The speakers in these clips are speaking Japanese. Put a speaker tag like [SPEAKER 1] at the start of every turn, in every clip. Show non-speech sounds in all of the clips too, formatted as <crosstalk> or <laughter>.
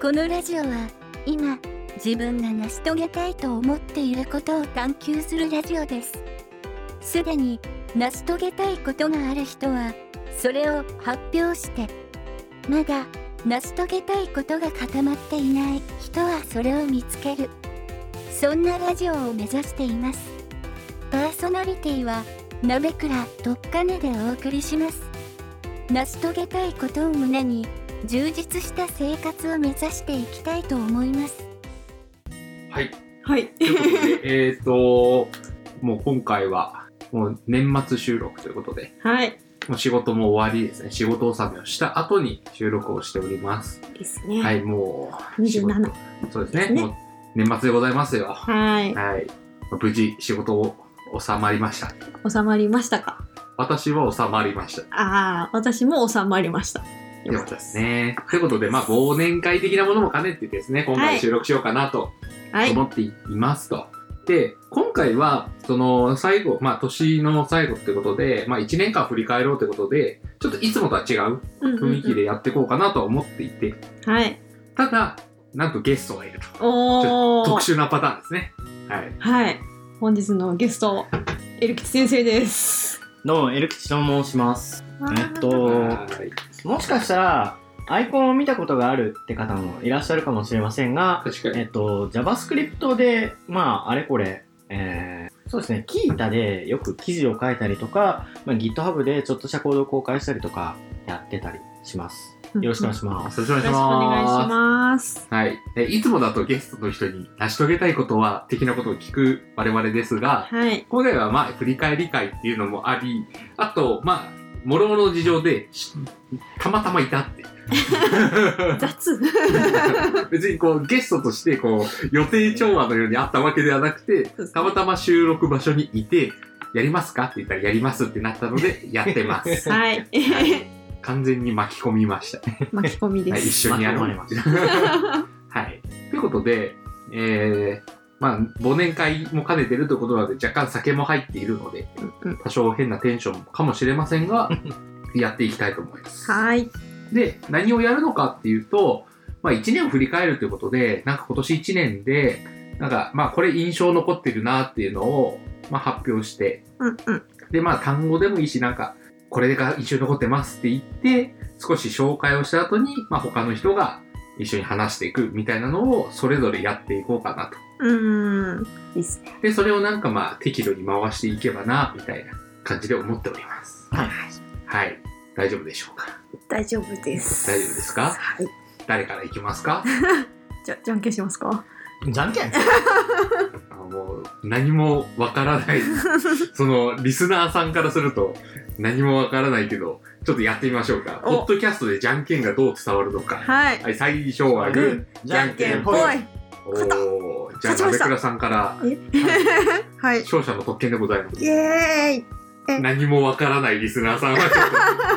[SPEAKER 1] このラジオは今自分が成し遂げたいと思っていることを探求するラジオですすでに成し遂げたいことがある人はそれを発表してまだ成し遂げたいことが固まっていない人はそれを見つけるそんなラジオを目指していますパーソナリティは鍋倉とっかねでお送りします成し遂げたいことを胸に充実した生活を目指していきたいと思います
[SPEAKER 2] はい。
[SPEAKER 3] はい。
[SPEAKER 2] ということ <laughs> で、えっと、もう今回は、もう年末収録ということで、
[SPEAKER 3] はい。
[SPEAKER 2] もう仕事も終わりですね。仕事納めをした後に収録をしております。
[SPEAKER 3] ですね。
[SPEAKER 2] はい、もう、
[SPEAKER 3] 27
[SPEAKER 2] 仕事そうですね。
[SPEAKER 3] ですね
[SPEAKER 2] もう年末でございますよ。は
[SPEAKER 3] はい。
[SPEAKER 2] い。無事仕事を収まりました。
[SPEAKER 3] 収まりましたか
[SPEAKER 2] 私は収まりました。
[SPEAKER 3] ああ、私も収まりました。
[SPEAKER 2] よかったですね。ということで、まあ、忘年会的なものも兼ねてですね、今
[SPEAKER 3] は
[SPEAKER 2] 回
[SPEAKER 3] い
[SPEAKER 2] 収録しようかなと
[SPEAKER 3] はい。
[SPEAKER 2] 思っていますと。で、今回は、その、最後、まあ、年の最後ってことで、まあ、1年間振り返ろうってことで、ちょっといつもとは違う雰
[SPEAKER 3] 雰
[SPEAKER 2] 囲気。でやっていこうかなとは思っていて、
[SPEAKER 3] はい。
[SPEAKER 2] ただ、なんとゲストがいると。
[SPEAKER 3] お
[SPEAKER 2] 特
[SPEAKER 3] ー。
[SPEAKER 2] 殊なパターンですね。はい。
[SPEAKER 3] はい。本日のゲスト、エルキチ先生です。
[SPEAKER 4] どうも、エルキチと申します。えっと
[SPEAKER 2] はい
[SPEAKER 4] もしかしたら、アイコンを見たことがあるって方もいらっしゃるかもしれませんが、
[SPEAKER 2] 確か
[SPEAKER 4] え
[SPEAKER 2] に。
[SPEAKER 4] っと、JavaScript で、まあ、あれこれ、えー、そうですね、キータでよく記事を書いたりとか、まあ、GitHub でちょっとしたコードを公開したりとか、やってたりします。よろしくお願いします。
[SPEAKER 2] よろしくお願いし
[SPEAKER 3] よろしくお願いし
[SPEAKER 2] ます。
[SPEAKER 3] ます。
[SPEAKER 2] はい。えいつもだとゲストの人に成し遂げたいことは、的なことを聞く我々ですが、
[SPEAKER 3] はい。
[SPEAKER 2] 今回はまあ振り返り会っていうのもあり、あとまあ、もろもろの事情で、したまたまいたっていう。 <laughs>
[SPEAKER 3] 雑。
[SPEAKER 2] 別にこうゲストとしてこう予定調和のようにあったわけではなくて
[SPEAKER 3] すね、
[SPEAKER 2] たまたま収録場所にいて、やりますかって言ったらやりますってなったの
[SPEAKER 4] <laughs>
[SPEAKER 2] で、やってます。
[SPEAKER 3] はい。
[SPEAKER 2] 完全に巻き込みました。
[SPEAKER 3] <laughs> 巻き込みで
[SPEAKER 2] はい、一
[SPEAKER 3] す。
[SPEAKER 2] 緒にやろう。
[SPEAKER 4] 巻き込まれま
[SPEAKER 2] はい。ということで、えー、まあ、忘年会も兼ねてるということなので、若干酒も入っているので、
[SPEAKER 3] うん
[SPEAKER 2] 多少変なテンションかもしれませんが、やっていきたいと思います。
[SPEAKER 3] はい。
[SPEAKER 2] で、何をやるのかっていうと、まあ1年を振り返るということで、なんか今年1年で、なんかまあこれ印象残ってるなっていうのを、まあ発表して、
[SPEAKER 3] うんうん。
[SPEAKER 2] でまあ単語でもいいし、なんかこれが印象に残ってますって言って、少し紹介をした後に、まあ他の人が一緒に話していくみたいなのをそれぞれやっていこうかなと。
[SPEAKER 3] うーん。ですね。
[SPEAKER 2] で、それをなんかまあ適度に回していけばな、みたいな感じで思っております。
[SPEAKER 4] はい。
[SPEAKER 2] はい。大丈夫でしょうか
[SPEAKER 3] 大丈夫です。
[SPEAKER 2] 大丈夫ですか
[SPEAKER 3] はい。
[SPEAKER 2] 誰からいきますか <laughs>
[SPEAKER 3] じゃ、じゃんけんしますか
[SPEAKER 4] じゃんけん
[SPEAKER 2] あもう何もわから
[SPEAKER 3] <laughs>
[SPEAKER 2] ないそのリスナーさんからすると何もわからないけどちょっとやってみましょうかポッ
[SPEAKER 3] お
[SPEAKER 2] ドキャストでじゃんけんがどう伝わるのか
[SPEAKER 3] はい。
[SPEAKER 2] はい最初はグー
[SPEAKER 4] じゃんけんぽい
[SPEAKER 3] はい。
[SPEAKER 2] おーじゃあ
[SPEAKER 3] 勝ちま
[SPEAKER 2] 鍋
[SPEAKER 3] した
[SPEAKER 2] 倉さんから
[SPEAKER 3] <laughs> はい。
[SPEAKER 2] 勝者の特権でございます
[SPEAKER 3] イエーイいえ
[SPEAKER 2] 何もわからないリスナーさんはちょっ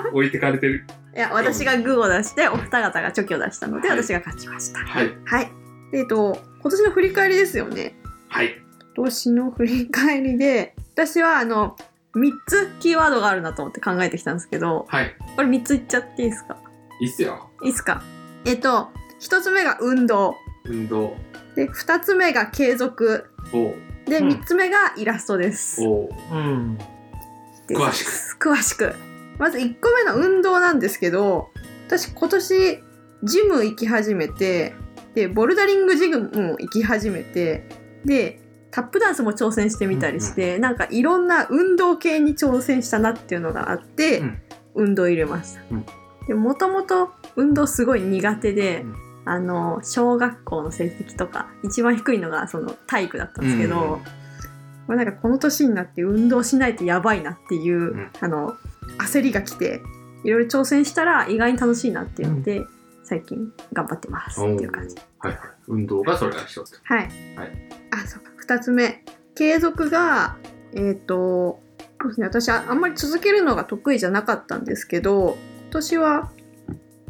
[SPEAKER 2] と置いてかれてる
[SPEAKER 3] や私がグーを出してお二方がチョキを出したので
[SPEAKER 2] はい
[SPEAKER 3] 私が勝ちました。
[SPEAKER 2] はい
[SPEAKER 3] はい。えっと今年の振り返りですよね。
[SPEAKER 2] はい
[SPEAKER 3] 今年の振り返りで私はあの3つキーワードがあるなと思って考えてきたんですけど
[SPEAKER 2] はい
[SPEAKER 3] これ3つ言っちゃっていいですか
[SPEAKER 2] いいっすよ
[SPEAKER 3] いいですかえっと1つ目が運動
[SPEAKER 2] 運動
[SPEAKER 3] で2つ目が継続
[SPEAKER 2] お
[SPEAKER 3] で
[SPEAKER 4] うん
[SPEAKER 3] 3つ目がイラストです。
[SPEAKER 2] お
[SPEAKER 4] うん。
[SPEAKER 3] です
[SPEAKER 2] 詳し
[SPEAKER 3] 詳しくまず1個目の運動なんですけど私今年ジム行き始めてでボルダリングジムも行き始めてでタップダンスも挑戦してみたりして、なんかいろんな運動系に挑戦したなっていうのがあって、
[SPEAKER 2] うん
[SPEAKER 3] 運動入れました、
[SPEAKER 2] うん
[SPEAKER 3] でもともと運動すごい苦手で、
[SPEAKER 2] うん
[SPEAKER 3] あの小学校の成績とか一番低いのがその体育だったんですけど、
[SPEAKER 2] うん
[SPEAKER 3] まあ、なんかこの年になって運動しないとやばいなっていう、
[SPEAKER 2] ん
[SPEAKER 3] あの焦りが来ていろいろ挑戦したら意外に楽しいなっていうので、最近頑張ってますっていう感じ。
[SPEAKER 2] はいはい運動がそれが一つ
[SPEAKER 3] はい、
[SPEAKER 2] はい
[SPEAKER 3] あそうか2つ目継続がえっ、とそうですね私はあんまり続けるのが得意じゃなかったんですけど今年は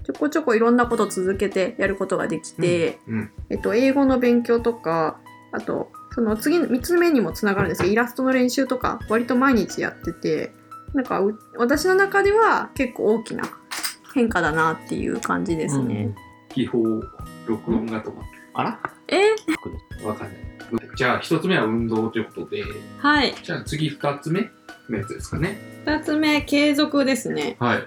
[SPEAKER 3] ちょこちょこいろんなこと続けてやることができて。
[SPEAKER 2] うん
[SPEAKER 3] えっと、英語の勉強とかあとその次の3つ目にもつながるんですけどイラストの練習とか割と毎日やっててなんかう私の中では結構大きな変化だなっていう感じですね。
[SPEAKER 2] 気泡、録音が止まっ
[SPEAKER 4] あら
[SPEAKER 3] え
[SPEAKER 2] た。わかんない。じゃあ、一つ目は運動ということで、
[SPEAKER 3] はい。
[SPEAKER 2] じゃあ次二つ目のやつですかね。
[SPEAKER 3] 二つ目、継続ですね。
[SPEAKER 2] はい。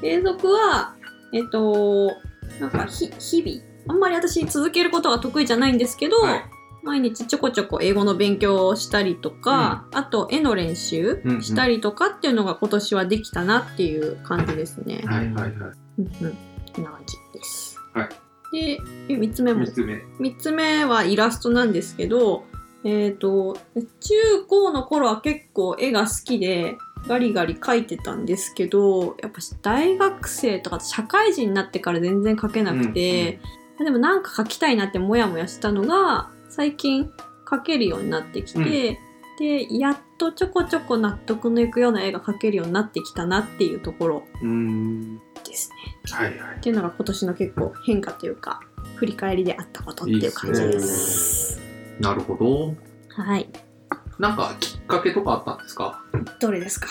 [SPEAKER 3] 継続は、えっと、なんかひ、日々。あんまり私続けることが得意じゃないんですけど、
[SPEAKER 2] はい
[SPEAKER 3] 毎日ちょこちょこ英語の勉強をしたりとか、あと絵の練習
[SPEAKER 2] うんうん
[SPEAKER 3] したりとかっていうのが今年はできたなっていう感じですね。
[SPEAKER 2] はいはいはい。
[SPEAKER 3] うんうんこんな感じです。
[SPEAKER 2] はい
[SPEAKER 3] で、え三つ目も
[SPEAKER 2] 三つ目。
[SPEAKER 3] 3つ目はイラストなんですけど、えー、と中高の頃は結構絵が好きでガリガリ描いてたんですけどやっぱ大学生とか社会人になってから全然描けなくて、でもなんか描きたいなってモヤモヤしたのが最近描けるようになってきて、
[SPEAKER 2] うん
[SPEAKER 3] でやっとちょこちょこ納得のいくような絵が描けるようになってきたなっていうところ
[SPEAKER 2] うーん。
[SPEAKER 3] ですね。
[SPEAKER 2] はいはい
[SPEAKER 3] っ。ていうのが今年の結構変化というか振り返りであったことっていう感じ
[SPEAKER 2] いい
[SPEAKER 3] で
[SPEAKER 2] っ
[SPEAKER 3] す
[SPEAKER 2] す。なるほど。
[SPEAKER 3] はい。
[SPEAKER 2] なんかきっかけとかあったんですか
[SPEAKER 3] どれですか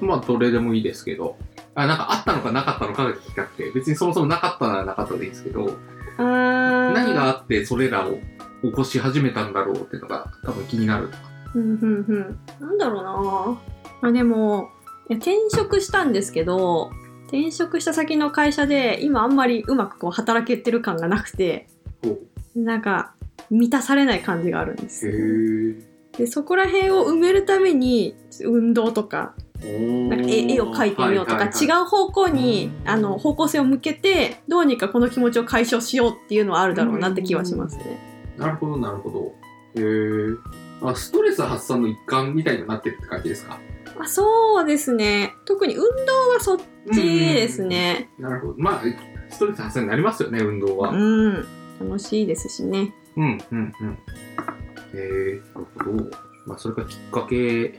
[SPEAKER 2] まあ、どれでもいいですけど。あ、なんかあったのかなかったのかが聞きたくて、別にそもそもなかったならなかったでいいんですけど、何
[SPEAKER 3] 何
[SPEAKER 2] があってそれらを起こし始めたんだろうっていうのが多分気になる。
[SPEAKER 3] うんうんうん。なんだろうなまあでも、いや転職したんですけど、転職した先の会社で今あんまりうまくこう働けてる感がなくて、
[SPEAKER 2] ほ
[SPEAKER 3] なんか満たされない感じがあるんで
[SPEAKER 2] う。へ
[SPEAKER 3] す。
[SPEAKER 2] ぇ
[SPEAKER 3] で、そこら辺を埋めるために運動とかなんか絵絵を描いてみようとか、違う方向にあの方向性を向けてどうにかこの気持ちを解消しようっていうのはあるだろうなって気はしますね。
[SPEAKER 2] なるほど、なるほど。へーあ、ストレス発散の一環みたいになってるって感じですか
[SPEAKER 3] あそうですね特に運動はそっちですね。
[SPEAKER 2] なるほど。まあ、ストレス発散になりますよね、運動
[SPEAKER 3] う
[SPEAKER 2] は。
[SPEAKER 3] ん、楽しいですしね。
[SPEAKER 2] うん、うん、うん。へえなるほど。まあ、それがきっかけで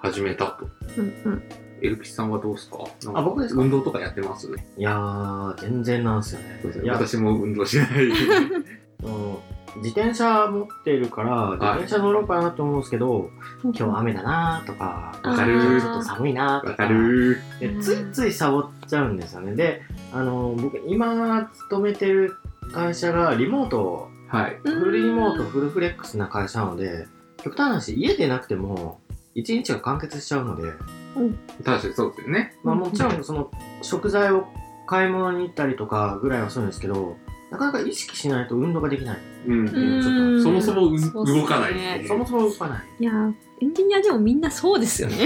[SPEAKER 2] 始めたと。
[SPEAKER 3] うんうん、
[SPEAKER 2] エルピスさんはどうですかなん
[SPEAKER 4] あ僕ですか
[SPEAKER 2] 運動とかやってます
[SPEAKER 4] いやー、全然なんですよね。いや、
[SPEAKER 2] 私も運動しない。
[SPEAKER 4] あの自転車持ってるから、自転車乗ろうかなと思うんですけど、今日雨だなーとか、
[SPEAKER 2] わかる
[SPEAKER 4] ちょっと寒いなーと
[SPEAKER 2] わ
[SPEAKER 4] か
[SPEAKER 2] か、る
[SPEAKER 4] でついついサボっちゃうんですよね。で、あの、僕、今、勤めてる会社がリモート、
[SPEAKER 2] はい。
[SPEAKER 3] うん
[SPEAKER 4] フルリモート、フルフレックスな会社なので、極端な話、家でなくても、一日が完結しちゃうので、
[SPEAKER 2] 確かにそうですよね。
[SPEAKER 4] まあもちろんその食材を買い物に行ったりとかぐらいはするんですけど、なかなか意識しないと運動ができない。
[SPEAKER 2] うん。
[SPEAKER 3] うん
[SPEAKER 2] そもそもう
[SPEAKER 3] そうっすね
[SPEAKER 2] 動かないっていう。
[SPEAKER 4] そもそも動かない。
[SPEAKER 3] いやエンジニアでもみんなそうですよね。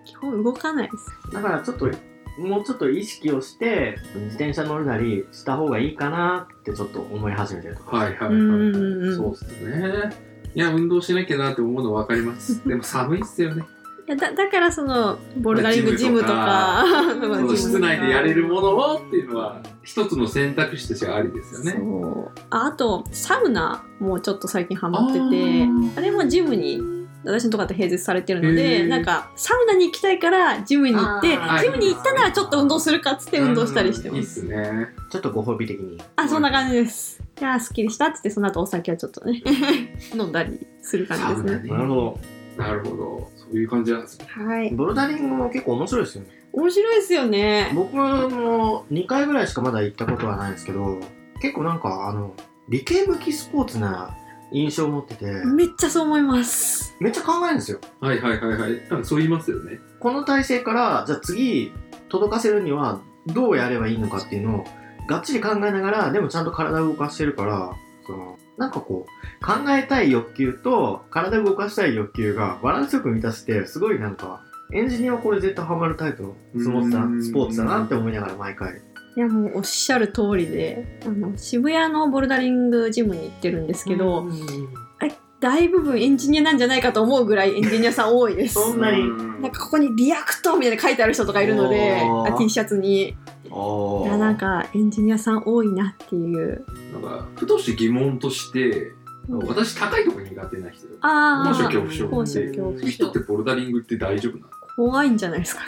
[SPEAKER 2] <laughs>
[SPEAKER 3] 基本動かないです。
[SPEAKER 4] だからちょっと、もうちょっと意識をして、自転車乗るなりした方がいいかなってちょっと思い始めてるとこ
[SPEAKER 2] はいはいはい、
[SPEAKER 3] うんうんうん
[SPEAKER 2] そうっすね。いや、運動しなきゃなって思うの分かり
[SPEAKER 3] <laughs>
[SPEAKER 2] ます。でも寒いっすよね。
[SPEAKER 3] いやだだからそのボルダリングジムとか <laughs> そ
[SPEAKER 2] そうの
[SPEAKER 3] ジム
[SPEAKER 2] 室
[SPEAKER 3] とか
[SPEAKER 2] 内でやれるものをっていうのは、一つの選択肢としてはありですよね。
[SPEAKER 3] そうああとサウナもちょっと最近ハマっててあれもジムに私のとかって併設されてるの
[SPEAKER 2] へ
[SPEAKER 3] で
[SPEAKER 2] ー
[SPEAKER 3] なんかサウナに行きたいからジムに行って
[SPEAKER 2] あー
[SPEAKER 3] ジムに行ったならちょっと運動するかっつって運動したりして
[SPEAKER 2] うんい
[SPEAKER 3] ま
[SPEAKER 2] いっ
[SPEAKER 3] す
[SPEAKER 2] すね。
[SPEAKER 4] ちょっとご褒美的に。
[SPEAKER 3] あそんな感じですいやーすっきりしたっつってその後お酒はちょっと
[SPEAKER 4] <laughs>
[SPEAKER 3] ね飲んだりする感じですね
[SPEAKER 2] なるほど。なるほど。そういう感じなんですね。
[SPEAKER 3] はい
[SPEAKER 4] ボルダリングも結構面白いですよね。
[SPEAKER 3] 面白いですよね
[SPEAKER 4] 僕も2回ぐらいしかまだ行ったことはないんですけど、結構なんかあの、理系向きスポーツな印象を持ってて、
[SPEAKER 3] めっちゃそう思います
[SPEAKER 4] めっちゃ考えるんですよ。
[SPEAKER 2] はいはいはいはい。多分そう言いますよね。
[SPEAKER 4] この体勢から、じゃあ次、届かせるにはどうやればいいのかっていうのを、がっちり考えながら、でもちゃんと体を動かしてるから、その、なんかこう、考えたい欲求と、体を動かしたい欲求がバランスよく満たして、すごいなんか、エンジニアはこれ絶対ハマるタイプのスポーツだ
[SPEAKER 2] うん
[SPEAKER 4] スポーツだなって思いながら毎回。
[SPEAKER 3] いやもうおっしゃる通りであの渋谷のボルダリングジムに行ってるんですけど、
[SPEAKER 4] うん、
[SPEAKER 3] 大部分エンジニアなんじゃないかと思うぐらいエンジニアさん多いです。
[SPEAKER 4] そんなに
[SPEAKER 2] うん
[SPEAKER 3] なんかここにリアクトみたいな書いてある人とかいるので
[SPEAKER 4] おー
[SPEAKER 3] あ T シャツに
[SPEAKER 4] お
[SPEAKER 3] い
[SPEAKER 4] ー
[SPEAKER 3] やなんかエンジニアさん多いなっていう
[SPEAKER 2] なんか、ふとして疑問として、私高いとこ苦手な人だ
[SPEAKER 3] あ
[SPEAKER 2] 高
[SPEAKER 3] あ
[SPEAKER 2] 所恐怖症
[SPEAKER 3] 高所恐怖
[SPEAKER 2] そういう人って
[SPEAKER 3] 症
[SPEAKER 2] ボルダリングって大丈夫な
[SPEAKER 3] 怖いんじゃないですか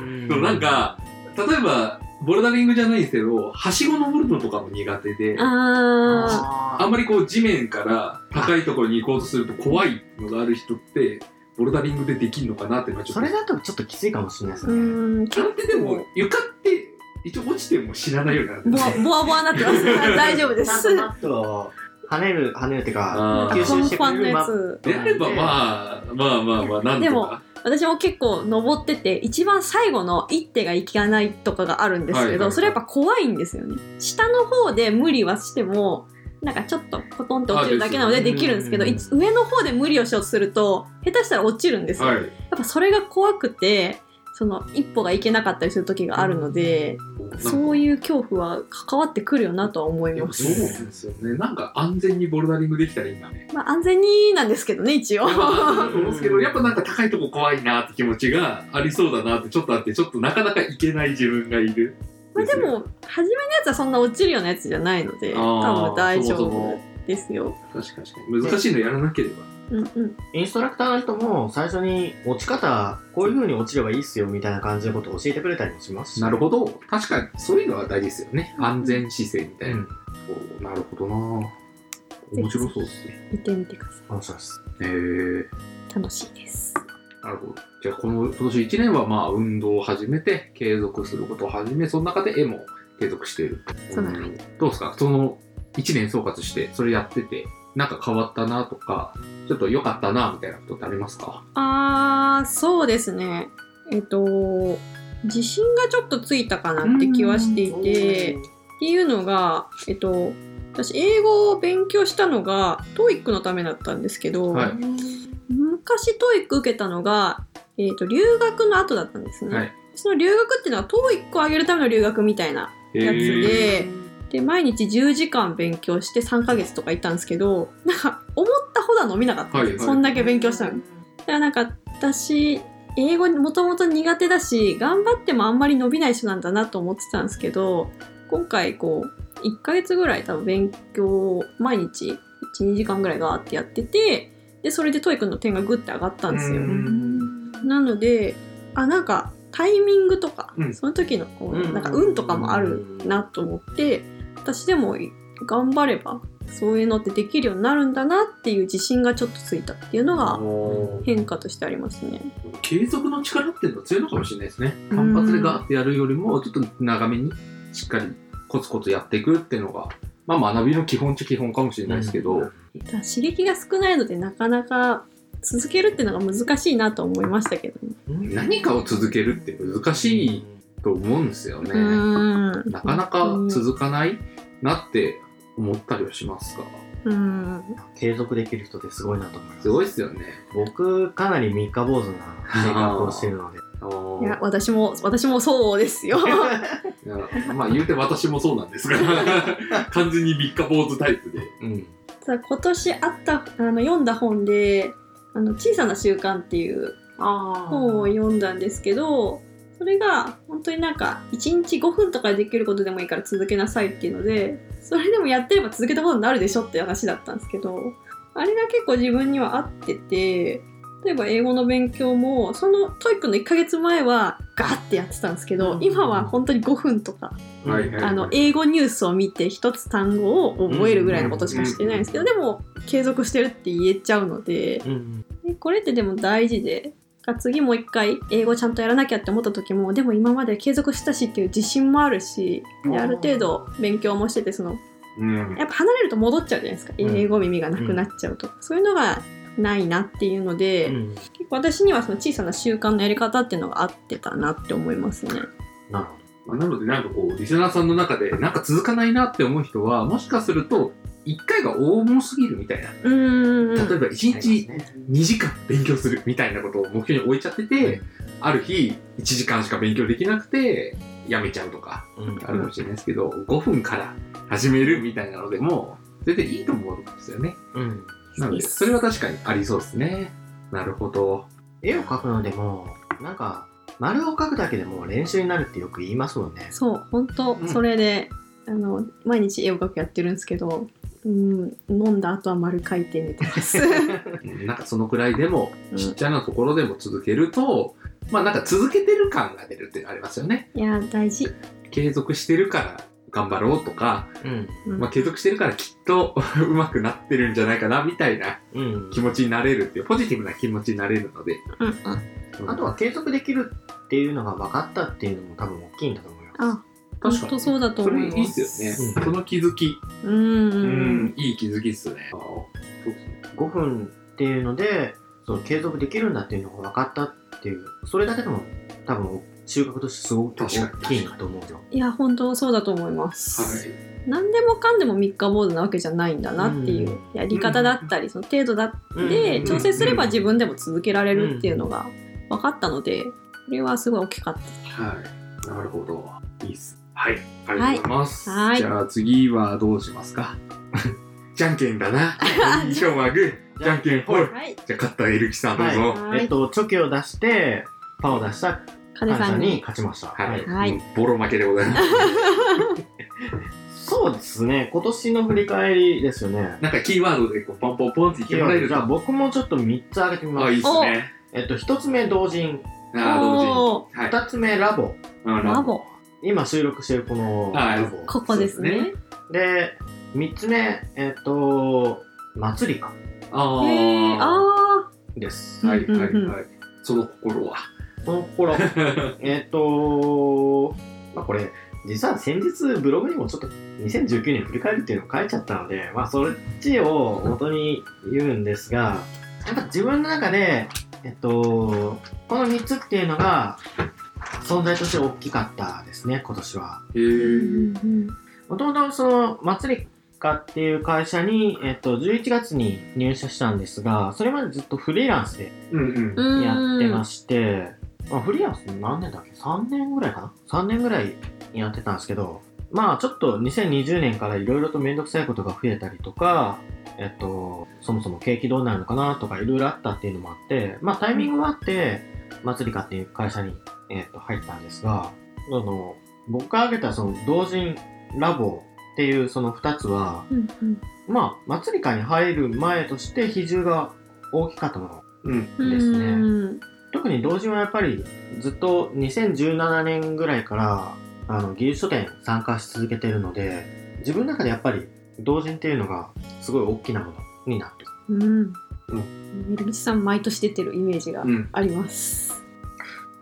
[SPEAKER 2] のでもなん、か、例えば、ボルダリングじゃないんですけど、はしご登るのとかも苦手で、あ
[SPEAKER 3] あ
[SPEAKER 4] あ
[SPEAKER 2] んまりこう地面から高いところに行こうとすると怖いのがある人って、ボルダリングでできるのかなっていうのはちょっ
[SPEAKER 4] そ
[SPEAKER 2] と。
[SPEAKER 4] れだとちょっときついかもしれない
[SPEAKER 3] ー
[SPEAKER 4] です
[SPEAKER 3] う
[SPEAKER 4] ね。
[SPEAKER 3] ーん
[SPEAKER 2] それってでも、床って一応落ちても死なないようになるん
[SPEAKER 3] ボ
[SPEAKER 2] です
[SPEAKER 3] ワ
[SPEAKER 2] ね
[SPEAKER 3] ボワボワになってます。はい大丈夫で
[SPEAKER 4] ちゃん
[SPEAKER 3] す
[SPEAKER 4] と。マットを跳ねる、跳ねるっていうか、
[SPEAKER 2] あ
[SPEAKER 3] パ
[SPEAKER 2] ー
[SPEAKER 4] 吸
[SPEAKER 3] ン
[SPEAKER 4] 収して
[SPEAKER 3] パ
[SPEAKER 4] く
[SPEAKER 3] ンの
[SPEAKER 4] れるマ
[SPEAKER 3] や
[SPEAKER 4] ット。
[SPEAKER 3] つ。
[SPEAKER 2] であればまあまあまあまあなん
[SPEAKER 3] で
[SPEAKER 2] と
[SPEAKER 3] も
[SPEAKER 2] か
[SPEAKER 3] 私も結構登ってて一番最後の一手がいかないとかがあるんですけど、
[SPEAKER 2] はいはいはい
[SPEAKER 3] それやっぱ怖いんですよね下の方で無理はしてもなんかちょっとコトンって落ちるだけなので
[SPEAKER 4] あで
[SPEAKER 3] で
[SPEAKER 4] すよね
[SPEAKER 3] きるんですけど
[SPEAKER 4] うん
[SPEAKER 3] いつ上の方で無理をしようとすると下手したら落ちるんですよ、
[SPEAKER 2] はい
[SPEAKER 3] やっぱそれが怖くてその一歩がいけなかったりする時があるので、そう
[SPEAKER 2] う
[SPEAKER 3] いう恐怖は関わってくるよなとは思い
[SPEAKER 2] で
[SPEAKER 3] ま
[SPEAKER 2] も
[SPEAKER 3] す、
[SPEAKER 2] そうなんですよねなんか安全にボルダリングできたらいいんだね
[SPEAKER 3] まあ安全になんですけどね一応
[SPEAKER 2] まあそうですけどやっぱなんか高いとこ怖いなって気持ちがありそうだなってちょっとあってちょっとなかなかいけない自分がいる
[SPEAKER 3] まあ
[SPEAKER 2] で
[SPEAKER 3] で
[SPEAKER 2] すよ
[SPEAKER 3] も初めのやつはそんな落ちるようなやつじゃないので
[SPEAKER 2] あ
[SPEAKER 3] 多
[SPEAKER 2] ー
[SPEAKER 3] 分大丈
[SPEAKER 2] そもそ
[SPEAKER 3] 夫
[SPEAKER 2] も
[SPEAKER 3] ですよ。
[SPEAKER 2] 確かに確かに難しいのやらなければ
[SPEAKER 3] うんうん、
[SPEAKER 4] インストラクターの人も最初に落ち方、こういう風に落ちればいいっすよみたいな感じのことを教えてくれたりもしますし。
[SPEAKER 2] なるほど確かにそういうのは大事ですよね安全姿勢みたいな、そうなるほどな面白そうですね
[SPEAKER 3] 見てみてくださ
[SPEAKER 4] 面白いです。
[SPEAKER 2] へえ
[SPEAKER 3] い。楽しいです。
[SPEAKER 2] なるほどじゃあこの今年1年はまあ運動を始めて継続することを始めその中で絵も継続している
[SPEAKER 3] そうだね
[SPEAKER 2] んどうですかその1年総括してそれやっててなんか変わったなとかちょっと良かったなみたいなことってありますか
[SPEAKER 3] あーそうですね。えっと自信がちょっとついたかなって気はしていてっていうのがえっと私英語を勉強したのが TOEIC のためだったんですけど、
[SPEAKER 2] はい
[SPEAKER 3] 昔 TOEIC 受けたのが、えっと留学の後だったんですね。
[SPEAKER 2] はい
[SPEAKER 3] その留学っていうのは TOEIC を上げるための留学みたいなやつ
[SPEAKER 2] へ
[SPEAKER 3] で、で、毎日10時間勉強して3ヶ月とか行ったんですけど、なんか、思ったほどは伸びなかったんです
[SPEAKER 2] はい
[SPEAKER 3] よ、
[SPEAKER 2] はい
[SPEAKER 3] そんだけ勉強したのに。だからなんか、私、英語もともと苦手だし、頑張ってもあんまり伸びない人なんだなと思ってたんですけど、今回こう、1ヶ月ぐらい多分勉強を毎日1、2時間ぐらいガーってやってて、で、それでトイ君の点がグッて上がったんですよ。
[SPEAKER 2] う
[SPEAKER 3] なのであなんかタイミングとか、
[SPEAKER 2] うん
[SPEAKER 3] その時のこう、
[SPEAKER 2] うん
[SPEAKER 3] なんか運とかもあるなと思って私でも頑張ればそういうのってできるようになるんだなっていう自信がちょっとついたっていうのが
[SPEAKER 2] おー
[SPEAKER 3] 変化としてありますね。
[SPEAKER 2] 継続の力っていうのは強いのかもしれないですね単発でガーってやるよりもちょっと長めにしっかりコツコツやっていくっていうのがまあ学びの基本っちゃ基本かもしれないですけど、
[SPEAKER 4] うん
[SPEAKER 3] ただ刺激が少ないのでなかなか続けるっていうのが難しいなと思いましたけどね。
[SPEAKER 2] 何かを続けるって難しいと思うんですよね、
[SPEAKER 3] うーん
[SPEAKER 2] なかなか続かないなって思ったりはしますが
[SPEAKER 3] うーん
[SPEAKER 4] 継続できる人ってすごいなと思います。
[SPEAKER 2] すごいですよね
[SPEAKER 4] 僕、かなり三日坊主な性格をして
[SPEAKER 3] <laughs>
[SPEAKER 4] るので。
[SPEAKER 2] あ
[SPEAKER 3] いや
[SPEAKER 2] ー
[SPEAKER 3] 私も私もそうで
[SPEAKER 2] <laughs>
[SPEAKER 3] すよ。
[SPEAKER 2] いやまあ言うて私もそうなんです
[SPEAKER 3] <laughs>
[SPEAKER 2] が完全に三日坊主タイプで
[SPEAKER 4] うん。
[SPEAKER 3] さ今年あったあの読んだ本で「あの小さな習慣」っていう
[SPEAKER 4] あ
[SPEAKER 3] 本を読んだんですけどそれが本当になんか1日5分とかでできることでもいいから続けなさいっていうのでそれでもやってれば続けたことになるでしょっていう話だったんですけどあれが結構自分には合ってて例えば英語の勉強もそのトイックの1ヶ月前はガーってやってたんですけど今は本当に5分とか
[SPEAKER 2] はいはい
[SPEAKER 3] あの英語ニュースを見て一つ単語を覚えるぐらいのことしかしてないんですけどでも継続してるって言えちゃうので
[SPEAKER 4] うん。
[SPEAKER 3] でこれってでも大事でが次もう一回英語ちゃんとやらなきゃって思った時もでも今まで継続したしっていう自信もあるしである程度勉強もしててその
[SPEAKER 2] うん
[SPEAKER 3] やっぱ離れると戻っちゃうじゃないですか
[SPEAKER 4] うん
[SPEAKER 3] 英語耳がなくなっちゃうとかそういうのがないなっていうので、
[SPEAKER 4] うん
[SPEAKER 3] 結構私にはその小さな習慣のやり方っていうのが合ってたなって思いますね。
[SPEAKER 4] なる
[SPEAKER 2] ま
[SPEAKER 4] ほ
[SPEAKER 2] あなのでなんかこうリスナーさんの中でなんか続かないなって思う人はもしかすると1回が大物すぎるみたいな
[SPEAKER 3] うーん
[SPEAKER 2] 例えば
[SPEAKER 4] ど。
[SPEAKER 2] 1日2時間勉強するみたいなことを目標に置いちゃっててある日1時間しか勉強できなくてやめちゃうとか
[SPEAKER 4] うん
[SPEAKER 2] あるかもしれないですけど、5分から始めるみたいなのでも全然いいと思うんですよね。
[SPEAKER 4] うん。
[SPEAKER 2] なので、それは確かにありそうですね。なるほ
[SPEAKER 3] <laughs>
[SPEAKER 2] ど。
[SPEAKER 4] 絵を描くのでも、なんか、丸を描くだけでも練習になるってよく言いますもんね。
[SPEAKER 3] そう本当、
[SPEAKER 2] うん
[SPEAKER 3] それであの毎日絵を描くやってるんですけど、うん、飲んだ後は丸描いてみた
[SPEAKER 2] <laughs>
[SPEAKER 3] いです。
[SPEAKER 2] うんなんかそのくらいでも、
[SPEAKER 3] うん
[SPEAKER 2] ちっちゃなところでも続けると、まあなんか続けてる感が出るっていうのありますよね。
[SPEAKER 3] いや大事、
[SPEAKER 2] 継続してるから頑張ろうとか、
[SPEAKER 4] うん。
[SPEAKER 3] うん
[SPEAKER 2] まあ継続してるからきっと <laughs> 上手くなってるんじゃないかなみたいな
[SPEAKER 4] うん。
[SPEAKER 2] 気持ちになれるっていう、ポジティブな気持ちになれるので。
[SPEAKER 3] うんうん
[SPEAKER 4] あとは継続できるっていうのが分かったっていうのも多分大きいんだと思います。
[SPEAKER 3] あ
[SPEAKER 2] 確
[SPEAKER 3] 本
[SPEAKER 2] か
[SPEAKER 3] 当
[SPEAKER 2] に。
[SPEAKER 3] そうだと
[SPEAKER 2] そ
[SPEAKER 3] 思
[SPEAKER 2] れ
[SPEAKER 3] い
[SPEAKER 2] い
[SPEAKER 3] ます。
[SPEAKER 2] いっすよね。
[SPEAKER 4] うん
[SPEAKER 2] その気づき。
[SPEAKER 3] うん
[SPEAKER 2] う
[SPEAKER 3] うん
[SPEAKER 2] ん、いい気づきっすね。そうですね。
[SPEAKER 4] 5分っていうのでその継続できるんだっていうのが分かったっていうそれだけでも多分収穫としてすごく大きいと思うんですよ。
[SPEAKER 3] いや本当そうだと思います、
[SPEAKER 2] はい。
[SPEAKER 3] 何でもかんでも三日坊主なわけじゃないんだなっていううんやり方だったりその程度だっ
[SPEAKER 4] う
[SPEAKER 3] て
[SPEAKER 4] ん
[SPEAKER 3] 調整すれば自分でも続けられるっていうのが分かったのでこれはすごい大きかった
[SPEAKER 2] はい。なるほど。いいっす。はい。ありがとうございます。
[SPEAKER 3] はい
[SPEAKER 2] じゃあ次はどうしますか <laughs> じゃんけんだな。今日はグー、じゃんけんほい。
[SPEAKER 3] はい
[SPEAKER 2] じゃあ勝ったエルキさんどうぞ。
[SPEAKER 3] はい
[SPEAKER 4] えっと、チョキを出してパーを出した
[SPEAKER 3] 金
[SPEAKER 4] 感
[SPEAKER 3] さ
[SPEAKER 4] 謝
[SPEAKER 3] ん
[SPEAKER 4] に
[SPEAKER 3] に
[SPEAKER 4] 勝ちました。
[SPEAKER 2] はい。
[SPEAKER 3] はい
[SPEAKER 2] うんボロ負けでございます。
[SPEAKER 4] そうですね今年の振り返りですよね。
[SPEAKER 2] なんかキーワードでこうポンポンポンって言ってもらえる
[SPEAKER 4] じ
[SPEAKER 2] と。
[SPEAKER 4] ゃあ僕もちょっと3つ挙げてみま
[SPEAKER 2] あ、いいっ
[SPEAKER 4] す。
[SPEAKER 2] すね。
[SPEAKER 4] えっと、1つ目同人、
[SPEAKER 2] あー、同
[SPEAKER 3] おー
[SPEAKER 2] 時に。はい。
[SPEAKER 4] 2つ目ラボ、
[SPEAKER 2] うん
[SPEAKER 3] ラボ
[SPEAKER 4] 今収録してるこの
[SPEAKER 2] は
[SPEAKER 4] ラ
[SPEAKER 2] い
[SPEAKER 4] ボ。
[SPEAKER 3] ここです
[SPEAKER 2] そう
[SPEAKER 3] ね
[SPEAKER 4] で、3つ目、えっと、祭りか
[SPEAKER 2] あ
[SPEAKER 3] へえ
[SPEAKER 2] あ
[SPEAKER 3] あ
[SPEAKER 4] です
[SPEAKER 3] ー。
[SPEAKER 2] はいはい
[SPEAKER 3] うんうん
[SPEAKER 2] はい。その心は。
[SPEAKER 4] そ
[SPEAKER 3] <laughs>
[SPEAKER 4] の心、えっと、まあこれ、実は先日ブログにもちょっと2019年振り返るっていうのを書いちゃったので、まあそっちを元に言うんですが、やっぱ自分の中で、えっと、この3つっていうのが存在として大きかったですね、今年は。
[SPEAKER 2] へ
[SPEAKER 3] ーう
[SPEAKER 2] え。
[SPEAKER 3] んうん
[SPEAKER 4] もともとその、祭りかっていう会社に、えっと、11月に入社したんですが、それまでずっとフリーランスで
[SPEAKER 2] うんうん。
[SPEAKER 3] うん
[SPEAKER 4] やってまして、まあ、フリーランス何年だっけ ?3 年ぐらいかな ?3 年ぐらいやってたんですけど、まあちょっと2020年からいろいろとめんどくさいことが増えたりとか、えっと、そもそも景気どうなるのかなとかいろいろあったっていうのもあって、まあタイミングもあって、祭りかっていう会社に、えっと、入ったんですが、あの、僕が挙げたその同人ラボっていうその2つは、
[SPEAKER 3] うんうん
[SPEAKER 4] まあ祭りかに入る前として比重が大きかったもの
[SPEAKER 2] うん。
[SPEAKER 4] ですね
[SPEAKER 3] うん
[SPEAKER 4] 特に同人はやっぱりずっと2017年ぐらいからあの技術書店参加し続けてるので自分の中でやっぱり同人っていうのがすごい大きなものになってる
[SPEAKER 3] うんミルキさん毎年出てるイメージが
[SPEAKER 2] うん。
[SPEAKER 3] あります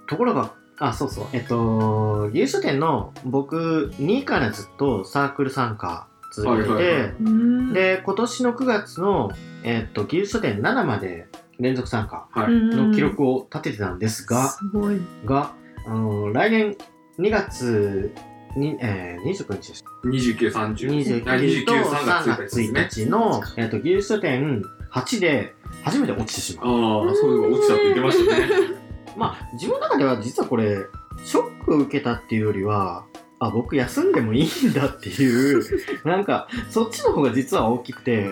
[SPEAKER 4] ところがあそうそうえっと技術書店の僕2位からずっとサークル参加続けてて、
[SPEAKER 2] はいはいはい
[SPEAKER 3] うん
[SPEAKER 4] で今年の9月の、えっと、技術書店7まで連続参加
[SPEAKER 2] は
[SPEAKER 3] う
[SPEAKER 2] い。
[SPEAKER 3] んうん
[SPEAKER 4] の記録を立ててたんですが、
[SPEAKER 3] すごい
[SPEAKER 4] が、あの来年2月に、えー、29日です
[SPEAKER 2] 29、30。あ29、
[SPEAKER 4] 29と
[SPEAKER 2] 3
[SPEAKER 4] 3
[SPEAKER 2] 月1日で
[SPEAKER 4] 月
[SPEAKER 2] すね。
[SPEAKER 4] 1日の、えー、と技術書店8で初めて落ちてしまう、
[SPEAKER 2] ああ、そういえば落ちたって言ってましたね。
[SPEAKER 4] まあ自分の中では実はこれショックを受けたっていうよりはあ僕休んでもいいんだっていうなんかそっちの方が実は大きくて、
[SPEAKER 2] へ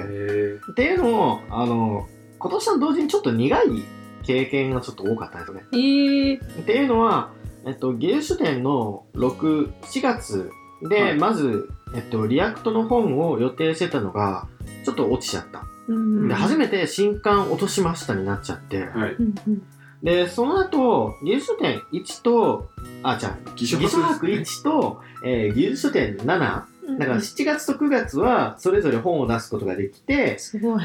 [SPEAKER 4] っていうのもあの今年の同時にちょっと苦い経験がちょっと多かったんですよね
[SPEAKER 3] ええ
[SPEAKER 4] っていうのは、えっと、芸術書店の6、4月で、
[SPEAKER 2] はい
[SPEAKER 4] まず、えっと、リアクトの本を予定してたのが、ちょっと落ちちゃった。
[SPEAKER 3] うん
[SPEAKER 4] で、
[SPEAKER 2] は
[SPEAKER 4] 初めて新刊落としましたになっちゃって、
[SPEAKER 2] え。はい。
[SPEAKER 3] うんうん
[SPEAKER 4] で、その後、芸術書店1と、あ、じゃあ、
[SPEAKER 2] 偽証
[SPEAKER 4] 偽書博1と、えー、技術書店7。だか
[SPEAKER 3] うん
[SPEAKER 4] ら7月と9月は、それぞれ本を出すことができて、
[SPEAKER 3] すごい。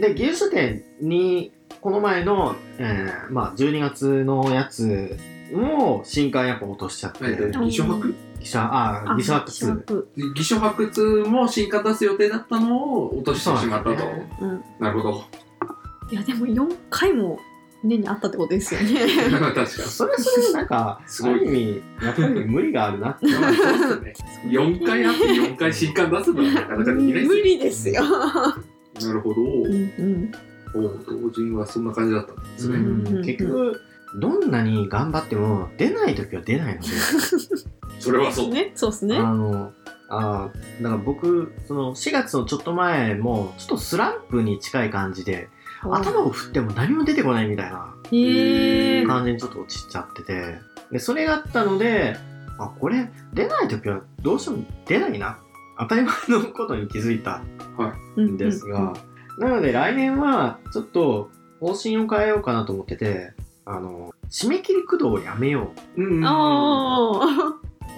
[SPEAKER 4] で、芸術書店に、この前の、えーまあ、12月のやつも、新刊やっぱ落としちゃって、
[SPEAKER 2] えっと偽書博
[SPEAKER 4] ギシャ、あー、ギシャワックス。
[SPEAKER 2] 偽書博2も新刊出す予定だったのを落としてしまったと。
[SPEAKER 4] そうなんです
[SPEAKER 3] うん。
[SPEAKER 2] なるほど。
[SPEAKER 3] いや、でも4回も年にあったってことですよね。
[SPEAKER 2] 確かに。
[SPEAKER 4] それはそれでなんか、
[SPEAKER 2] す
[SPEAKER 4] あ
[SPEAKER 2] ごい
[SPEAKER 4] る意味、やっぱり無理があるなって。
[SPEAKER 2] まあそうですね。4回あって4回新刊出すのはなかなかできないです
[SPEAKER 3] 無理ですよ。
[SPEAKER 2] なるほど。
[SPEAKER 3] うん
[SPEAKER 2] おう同人はそんな感じだったんですね。
[SPEAKER 3] ん
[SPEAKER 4] うん結局、どんなに頑張っても、出ない時は出ないの <laughs> で、
[SPEAKER 2] それはそう。
[SPEAKER 3] ね、そうですね
[SPEAKER 4] あ。の、あーだから僕、その4月のちょっと前も、ちょっとスランプに近い感じで、頭を振っても何も出てこないみたいな。
[SPEAKER 3] へえ。
[SPEAKER 4] 完全にちょっと落ちちゃっててでそれがあったのであこれ出ない時はどうしても出ないな当たり前のことに気づいたんですが、なので来年はちょっと方針を変えようかなと思っててあの締め切り駆動をやめよ
[SPEAKER 2] う
[SPEAKER 4] う
[SPEAKER 2] ん
[SPEAKER 3] うん。あ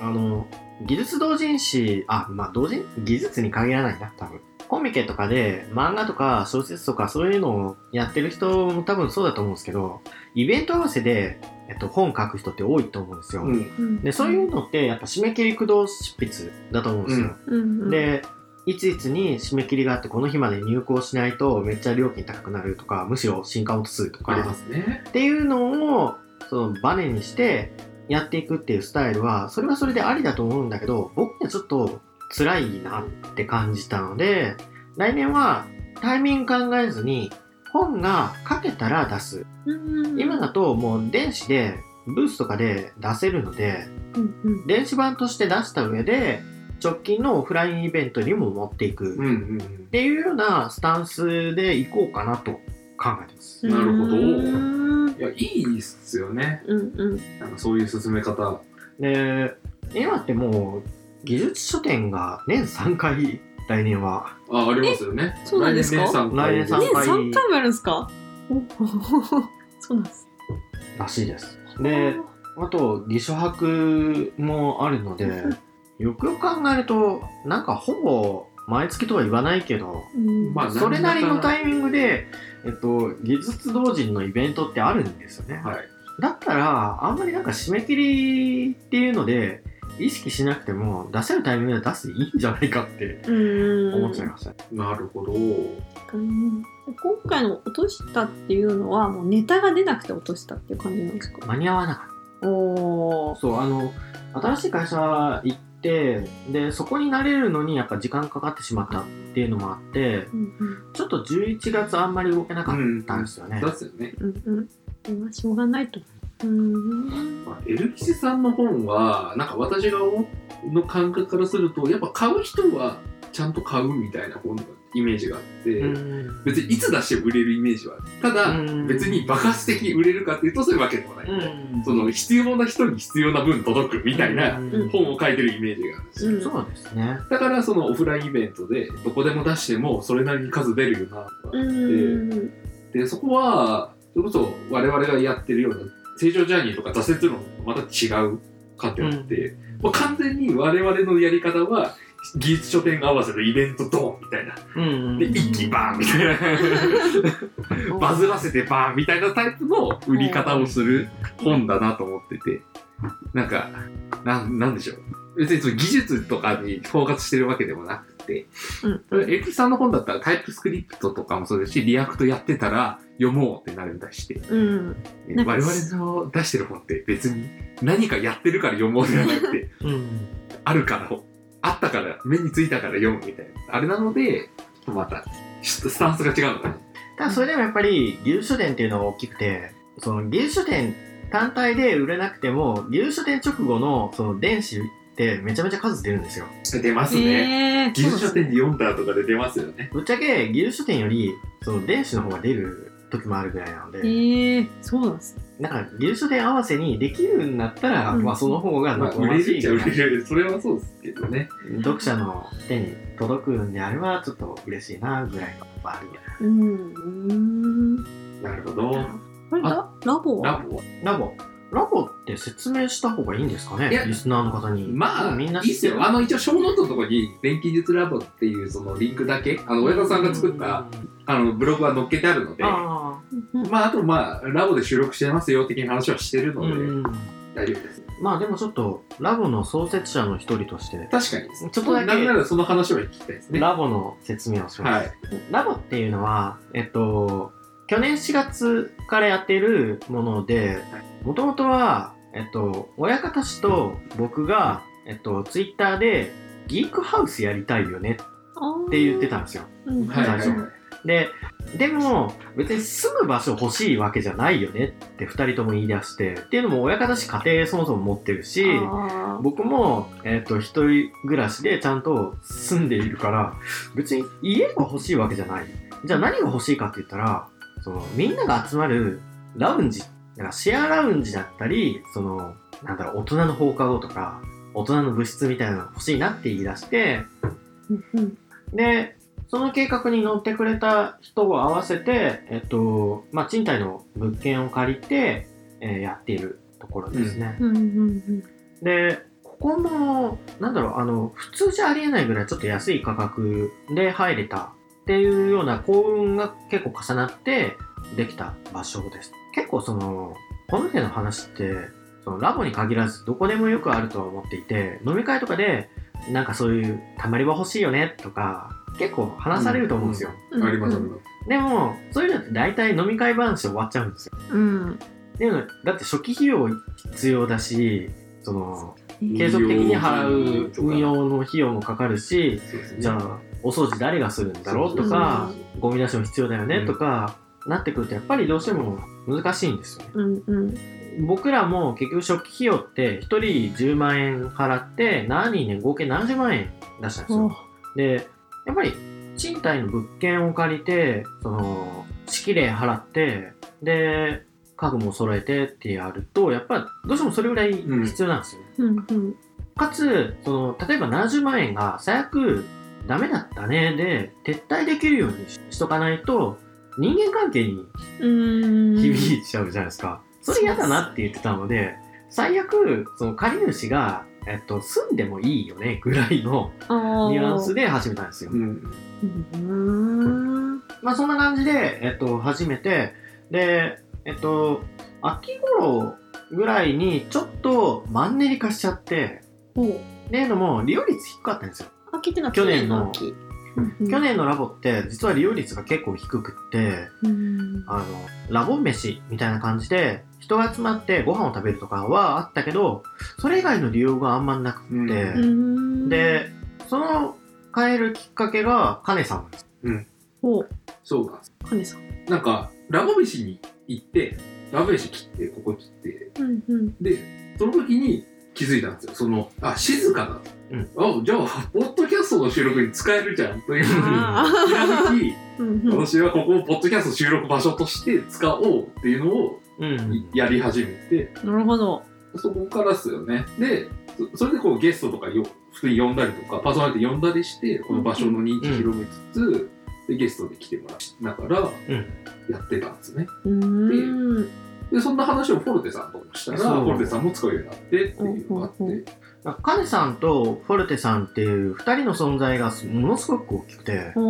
[SPEAKER 4] あの技術同人誌あまあ同人技術に限らないな多分コミケとかで漫画とか小説とかそういうのをやってる人も多分そうだと思うんですけどイベント合わせでえっと、本書く人って多いと思うんですよ。
[SPEAKER 2] うん。
[SPEAKER 3] うん
[SPEAKER 4] で、そういうのって、やっぱ締め切り駆動執筆だと思うんですよ。
[SPEAKER 3] うんうん
[SPEAKER 4] で、いついつに締め切りがあって、この日まで入稿しないとめっちゃ料金高くなるとか、むしろ新刊を落とすと
[SPEAKER 2] ありま
[SPEAKER 4] か、
[SPEAKER 2] すね。
[SPEAKER 4] っていうのを、そのバネにしてやっていくっていうスタイルは、それはそれでありだと思うんだけど、僕はちょっと辛いなって感じたので、来年はタイミング考えずに、本が書けたら出す。
[SPEAKER 3] うん
[SPEAKER 4] 今だともう電子でブースとかで出せるので
[SPEAKER 3] うんうん
[SPEAKER 4] 電子版として出した上で直近のオフラインイベントにも持っていく
[SPEAKER 2] う
[SPEAKER 4] っ
[SPEAKER 2] んうん
[SPEAKER 4] ていうようなスタンスでいこうかなと考えてます、
[SPEAKER 2] なるほど
[SPEAKER 3] うん
[SPEAKER 2] うん。いや、いいっすよね。
[SPEAKER 3] うん
[SPEAKER 2] なんかそういう進め方。
[SPEAKER 4] で今ってもう技術書店が年3回来年は
[SPEAKER 2] あ、ありますよね。
[SPEAKER 3] そうなんですか
[SPEAKER 2] 来年
[SPEAKER 4] 来
[SPEAKER 2] 3
[SPEAKER 3] 年
[SPEAKER 4] 年
[SPEAKER 2] 回。
[SPEAKER 4] 回
[SPEAKER 3] 3回もやるんですかおそうなんです
[SPEAKER 4] らしいですであと義書博もあるのでよくよく考えるとなんかほぼ毎月とは言わないけど
[SPEAKER 3] うん
[SPEAKER 2] まあ
[SPEAKER 4] それなりのタイミングで、えっと、技術同人のイベントってあるんですよね。
[SPEAKER 2] はい。
[SPEAKER 4] だったら、あんまりなんか締め切りっていうので、意識しなくても、出せるタイミングで出していいんじゃないかって
[SPEAKER 3] うん
[SPEAKER 4] 思っちゃいましたね。
[SPEAKER 2] なるほど。
[SPEAKER 3] うん今回の落としたっていうのはもうネタが出なくて落としたっていう感じなんですか
[SPEAKER 4] 間に合わなかっ
[SPEAKER 3] お
[SPEAKER 4] た。そう、あの、新しい会社行って、で、そこに慣れるのにやっぱ時間かかってしまったっていうのもあって、
[SPEAKER 3] うんうん
[SPEAKER 4] ちょっと11月あんまり動けなかったんですよね。
[SPEAKER 2] だっすよね。
[SPEAKER 3] うんうん今しょうがないとうん
[SPEAKER 2] まあ、エルキシさんの本は、なんか私が思うの感覚からすると、やっぱ買う人はちゃんと買うみたいな本のイメージがあって、
[SPEAKER 4] うん
[SPEAKER 2] 別にいつ出して売れるイメージはある。ただ、
[SPEAKER 4] うん
[SPEAKER 2] 別に爆発的に売れるかっていうとそういうわけでもない。
[SPEAKER 4] うん
[SPEAKER 2] その必要な人に必要な分届くみたいな
[SPEAKER 4] うん
[SPEAKER 2] 本を書いてるイメージがあるんですよ。
[SPEAKER 3] うん
[SPEAKER 4] そうですね。
[SPEAKER 2] だからそのオフラインイベントでどこでも出してもそれなりに数出るよなとか、
[SPEAKER 3] うん
[SPEAKER 2] でそこはそれこそ我々がやってるような成長ジャーニーとか挫折論とまた違う観点があって、もう完全に我々のやり方は技術書店合わせのイベントドンみたいな
[SPEAKER 4] うん
[SPEAKER 2] で一気バーンみたいなバズらせてバーンみたいなタイプの売り方をする本だなと思っててなんかなんなんでしょう別にその技術とかにフォーカスしてるわけでもなくて
[SPEAKER 3] うん
[SPEAKER 2] エクさんの本だったらタイプスクリプトとかもそうですし、リアクトやってたら読もうってなるに対して、
[SPEAKER 3] うん
[SPEAKER 2] え
[SPEAKER 3] なんか
[SPEAKER 2] 我々の出してる本って別に何かやってるから読もうじゃなく
[SPEAKER 3] <laughs>
[SPEAKER 2] て、
[SPEAKER 4] うん
[SPEAKER 2] あるから、あったから、目についたから読むみたいな。あれなので、また、ススタンスが違うのかな。
[SPEAKER 4] ただそれでもやっぱり技術書店っていうのが大きくてその技術書店単体で売れなくても技術書店直後のその電子ってめちゃめちゃ数出るんですよ
[SPEAKER 2] 出ますね。
[SPEAKER 3] ええ
[SPEAKER 2] 技術書店で読んだとかで出ますよね。
[SPEAKER 4] ぶっちゃけ技術書店よりその電子の方が出る時もあるぐらいなので、
[SPEAKER 3] ええそうなんです
[SPEAKER 4] なんか技術書店合わせにできるんだったら、
[SPEAKER 3] うん
[SPEAKER 4] まあその方が
[SPEAKER 2] まあ、
[SPEAKER 4] 望
[SPEAKER 2] 売
[SPEAKER 4] ま
[SPEAKER 2] れ
[SPEAKER 4] し
[SPEAKER 2] る
[SPEAKER 4] い
[SPEAKER 2] っちゃ
[SPEAKER 4] ぐ
[SPEAKER 2] 売
[SPEAKER 4] らい
[SPEAKER 2] れる。それはそうですけどね。
[SPEAKER 4] 読者の手に届くんであればちょっと嬉しいなぐらいのはある
[SPEAKER 3] うんうん
[SPEAKER 2] なるほど。
[SPEAKER 3] これララボは
[SPEAKER 2] ラボは
[SPEAKER 4] ラボラボって説明した方がいいんですか
[SPEAKER 2] い
[SPEAKER 4] ね
[SPEAKER 2] や
[SPEAKER 4] リスナーの方に
[SPEAKER 2] まあ、
[SPEAKER 4] みんな知
[SPEAKER 2] い
[SPEAKER 4] って
[SPEAKER 2] い
[SPEAKER 4] る
[SPEAKER 2] っすよ。あの、一応、小ノートのとこに、電気術ラボっていう、その、リンクだけ、あの、親方さんが作った、あの、ブログは載っけてあるので、
[SPEAKER 4] あ
[SPEAKER 3] うん
[SPEAKER 2] まあ、あと、まあ、ラボで収録してますよ、的な話はしてる
[SPEAKER 4] あ、
[SPEAKER 2] の
[SPEAKER 4] う
[SPEAKER 2] で、
[SPEAKER 4] ん、
[SPEAKER 2] 大丈夫です。
[SPEAKER 4] まあでもちょっとラボの創設者の一人として
[SPEAKER 2] 確かにですね。
[SPEAKER 4] ちょっとだけ
[SPEAKER 2] なんなら、その話は聞きたいですね。
[SPEAKER 4] ラボの説明をします、
[SPEAKER 2] はい。
[SPEAKER 4] ラボっていうのはえっと去年4月からやってるものでもともとはえっと親方氏と僕がえっとツイッターでギークハウスやりたいよねって言ってたんですよ
[SPEAKER 3] うん
[SPEAKER 2] はいはい
[SPEAKER 4] 最初ででも別に住む場所欲しいわけじゃないよねって2人とも言い出してっていうのも親方氏家庭そもそも持ってるし
[SPEAKER 3] あ
[SPEAKER 4] 僕も、えっと一人暮らしでちゃんと住んでいるから別に家が欲しいわけじゃないじゃあ何が欲しいかって言ったらそのみんなが集まるラウンジだからシェアラウンジだったりそのなんだろう大人の放課後とか大人の部室みたいなの欲しいなって言い出して
[SPEAKER 3] ーうん
[SPEAKER 4] で、その計画に乗ってくれた人を合わせて、えっと、まあ、賃貸の物件を借りて、えーやっているところですね。
[SPEAKER 3] うんうん
[SPEAKER 4] で、ここも、なんだろう、あの、普通じゃありえないぐらいちょっと安い価格で入れたっていうような幸運が結構重なってできた場所です。結構その、この手の話ってそのラボに限らずどこでもよくあるとは思っていて飲み会とかでなんかそういうたまり場欲しいよねとか結構話されると思うんですよ、
[SPEAKER 2] ありますあり
[SPEAKER 3] う
[SPEAKER 2] ます。
[SPEAKER 4] でもそういうのって大体飲み会話で終わっちゃうんですよ
[SPEAKER 3] ん。
[SPEAKER 4] っていうのだって初期費用必要だしその継続的に払う運用の費用もかかるし
[SPEAKER 2] そうですね。
[SPEAKER 4] じゃあお掃除誰がするんだろうとか、ゴミ出しも必要だよねとか、なってくるとやっぱりどうしても難しいんですよね
[SPEAKER 3] うん。うん。
[SPEAKER 4] 僕らも結局初期費用って1人10万円払って何人ね合計70万円出したんです
[SPEAKER 3] お
[SPEAKER 4] よでやっぱり賃貸の物件を借りてその敷礼払ってで家具も揃えてってやるとやっぱどうしてもそれぐらい必要なんですよね、
[SPEAKER 3] うん。うん。
[SPEAKER 4] かつその例えば70万円が最悪ダメだったねで撤退できるようにししとかないと人間関係に
[SPEAKER 3] うん。
[SPEAKER 4] 響いちゃうじゃないですか、それ嫌だなって言ってたので最悪その借り主が、えっと、住んでもいいよねぐらいの
[SPEAKER 3] ああ。
[SPEAKER 4] ニュアンスで始めたんですよ、
[SPEAKER 2] うん。
[SPEAKER 3] うん。
[SPEAKER 4] まあそんな感じで、えっと、始めてでえっと秋頃ぐらいにちょっとマンネリ化しちゃって
[SPEAKER 3] お
[SPEAKER 4] 例のも利用率低かったんですよ
[SPEAKER 3] 秋ってのは
[SPEAKER 4] 去年の
[SPEAKER 3] 去年の秋。
[SPEAKER 4] 去年のラボって実は利用率が結構低くって
[SPEAKER 3] うん。
[SPEAKER 4] あのラボ飯みたいな感じで人が集まってご飯を食べるとかはあったけどそれ以外の利用があんまなく
[SPEAKER 2] うん
[SPEAKER 4] て、
[SPEAKER 3] うん。
[SPEAKER 4] でその変えるきっかけがカネさんなんです
[SPEAKER 3] お
[SPEAKER 2] そうなんです。
[SPEAKER 3] 金さん。
[SPEAKER 2] なんか、ラボ飯に行って、ラボ飯切って、ここ切って、
[SPEAKER 3] うん。うん。
[SPEAKER 2] で、その時に気づいたんですよ。その、あ、静かだ。
[SPEAKER 4] うん
[SPEAKER 2] あ、じゃあ、ポッドキャストの収録に使えるじゃん。というふう
[SPEAKER 4] <laughs>
[SPEAKER 2] に、
[SPEAKER 3] あ
[SPEAKER 2] ひらめき、
[SPEAKER 3] あ。うん。うん。
[SPEAKER 2] 私はここをポッドキャスト収録場所として使おうっていうのを
[SPEAKER 4] うん
[SPEAKER 2] やり始めて、
[SPEAKER 3] なるほど。
[SPEAKER 2] そこからですよね。で、そそれでこうゲストとかよ普通に呼んだりとか、パーソナリティ呼んだりして、この場所の認知広めつつ、でゲストで来てもらいながら
[SPEAKER 4] うん
[SPEAKER 2] やってたんですね。
[SPEAKER 3] うん。
[SPEAKER 2] で、そんな話をフォルテさんともしたら、フ
[SPEAKER 4] そう
[SPEAKER 2] ォルテさんも使うようになってっていうのがあって、
[SPEAKER 3] うんうんうん
[SPEAKER 4] カネさんとフォルテさんっていう2人の存在がものすごく大きくて
[SPEAKER 3] お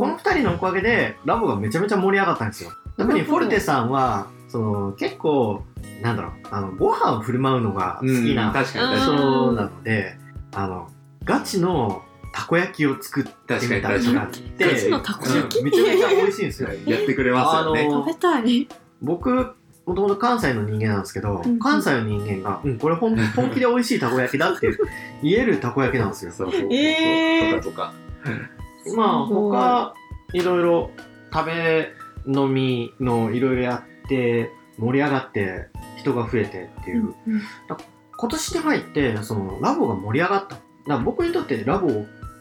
[SPEAKER 4] こ
[SPEAKER 3] ー
[SPEAKER 4] の2人のおかげでラボがめちゃめちゃ盛り上がったんですよ特にフォルテさんはその結構なんだろうあのご飯を振る舞うのが好き
[SPEAKER 2] うん
[SPEAKER 4] な
[SPEAKER 2] 確かに確かに。
[SPEAKER 4] そうなので、あの、ガチのたこ焼きを作って
[SPEAKER 2] 確かに
[SPEAKER 4] みたり
[SPEAKER 2] 確
[SPEAKER 4] と
[SPEAKER 2] か
[SPEAKER 4] かっ
[SPEAKER 2] に。
[SPEAKER 4] て、
[SPEAKER 3] ガチのたこ焼き
[SPEAKER 4] うんめちゃめちゃ美味しいんですよ。
[SPEAKER 2] やってくれますよね。
[SPEAKER 4] あの
[SPEAKER 3] 食べたい。
[SPEAKER 4] 僕、もともと関西の人間なんですけど、
[SPEAKER 3] うん
[SPEAKER 4] 関西の人間が、うん、これ本本気で美味しいたこ焼きだって言えるたこ焼きなんですよ。
[SPEAKER 2] そうそうそう
[SPEAKER 3] えー
[SPEAKER 2] とか
[SPEAKER 4] まあ、
[SPEAKER 3] すごい
[SPEAKER 4] 他、いろいろ食べ飲みのいろいろやって、盛り上がって、人が増えてっていう、今年に入ってそのラボが盛り上がっただから僕にとってラボ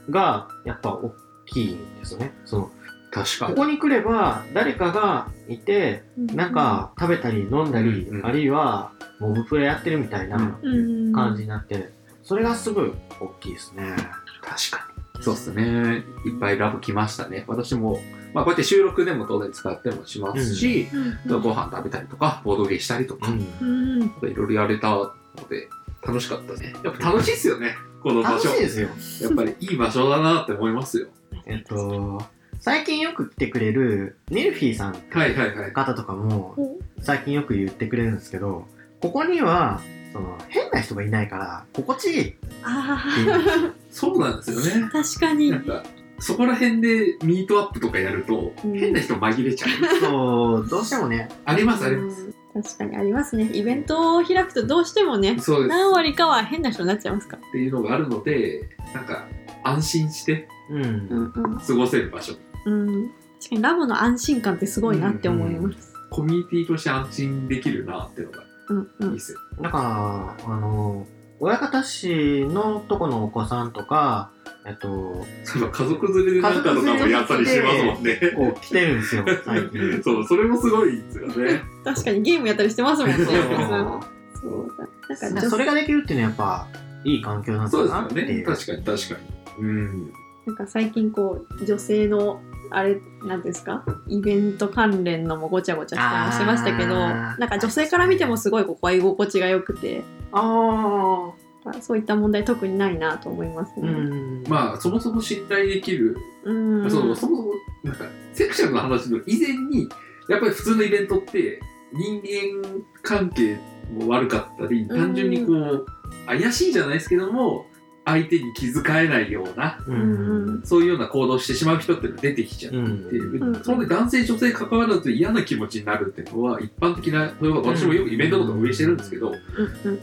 [SPEAKER 4] がやっぱ大きいんですよねその
[SPEAKER 2] とか。確
[SPEAKER 4] こ
[SPEAKER 2] か
[SPEAKER 4] こに来れば誰かがいてなんか食べたり飲んだり、
[SPEAKER 2] うんうん
[SPEAKER 4] あるいはモブプレやってるみたいな
[SPEAKER 3] うん
[SPEAKER 4] 感じになって、それがすごい大きいですね
[SPEAKER 2] 確かに。そうですね。いっぱいラブ来ましたね。私も、まあこうやって収録でも当然使ってもしますし、
[SPEAKER 3] うん
[SPEAKER 2] ご飯食べたりとか、ボードゲームしたりとか、
[SPEAKER 3] うん
[SPEAKER 2] いろいろやれたので、楽しかったね。やっぱ楽しいですよね。この場
[SPEAKER 4] 楽し
[SPEAKER 2] 所。
[SPEAKER 4] いですよ
[SPEAKER 2] やっぱりいい場所だなって思いますよ。
[SPEAKER 4] えっと最近よく来てくれるミルフィーさん
[SPEAKER 2] はいはいはい。
[SPEAKER 4] 方とかも
[SPEAKER 3] うん
[SPEAKER 4] 最近よく言ってくれるんですけどここにはその変な人がいないから心地いいって
[SPEAKER 3] あ
[SPEAKER 4] いう
[SPEAKER 2] そうなんですよね
[SPEAKER 3] あ。確かに
[SPEAKER 2] なんか、そこら辺でミートアップとかやると、
[SPEAKER 3] うん
[SPEAKER 2] 変な人紛れちゃう。
[SPEAKER 4] そうどうしてもね
[SPEAKER 2] ありますあります。
[SPEAKER 3] うん確かにありますねイベントを開くとどうしてもね
[SPEAKER 2] そうです。
[SPEAKER 3] 何割かは変な人になっちゃいますから
[SPEAKER 2] っていうのがあるのでなんか安心して
[SPEAKER 4] うん、
[SPEAKER 3] うんうん
[SPEAKER 2] 過ごせる場所
[SPEAKER 3] うん確かにラボの安心感ってすごいなって思います
[SPEAKER 2] コミュニティとして安心できるなっていうのが
[SPEAKER 3] うんう
[SPEAKER 2] いい
[SPEAKER 3] ん
[SPEAKER 2] ですよ、
[SPEAKER 4] だからあの親方氏のとこのお子さんとかえっと
[SPEAKER 2] そういえば家族連れでなんかとかもやったりしますもんね
[SPEAKER 4] 結構来てるんですよ最近
[SPEAKER 2] そうそれもすごいですよね
[SPEAKER 3] 確かにゲームやったりしてますもんね
[SPEAKER 2] そう
[SPEAKER 3] お客さんそうだなんか
[SPEAKER 4] そ
[SPEAKER 3] 女
[SPEAKER 4] それ
[SPEAKER 3] 性
[SPEAKER 4] ができるっていうのはやっぱいい環境なんだ
[SPEAKER 2] そうで
[SPEAKER 4] なって
[SPEAKER 2] すよ
[SPEAKER 4] い
[SPEAKER 2] ね
[SPEAKER 4] う
[SPEAKER 2] 確かに確かにうん
[SPEAKER 3] なんか最近こう女性のあれなんていうんですかイベント関連のもごちゃごちゃしたりもしてましたけど
[SPEAKER 4] あ
[SPEAKER 3] な
[SPEAKER 4] ー
[SPEAKER 3] んか女性から見てもすごいここは居心地が良くて
[SPEAKER 4] あ
[SPEAKER 3] まあそういった問題特にないなと思います
[SPEAKER 4] あ
[SPEAKER 3] ね。
[SPEAKER 4] うん
[SPEAKER 2] まあそもそも信頼できる、
[SPEAKER 3] うん
[SPEAKER 2] そのそもそもなんかセクシャルの話の以前にやっぱり普通のイベントって人間関係も悪かったり、単純にこう、怪しいじゃないですけども、相手に気遣えないような、
[SPEAKER 4] う
[SPEAKER 3] うん
[SPEAKER 4] ん。
[SPEAKER 2] そういうような行動をしてしまう人っていうのが出てきちゃう。
[SPEAKER 4] うん
[SPEAKER 2] っていう
[SPEAKER 3] うん
[SPEAKER 2] その男性女性関わらず嫌な気持ちになるっていうのは一般的な例えば私もよくイベントとか運営してるんですけど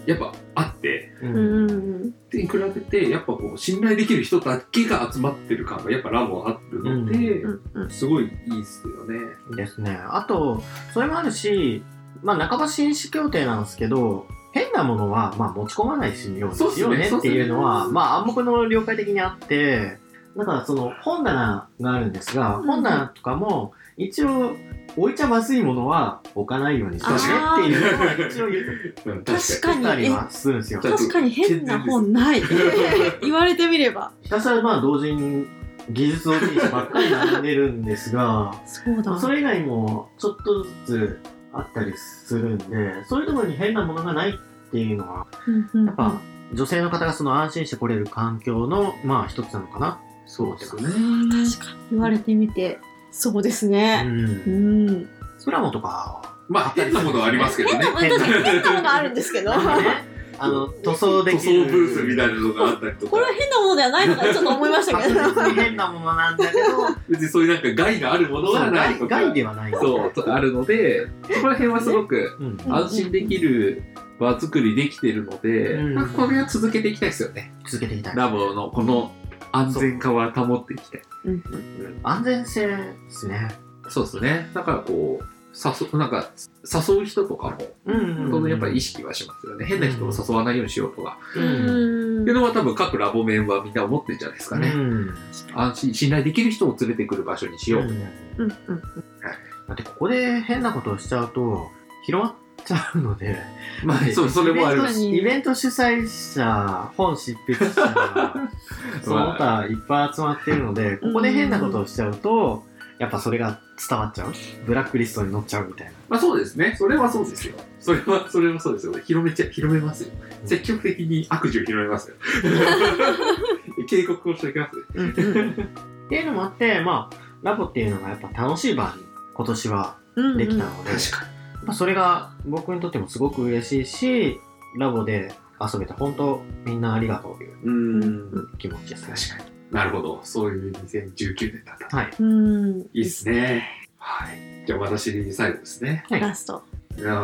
[SPEAKER 2] やっぱあって
[SPEAKER 4] う
[SPEAKER 3] うんんうん
[SPEAKER 2] で比べてやっぱこう信頼できる人だけが集まってる感がやっぱラボはあるので、
[SPEAKER 3] うんうん
[SPEAKER 2] すごいいいっすよね。
[SPEAKER 4] ですね。あと、それもあるし、まあ、半ば紳士協定なんですけど、変なものは、まあ、持ち込まないしように
[SPEAKER 2] そうっすね
[SPEAKER 4] しようねっていうの
[SPEAKER 2] そうっ
[SPEAKER 4] は、
[SPEAKER 2] すね
[SPEAKER 4] まあ、暗黙の了解的にあって、だから、その、本棚があるんですが、
[SPEAKER 3] うん
[SPEAKER 4] 本棚とかも、一応、置いちゃまずいものは置かないようにしてね
[SPEAKER 3] あー
[SPEAKER 4] っていうのは一応言っ
[SPEAKER 2] うん
[SPEAKER 3] 確か
[SPEAKER 4] た
[SPEAKER 3] に
[SPEAKER 4] り
[SPEAKER 3] え
[SPEAKER 4] はするんですよ。
[SPEAKER 3] 確かに変な本ない <laughs> 言われてみれば
[SPEAKER 4] ひたすら、まあ、同時に技術を者ばっかり並んでるんですが、
[SPEAKER 3] そうだ
[SPEAKER 4] それ以外もちょっとずつあったりするんでそういうところに変なものがないっていうのは
[SPEAKER 3] うんうんうん
[SPEAKER 4] やっぱ女性の方がその安心して来れる環境のまあ一つなのかなと思ってます。
[SPEAKER 3] 確かに言われてみてそうです
[SPEAKER 4] う、
[SPEAKER 3] ねうんん
[SPEAKER 4] スラモとか
[SPEAKER 2] まあ変なものはありますけどね。
[SPEAKER 3] 変な変なのがあるんですけ <laughs> どこ
[SPEAKER 2] <laughs>
[SPEAKER 4] は、
[SPEAKER 3] れ
[SPEAKER 4] ね、あの塗装で
[SPEAKER 2] 塗
[SPEAKER 4] きる
[SPEAKER 2] 装ブースみたいなのがあったりとか
[SPEAKER 3] は変なものではないのかなちょっと思いましたけ
[SPEAKER 2] <laughs>
[SPEAKER 3] ど
[SPEAKER 4] 確実に変なものなんだけど
[SPEAKER 2] 別に <laughs> そういうなんか害があるものはないとか
[SPEAKER 4] 害ではない
[SPEAKER 2] そうとかあるのでそこら辺はすごく
[SPEAKER 4] うん、
[SPEAKER 2] 安心できる場作りできてるので、
[SPEAKER 4] うん
[SPEAKER 2] なんかこれは続けていきたいですよね。
[SPEAKER 4] 続けていきたい
[SPEAKER 2] ラボのこの安全化は保っていきたい。
[SPEAKER 3] うん
[SPEAKER 4] 安全性ですね
[SPEAKER 2] そうですね。だからこう、誘う、なんか、誘う人とかも、
[SPEAKER 4] うんうんうん
[SPEAKER 2] 当然やっぱり意識はしますよね。変な人を誘わないようにしようとか。
[SPEAKER 4] うん
[SPEAKER 2] っていうのは多分各ラボメンはみんな思ってるんじゃないですかね。
[SPEAKER 4] うん
[SPEAKER 2] 安心、信頼できる人を連れてくる場所にしよう。
[SPEAKER 4] うん
[SPEAKER 3] うんうん
[SPEAKER 4] だってここで変なことをしちゃうと広まっちゃうので
[SPEAKER 2] まあ、そう、それもあるし。
[SPEAKER 3] し
[SPEAKER 4] イベント主催者本執筆
[SPEAKER 2] <laughs>
[SPEAKER 4] 者その他いっぱい集まってるのでここで変なことをしちゃうとやっぱそれが伝わっちゃうブラックリストに載っちゃうみたいな
[SPEAKER 2] まあそうですね。それはそうですよ。それは、それはそうですよ。広めちゃ、広めますよ。積極的に悪事を広めます <laughs> よ。警告をしておきます。
[SPEAKER 4] っていうのもあってまあラボっていうのがやっぱ楽しい場に今年はできたので、
[SPEAKER 2] か
[SPEAKER 4] まあ、それが僕にとってもすごく嬉しいしラボで遊べて本当みんなありがとうという
[SPEAKER 2] に。うん。
[SPEAKER 4] 気持ちですね
[SPEAKER 2] 確かに。なるほど。そういう2019年だった。
[SPEAKER 4] はい
[SPEAKER 3] うん
[SPEAKER 2] いいですね。はい。じゃあ私、最後ですね。
[SPEAKER 3] ラスト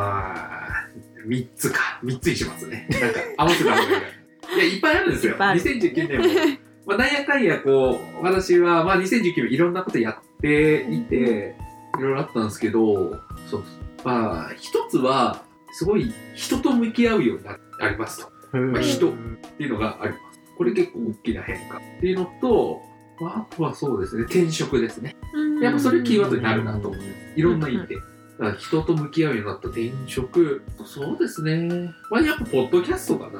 [SPEAKER 2] あー3つか。3つにしますね。なんか、合わせた方がいいから。いや、いっぱいあるんですよ。
[SPEAKER 3] いっぱいある
[SPEAKER 2] 2019年も。まあ、なんやかんやこう私は、まあ、2019年いろんなことやっていていろいろあったんですけどそうまあ一つはすごい人と向き合うようになりますとまあ人っていうのがありますこれ結構大きな変化っていうのと、まあ、あとはそうですね転職ですねやっぱそれキーワードになるなと思いますいろんな意味で。だから人と向き合うようになった転職そうですね、まあ、やっぱポッドキャストか
[SPEAKER 3] う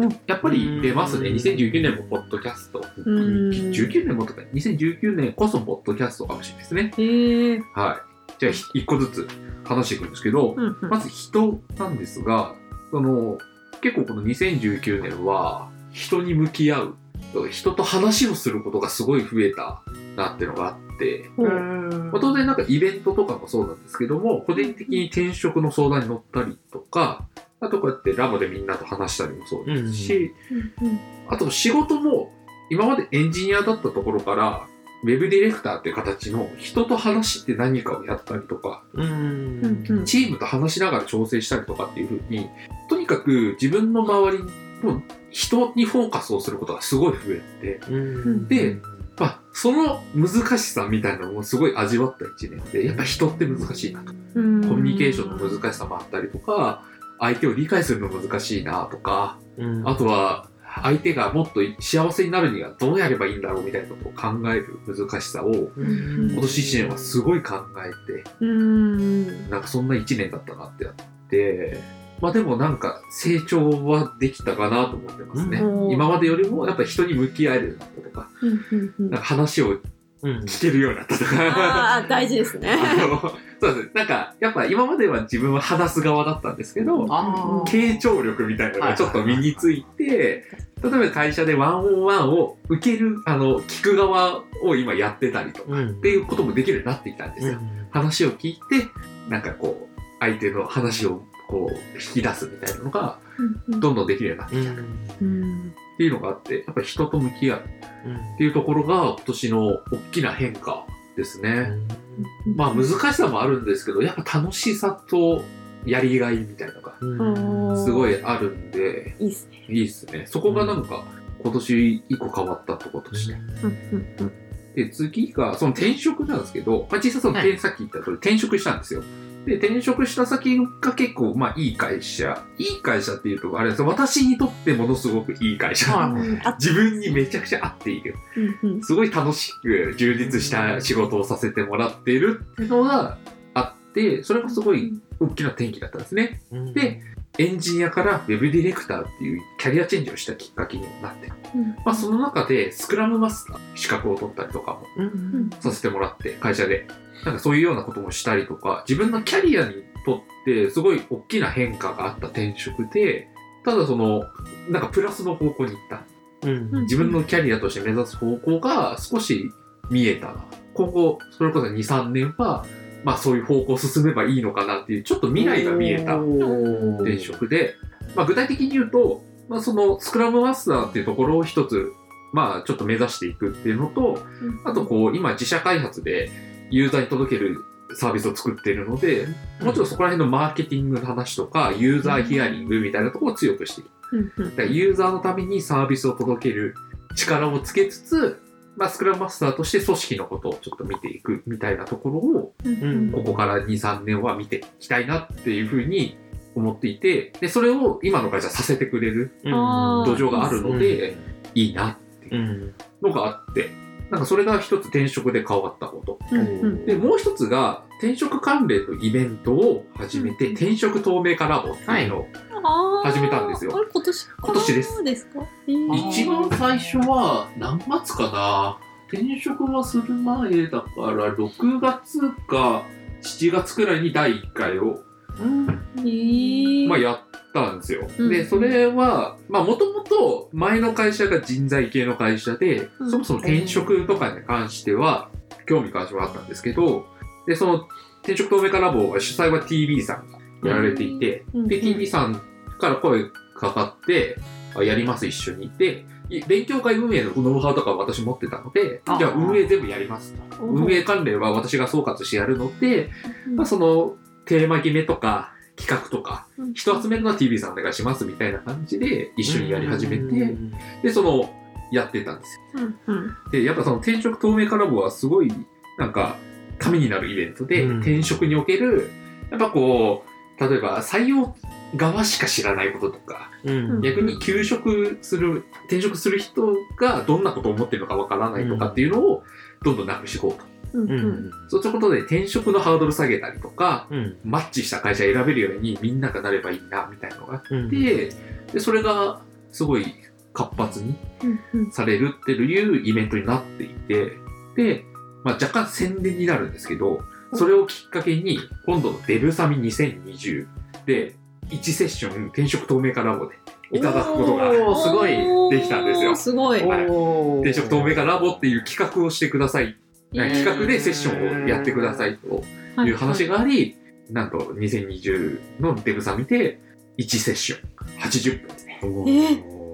[SPEAKER 2] なんやっぱり出ますね2019年もポッドキャスト
[SPEAKER 3] うん
[SPEAKER 2] 19年もとか2019年こそポッドキャストかもしれないですね
[SPEAKER 3] へえ
[SPEAKER 2] はいじゃあひ一個ずつ話していくんですけど、
[SPEAKER 3] うんうん
[SPEAKER 2] まず人なんですがその結構この2019年は人に向き合う人と話をすることがすごい増えたなっていうのがあって、
[SPEAKER 3] ほう
[SPEAKER 2] まあ当然なんかイベントとかもそうなんですけども個人的に転職の相談に乗ったりとかあとこうやってラボでみんなと話したりもそうですし、
[SPEAKER 3] うんうん
[SPEAKER 2] あと仕事も今までエンジニアだったところからウェブディレクターっていう形の人と話して何かをやったりとか
[SPEAKER 4] うん
[SPEAKER 3] うんうん
[SPEAKER 2] チームと話しながら調整したりとかっていう風にとにかく自分の周りの人にフォーカスをすることがすごい増えて、
[SPEAKER 4] うん
[SPEAKER 2] でまあ、その難しさみたいなのもすごい味わった1年でやっぱ人って難しいなと
[SPEAKER 3] コ
[SPEAKER 2] コミュニケーションの難しさもあったりとか相手を理解するの難しいなとか
[SPEAKER 4] うん
[SPEAKER 2] あとは、相手がもっと幸せになるにはどうやればいいんだろうみたいなことを考える難しさを、
[SPEAKER 4] うん
[SPEAKER 2] 今年1年はすごい考えて、
[SPEAKER 3] うん
[SPEAKER 2] なんかそんな1年だったなってやって、まあでもなんか成長はできたかなと思ってますね。
[SPEAKER 3] うん
[SPEAKER 2] 今までよりもやっぱ人に向き合えるようになったとか、
[SPEAKER 3] うんうんうん
[SPEAKER 2] なんか話を
[SPEAKER 4] うん
[SPEAKER 2] 聞けるようになったとか。
[SPEAKER 3] <laughs> ああ大事ですね
[SPEAKER 2] <laughs> あのそうですね。なんか、やっぱ今までは自分は話す側だったんですけど、
[SPEAKER 4] あー
[SPEAKER 2] 傾聴力みたいなのがちょっと身について、例えば会社でワンオンワンを受ける、あの、聞く側を今やってたりとか、
[SPEAKER 4] うん
[SPEAKER 2] っていうこともできるようになってきたんですよ。話を聞いて、なんかこう、相手の話をこう引き出すみたいなのが
[SPEAKER 3] うん
[SPEAKER 2] どんどんできるようになって
[SPEAKER 4] う
[SPEAKER 2] き
[SPEAKER 4] ん
[SPEAKER 2] たっていうのがあってやっぱり人と向き合うっていうところが今年の大きな変化ですね。まあ難しさもあるんですけどやっぱ楽しさとやりがいみたいなのが
[SPEAKER 4] うん
[SPEAKER 2] すごいあるんで
[SPEAKER 3] いいっすね。
[SPEAKER 2] いいっすね。そこがなんか今年一個変わったとことして。で、次が、その転職なんですけど、まあ、実際その転、さっき言った通り転職したんですよ。で、転職した先が結構、まあ、いい会社。いい会社っていうと、あれです私にとってものすごくいい会社。
[SPEAKER 3] うんあ
[SPEAKER 2] 自分にめちゃくちゃ合っている。
[SPEAKER 3] うんうん
[SPEAKER 2] すごい楽しく充実した仕事をさせてもらっているっていうのがあって、それがすごい大きな転機だったんですね。でエンジニアからウェブディレクターっていうキャリアチェンジをしたきっかけにもなってる、
[SPEAKER 3] うん
[SPEAKER 2] まあ、その中でスクラムマスター資格を取ったりとかも
[SPEAKER 4] うん
[SPEAKER 2] させてもらって、会社で。なんかそういうようなこともしたりとか、自分のキャリアにとって、すごい大きな変化があった転職で、ただその、なんかプラスの方向に行った。
[SPEAKER 4] うん
[SPEAKER 2] 自分のキャリアとして目指す方向が少し見えたな。今後、それこそ2、3年は、まあそういう方向を進めばいいのかなっていう、ちょっと未来が見えた転職で、まあ具体的に言うと、まあそのスクラムマスターっていうところを一つ、まあちょっと目指していくっていうのと、あとこう、今自社開発でユーザーに届けるサービスを作っているので、もちろんそこら辺のマーケティングの話とか、ユーザーヒアリングみたいなところを強くしていく。
[SPEAKER 3] うんうん
[SPEAKER 2] だからユーザーのためにサービスを届ける力をつけつつ、まあ、スクラムマスターとして組織のことをちょっと見ていくみたいなところを、
[SPEAKER 3] うん
[SPEAKER 2] ここから2、3年は見ていきたいなっていうふうに思っていて、で、それを今の会社させてくれる
[SPEAKER 3] あー
[SPEAKER 2] 土壌があるので、いいなっていうのがあって、なんかそれが一つ転職で変わったこと。
[SPEAKER 3] うん
[SPEAKER 2] で、もう一つが、転職関連のイベントを始めて、
[SPEAKER 3] うん
[SPEAKER 2] 転職透明化ラボっていうのを、
[SPEAKER 3] あー
[SPEAKER 2] 始めたんですよ
[SPEAKER 3] あれ今年
[SPEAKER 2] 今年です
[SPEAKER 3] そうですか。えー
[SPEAKER 4] あー
[SPEAKER 2] 一番最初は何月かな転職はする前だから6月か7月くらいに第1回を、
[SPEAKER 3] えー
[SPEAKER 2] まあ、やったんですよ、
[SPEAKER 3] うん
[SPEAKER 2] でそれはまあもともと前の会社が人材系の会社で、
[SPEAKER 3] うん
[SPEAKER 2] そもそも転職とかに関しては興味関心はあったんですけどでその転職透明化ラボは主催は TB さんがやられていて、
[SPEAKER 3] うん
[SPEAKER 2] で TB さんから声かかってあやります一緒にって勉強会運営のノウハウとか私持ってたので
[SPEAKER 4] あ
[SPEAKER 2] じゃあ運営全部やりますと運営関連は私が総括してやるので、まあ、そのテーマ決めとか企画とか
[SPEAKER 3] うん
[SPEAKER 2] 人集めるのは TV さんお願いしますみたいな感じで一緒にやり始めてでそのやってたんですよ
[SPEAKER 3] うんうん
[SPEAKER 2] でやっぱその転職透明化ラボはすごいなんかためになるイベントで、
[SPEAKER 4] うん
[SPEAKER 2] 転職におけるやっぱこう例えば採用側しか知らないこととか逆に休職する転職する人がどんなことを思ってるのかわからないとかっていうのをどんどんなくしていこうと。
[SPEAKER 3] うんうん
[SPEAKER 2] そういうことで転職のハードル下げたりとか、マッチした会社選べるようにみんながなればいいな、みたいなのがあって、で、それがすごい活発に
[SPEAKER 3] うんうん
[SPEAKER 2] されるっていうイベントになっていて、で、まあ、若干宣伝になるんですけど、それをきっかけに、今度のデブサミ2020で、1セッション転職透明化ラボでいただくことが
[SPEAKER 4] おーすごい
[SPEAKER 2] できたんですよ
[SPEAKER 3] おーすごい。
[SPEAKER 2] はい転職透明化ラボっていう企画をしてください企画でセッションをやってくださいと
[SPEAKER 3] はい
[SPEAKER 2] いう話があり、なんと2020のデブサミで1セッション80分ですね。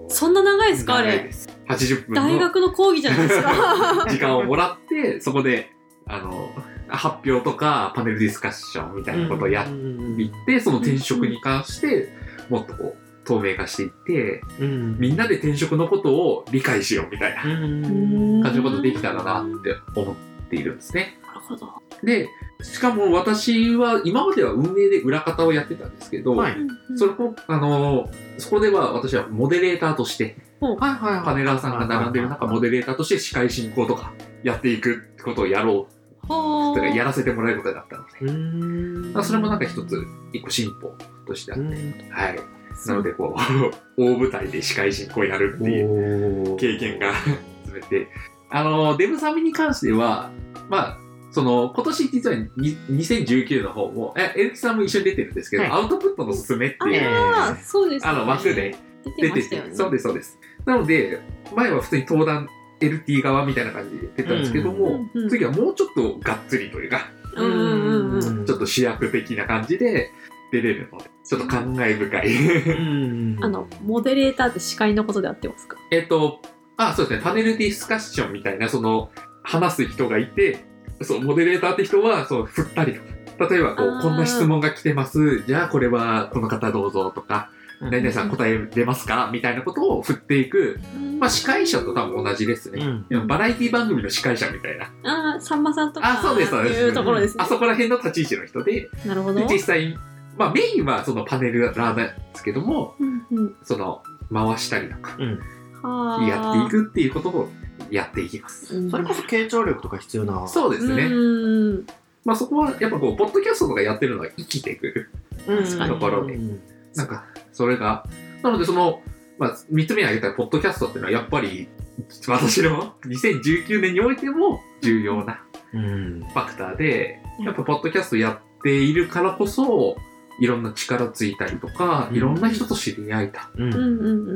[SPEAKER 3] そんな長いですかあ
[SPEAKER 2] 長い
[SPEAKER 3] れ。
[SPEAKER 2] です80分
[SPEAKER 3] 大
[SPEAKER 2] の
[SPEAKER 3] 学の講義じゃないですか。
[SPEAKER 2] 時間をもらって、そこであの発表とかパネルディスカッションみたいなことをやっていって、その転職に関してもっとこう透明化していって、みんなで転職のことを理解しようみたいな <laughs> 感じのことできたらなって思っているんですね。
[SPEAKER 3] なるほど。
[SPEAKER 2] で、しかも私は今までは運営で裏方をやってたんですけど、それこあのーそこでは私はモデレーターとして、
[SPEAKER 3] ほう
[SPEAKER 2] パネラーさんが並んでる中、
[SPEAKER 4] はいはいはい
[SPEAKER 2] モデレーターとして司会進行とかやっていくってことをやろう、
[SPEAKER 3] は
[SPEAKER 2] とか
[SPEAKER 3] あ。
[SPEAKER 2] やらせてもらえることになったので、まあそれもなんか一つ、一個進歩としてあって、はい。なので、こう、 <laughs> 大舞台で司会進行やるっていう経験が詰めて、あの、デブサミに関しては、まあ、その、今年実はに2019の方も、え、エルキさんも一緒に出てるんですけど、
[SPEAKER 4] はい
[SPEAKER 2] アウトプットのすすめっていう、
[SPEAKER 3] ああ、そうです
[SPEAKER 2] あ
[SPEAKER 3] ね。
[SPEAKER 2] の、枠で出
[SPEAKER 3] 出てま
[SPEAKER 2] て
[SPEAKER 3] した
[SPEAKER 2] て、
[SPEAKER 3] よね。
[SPEAKER 2] そうです、そうです。なので、前は普通に登壇、LT 側みたいな感じで出たんですけども、
[SPEAKER 3] うんうん
[SPEAKER 2] 次はもうちょっとがっつりというか、
[SPEAKER 3] うんうんうんうん。
[SPEAKER 4] ん
[SPEAKER 2] ちょっと主役的な感じで出れるので、ちょっと感慨深い。
[SPEAKER 4] <laughs> うん
[SPEAKER 3] あの、モデレーターって司会のことであってますか
[SPEAKER 2] えっと、あ、そうですね、パネルディスカッションみたいな、その、話す人がいて、そう、モデレーターって人は、そう、振ったりとか。例えばこ
[SPEAKER 3] あ
[SPEAKER 2] う、
[SPEAKER 3] ー
[SPEAKER 2] こんな質問が来てます。じゃあ、これは、この方どうぞとか、
[SPEAKER 4] うん
[SPEAKER 2] 何々さん答え出ますかみたいなことを振っていく。まあ、司会者と多分同じです
[SPEAKER 4] う
[SPEAKER 2] ね。
[SPEAKER 4] ん
[SPEAKER 2] でもバラエティ番組の司会者みたいな。
[SPEAKER 3] ああ、さんまさんとか。
[SPEAKER 2] あ、そうです、そうです。
[SPEAKER 3] いうところですね
[SPEAKER 2] あ。そこら辺の立ち位置の人で、
[SPEAKER 3] なるほど。
[SPEAKER 2] で実際、まあ、メインはそのパネルラーなんですけども、
[SPEAKER 3] うんうん。
[SPEAKER 2] その、回したりとか、
[SPEAKER 4] うん
[SPEAKER 3] はあ。
[SPEAKER 2] やっていくっていうことをやっていきます。
[SPEAKER 3] うん。
[SPEAKER 4] それこそ傾聴力とか必要な
[SPEAKER 2] そうですね。
[SPEAKER 3] うん。
[SPEAKER 2] まあそこはやっぱこう、ポッドキャストとかやってるのは生きてくる。
[SPEAKER 3] 確かに
[SPEAKER 2] ところで
[SPEAKER 4] うん
[SPEAKER 2] なんか、それが。なのでその、まあ3つ目に挙げたポッドキャストっていうのはやっぱり、私の2019年においても重要な
[SPEAKER 4] うん
[SPEAKER 2] ファクターで、やっぱポッドキャストやっているからこそ、いろんな力ついたりとか、
[SPEAKER 4] うん
[SPEAKER 2] いろんな人と知り合えた。
[SPEAKER 4] う
[SPEAKER 3] うんんう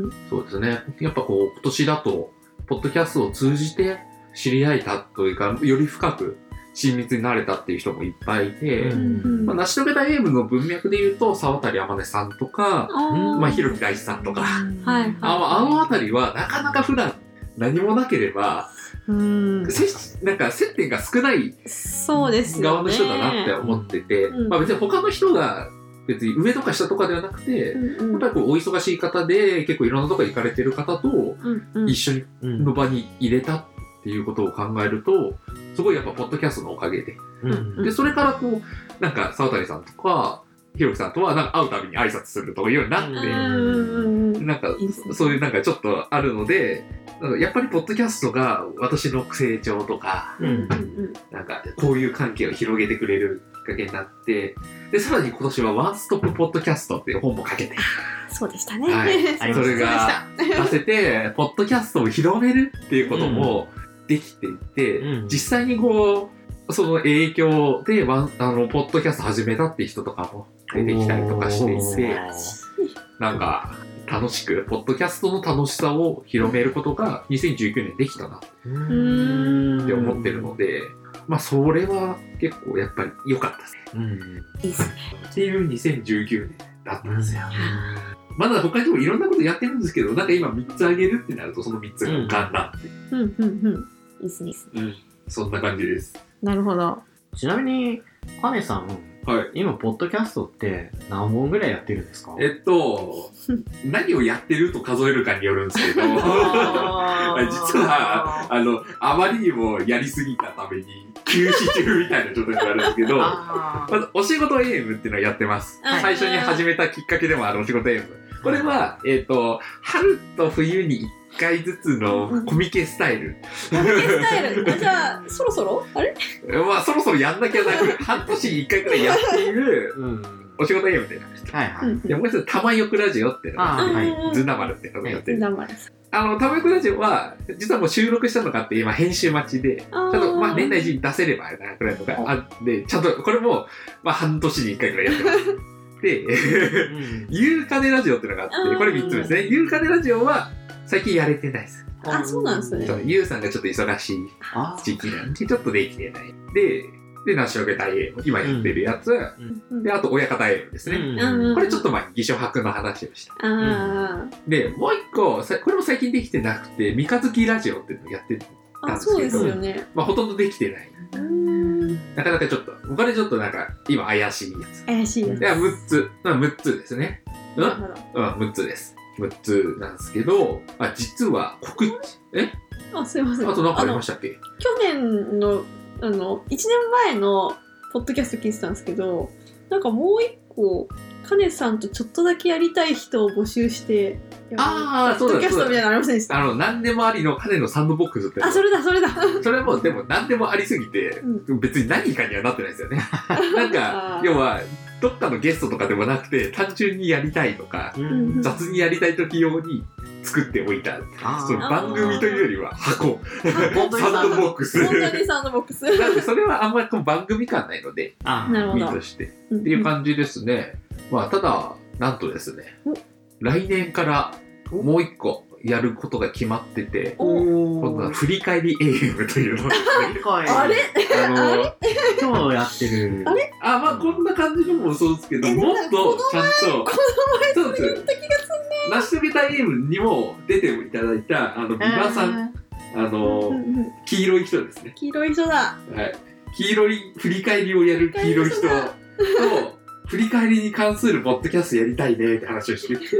[SPEAKER 3] んうん。
[SPEAKER 2] そうですね。やっぱこう、今年だと、ポッドキャストを通じて知り合えたというか、より深く親密になれたっていう人もいっぱいいて、
[SPEAKER 4] うん
[SPEAKER 2] まあ、成し遂げたエイムの文脈で言うと、沢渡天音さんとか、
[SPEAKER 3] あ
[SPEAKER 2] まあ、
[SPEAKER 3] ひろ
[SPEAKER 2] 広木大志さんとか、
[SPEAKER 3] はいはい。
[SPEAKER 2] あのあのあたりは、なかなか普段、何もなければ、
[SPEAKER 5] うん
[SPEAKER 2] せなんか接点が少ない
[SPEAKER 3] そうですよね。
[SPEAKER 2] 側の人だなって思ってて、
[SPEAKER 3] うん
[SPEAKER 2] まあ別に他の人が、別に上とか下とかではなくて、
[SPEAKER 3] うんう
[SPEAKER 2] やっ
[SPEAKER 3] ん
[SPEAKER 2] ぱりこうお忙しい方で、結構いろんなとこ行かれてる方と、
[SPEAKER 3] うんうん
[SPEAKER 2] 一緒に
[SPEAKER 4] うん
[SPEAKER 2] の場に入れたっていうことを考えると、すごいやっぱポッドキャストのおかげで、
[SPEAKER 4] うん
[SPEAKER 2] で、それからこう、なんか、沢谷さんとか、ひろきさんとは、なんか会うたびに挨拶するとかいうようにな
[SPEAKER 3] う
[SPEAKER 2] っ
[SPEAKER 3] んうんう
[SPEAKER 2] て、
[SPEAKER 3] ん
[SPEAKER 2] なんか
[SPEAKER 3] いいですね、
[SPEAKER 2] そういうなんかちょっとあるので、なんかやっぱりポッドキャストが私の成長とか、
[SPEAKER 4] うん
[SPEAKER 3] うん
[SPEAKER 2] なんか、こういう関係を広げてくれるきっかけになって、で、さらに今年はワンストップポッドキャストっていう本もかけて、
[SPEAKER 3] そうでした
[SPEAKER 2] は
[SPEAKER 3] ね。 <laughs>
[SPEAKER 2] い、それが
[SPEAKER 5] そうでし
[SPEAKER 2] 出せて、ポッドキャストを広めるっていうこともできていて、
[SPEAKER 4] うん
[SPEAKER 2] 実際にこう、その影響でワン、あの、ポッドキャスト始めたっていう人とかも出てきたりとかしていて、なんか、楽しく、ポッドキャストの楽しさを広めることが2019年できたなっ
[SPEAKER 4] うん
[SPEAKER 2] て思ってるので、まあ、それは結構やっぱり良かったですね。
[SPEAKER 4] うん
[SPEAKER 3] いいですね。
[SPEAKER 2] っていう2019年だったんですよ。
[SPEAKER 4] うん
[SPEAKER 2] まだ他にもいろんなことやってるんですけど、なんか今3つあげるってなると、その3つが浮かんだって、
[SPEAKER 3] うんうんうん。いいですね。いいですね
[SPEAKER 2] うん、そんな感じです。
[SPEAKER 3] なるほど。
[SPEAKER 4] ちなみに、カネさん、
[SPEAKER 2] はい。
[SPEAKER 4] 今、ポッドキャストって何本ぐらいやってるんですか
[SPEAKER 2] えっと、何をやってると数えるかによるんですけど、
[SPEAKER 4] あー
[SPEAKER 2] 実は、あの、あまりにもやりすぎたために、休止中みたいな状態になるんですけど、ま
[SPEAKER 4] あ
[SPEAKER 2] ず、お仕事エイムっていうのをやってます。
[SPEAKER 3] はい
[SPEAKER 2] 最初に始めたきっかけでもあるお仕事エイム。これは、えっ、と、春と冬に1回ずつのコミケスタイル。
[SPEAKER 3] スタイル。あじゃあ、そろそろあれ
[SPEAKER 2] まあ、そろそろやんなきゃな
[SPEAKER 4] <laughs>
[SPEAKER 2] く、半年に1回くらいやっている
[SPEAKER 4] ーうん。
[SPEAKER 2] お仕事エイムで。
[SPEAKER 4] はいはい。
[SPEAKER 2] で、もう一つ、玉よくラジオっていうの
[SPEAKER 4] あ
[SPEAKER 2] が
[SPEAKER 4] ーは
[SPEAKER 3] うん
[SPEAKER 4] い。
[SPEAKER 3] うん
[SPEAKER 2] ズナマルっていうのをやってる。
[SPEAKER 3] 黙れ
[SPEAKER 2] あの、タメクラジオは、実はもう収録したのかって今編集待ちで、ち
[SPEAKER 3] あ
[SPEAKER 2] ょ
[SPEAKER 3] ー
[SPEAKER 2] っと、まあ年内中に出せればな、くらいとかあって、ちゃんと、これも、まあ半年に一回くらいやって
[SPEAKER 3] <laughs>
[SPEAKER 2] ます。で、 <laughs>
[SPEAKER 4] うん
[SPEAKER 2] ゆうかねラジオっていうのがあって、これ3つ目ですね。ゆうかねラジオは、最近やれてないです。
[SPEAKER 3] あ、そうなんですね
[SPEAKER 2] そ。のゆうさんがちょっと忙しい
[SPEAKER 4] あ
[SPEAKER 2] 時期なんで、ちょっとできてない。で、で、なしおけたい今やってるやつ、
[SPEAKER 3] うん
[SPEAKER 2] で、あと、親方エイムですね。
[SPEAKER 3] うん
[SPEAKER 2] これちょっと前に偽証白の話をした。
[SPEAKER 3] あ
[SPEAKER 2] で、もう一個、さこれも最近できてなくて、三日月ラジオっていうのをやってる。
[SPEAKER 3] ーあ、そうですよね。
[SPEAKER 2] まあ、ほとんどできてない。なかなかちょっと、これちょっとなんか、今怪しいやつ。
[SPEAKER 3] 怪しいや
[SPEAKER 2] いや、6つ。まあ、6つですね。
[SPEAKER 3] つ。
[SPEAKER 2] うん
[SPEAKER 3] な
[SPEAKER 2] う
[SPEAKER 3] る
[SPEAKER 2] ん、
[SPEAKER 3] ほ
[SPEAKER 2] 6つです。6つなんですけど、あ、実は告知、え
[SPEAKER 3] ど。あ、すいません。
[SPEAKER 2] あと何かあり
[SPEAKER 3] の
[SPEAKER 2] ましたっけ
[SPEAKER 3] 去年のあの1年前のポッドキャスト聞いてたんですけどなんかもう一個カネさんとちょっとだけやりたい人を募集してやる
[SPEAKER 2] あー
[SPEAKER 3] ポッドキャス
[SPEAKER 2] そうだそうだ
[SPEAKER 3] トみたいなのありませんでした
[SPEAKER 2] あの、何でもありの彼のサンドボックスって。
[SPEAKER 3] あそれだそれだ
[SPEAKER 2] それはもう、でも何でもありすぎて、別に何かにはなってないです
[SPEAKER 3] <laughs>
[SPEAKER 2] よね。なん
[SPEAKER 3] あ
[SPEAKER 2] か、
[SPEAKER 3] ー
[SPEAKER 2] 要は、どっかのゲストとかでもなくて、単純にやりたいとか、
[SPEAKER 4] うん
[SPEAKER 2] 雑にやりたい時用に作っておいた
[SPEAKER 4] あー
[SPEAKER 2] その番組というよりは箱
[SPEAKER 4] 本当に
[SPEAKER 2] サンドボックス
[SPEAKER 3] 本当にサンドボックス
[SPEAKER 2] <laughs> なんでそれはあんまりこう番組感ないので
[SPEAKER 4] あー
[SPEAKER 3] なるほ
[SPEAKER 2] 見
[SPEAKER 3] ど
[SPEAKER 2] としてっ
[SPEAKER 3] うん
[SPEAKER 2] ていう感じですねまあただなんとですね
[SPEAKER 3] お
[SPEAKER 2] 来年からもう一個やることが決まってて、今度
[SPEAKER 4] お
[SPEAKER 2] は
[SPEAKER 4] ー
[SPEAKER 2] 振り返り AM というのを
[SPEAKER 4] はい
[SPEAKER 3] あれ
[SPEAKER 2] あの
[SPEAKER 4] 今日やってる。あれ
[SPEAKER 2] あ、まあこんな感じのもそうですけど、
[SPEAKER 3] え
[SPEAKER 2] もっとちゃんと、
[SPEAKER 3] こ
[SPEAKER 2] そうです成し遂げたい M にも出ていただいた、あの、ビバさん、あ
[SPEAKER 3] う
[SPEAKER 2] の、
[SPEAKER 3] んうん
[SPEAKER 2] 黄色い人ですね。
[SPEAKER 3] 黄色い人だ
[SPEAKER 2] はい。黄色い、振り返りをやる黄色い人
[SPEAKER 3] 振
[SPEAKER 2] と
[SPEAKER 3] り返り、
[SPEAKER 2] 振り返りに関するポッドキャストやりたいねって話をしてきて、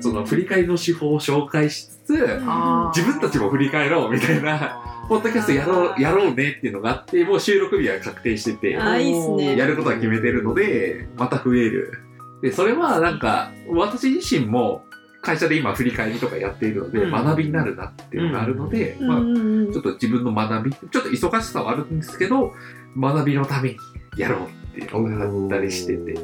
[SPEAKER 2] その振り返りの手法を紹介しつつ、
[SPEAKER 4] あー
[SPEAKER 2] 自分たちも振り返ろうみたいな、ポッドキャストやろう、やろうねっていうのがあって、もう収録日は確定してて、
[SPEAKER 3] あーいいっすね
[SPEAKER 2] やることは決めてるので、また増える。で、それはなんか、私自身も会社で今振り返りとかやっているので、
[SPEAKER 4] うん
[SPEAKER 2] 学びになるなっていうのがあるので、
[SPEAKER 3] うん
[SPEAKER 2] まあ、
[SPEAKER 3] うんうん
[SPEAKER 2] ちょっと自分の学び、ちょっと忙しさはあるんですけど、学びのためにやろうっていうのがあったりしてて。っ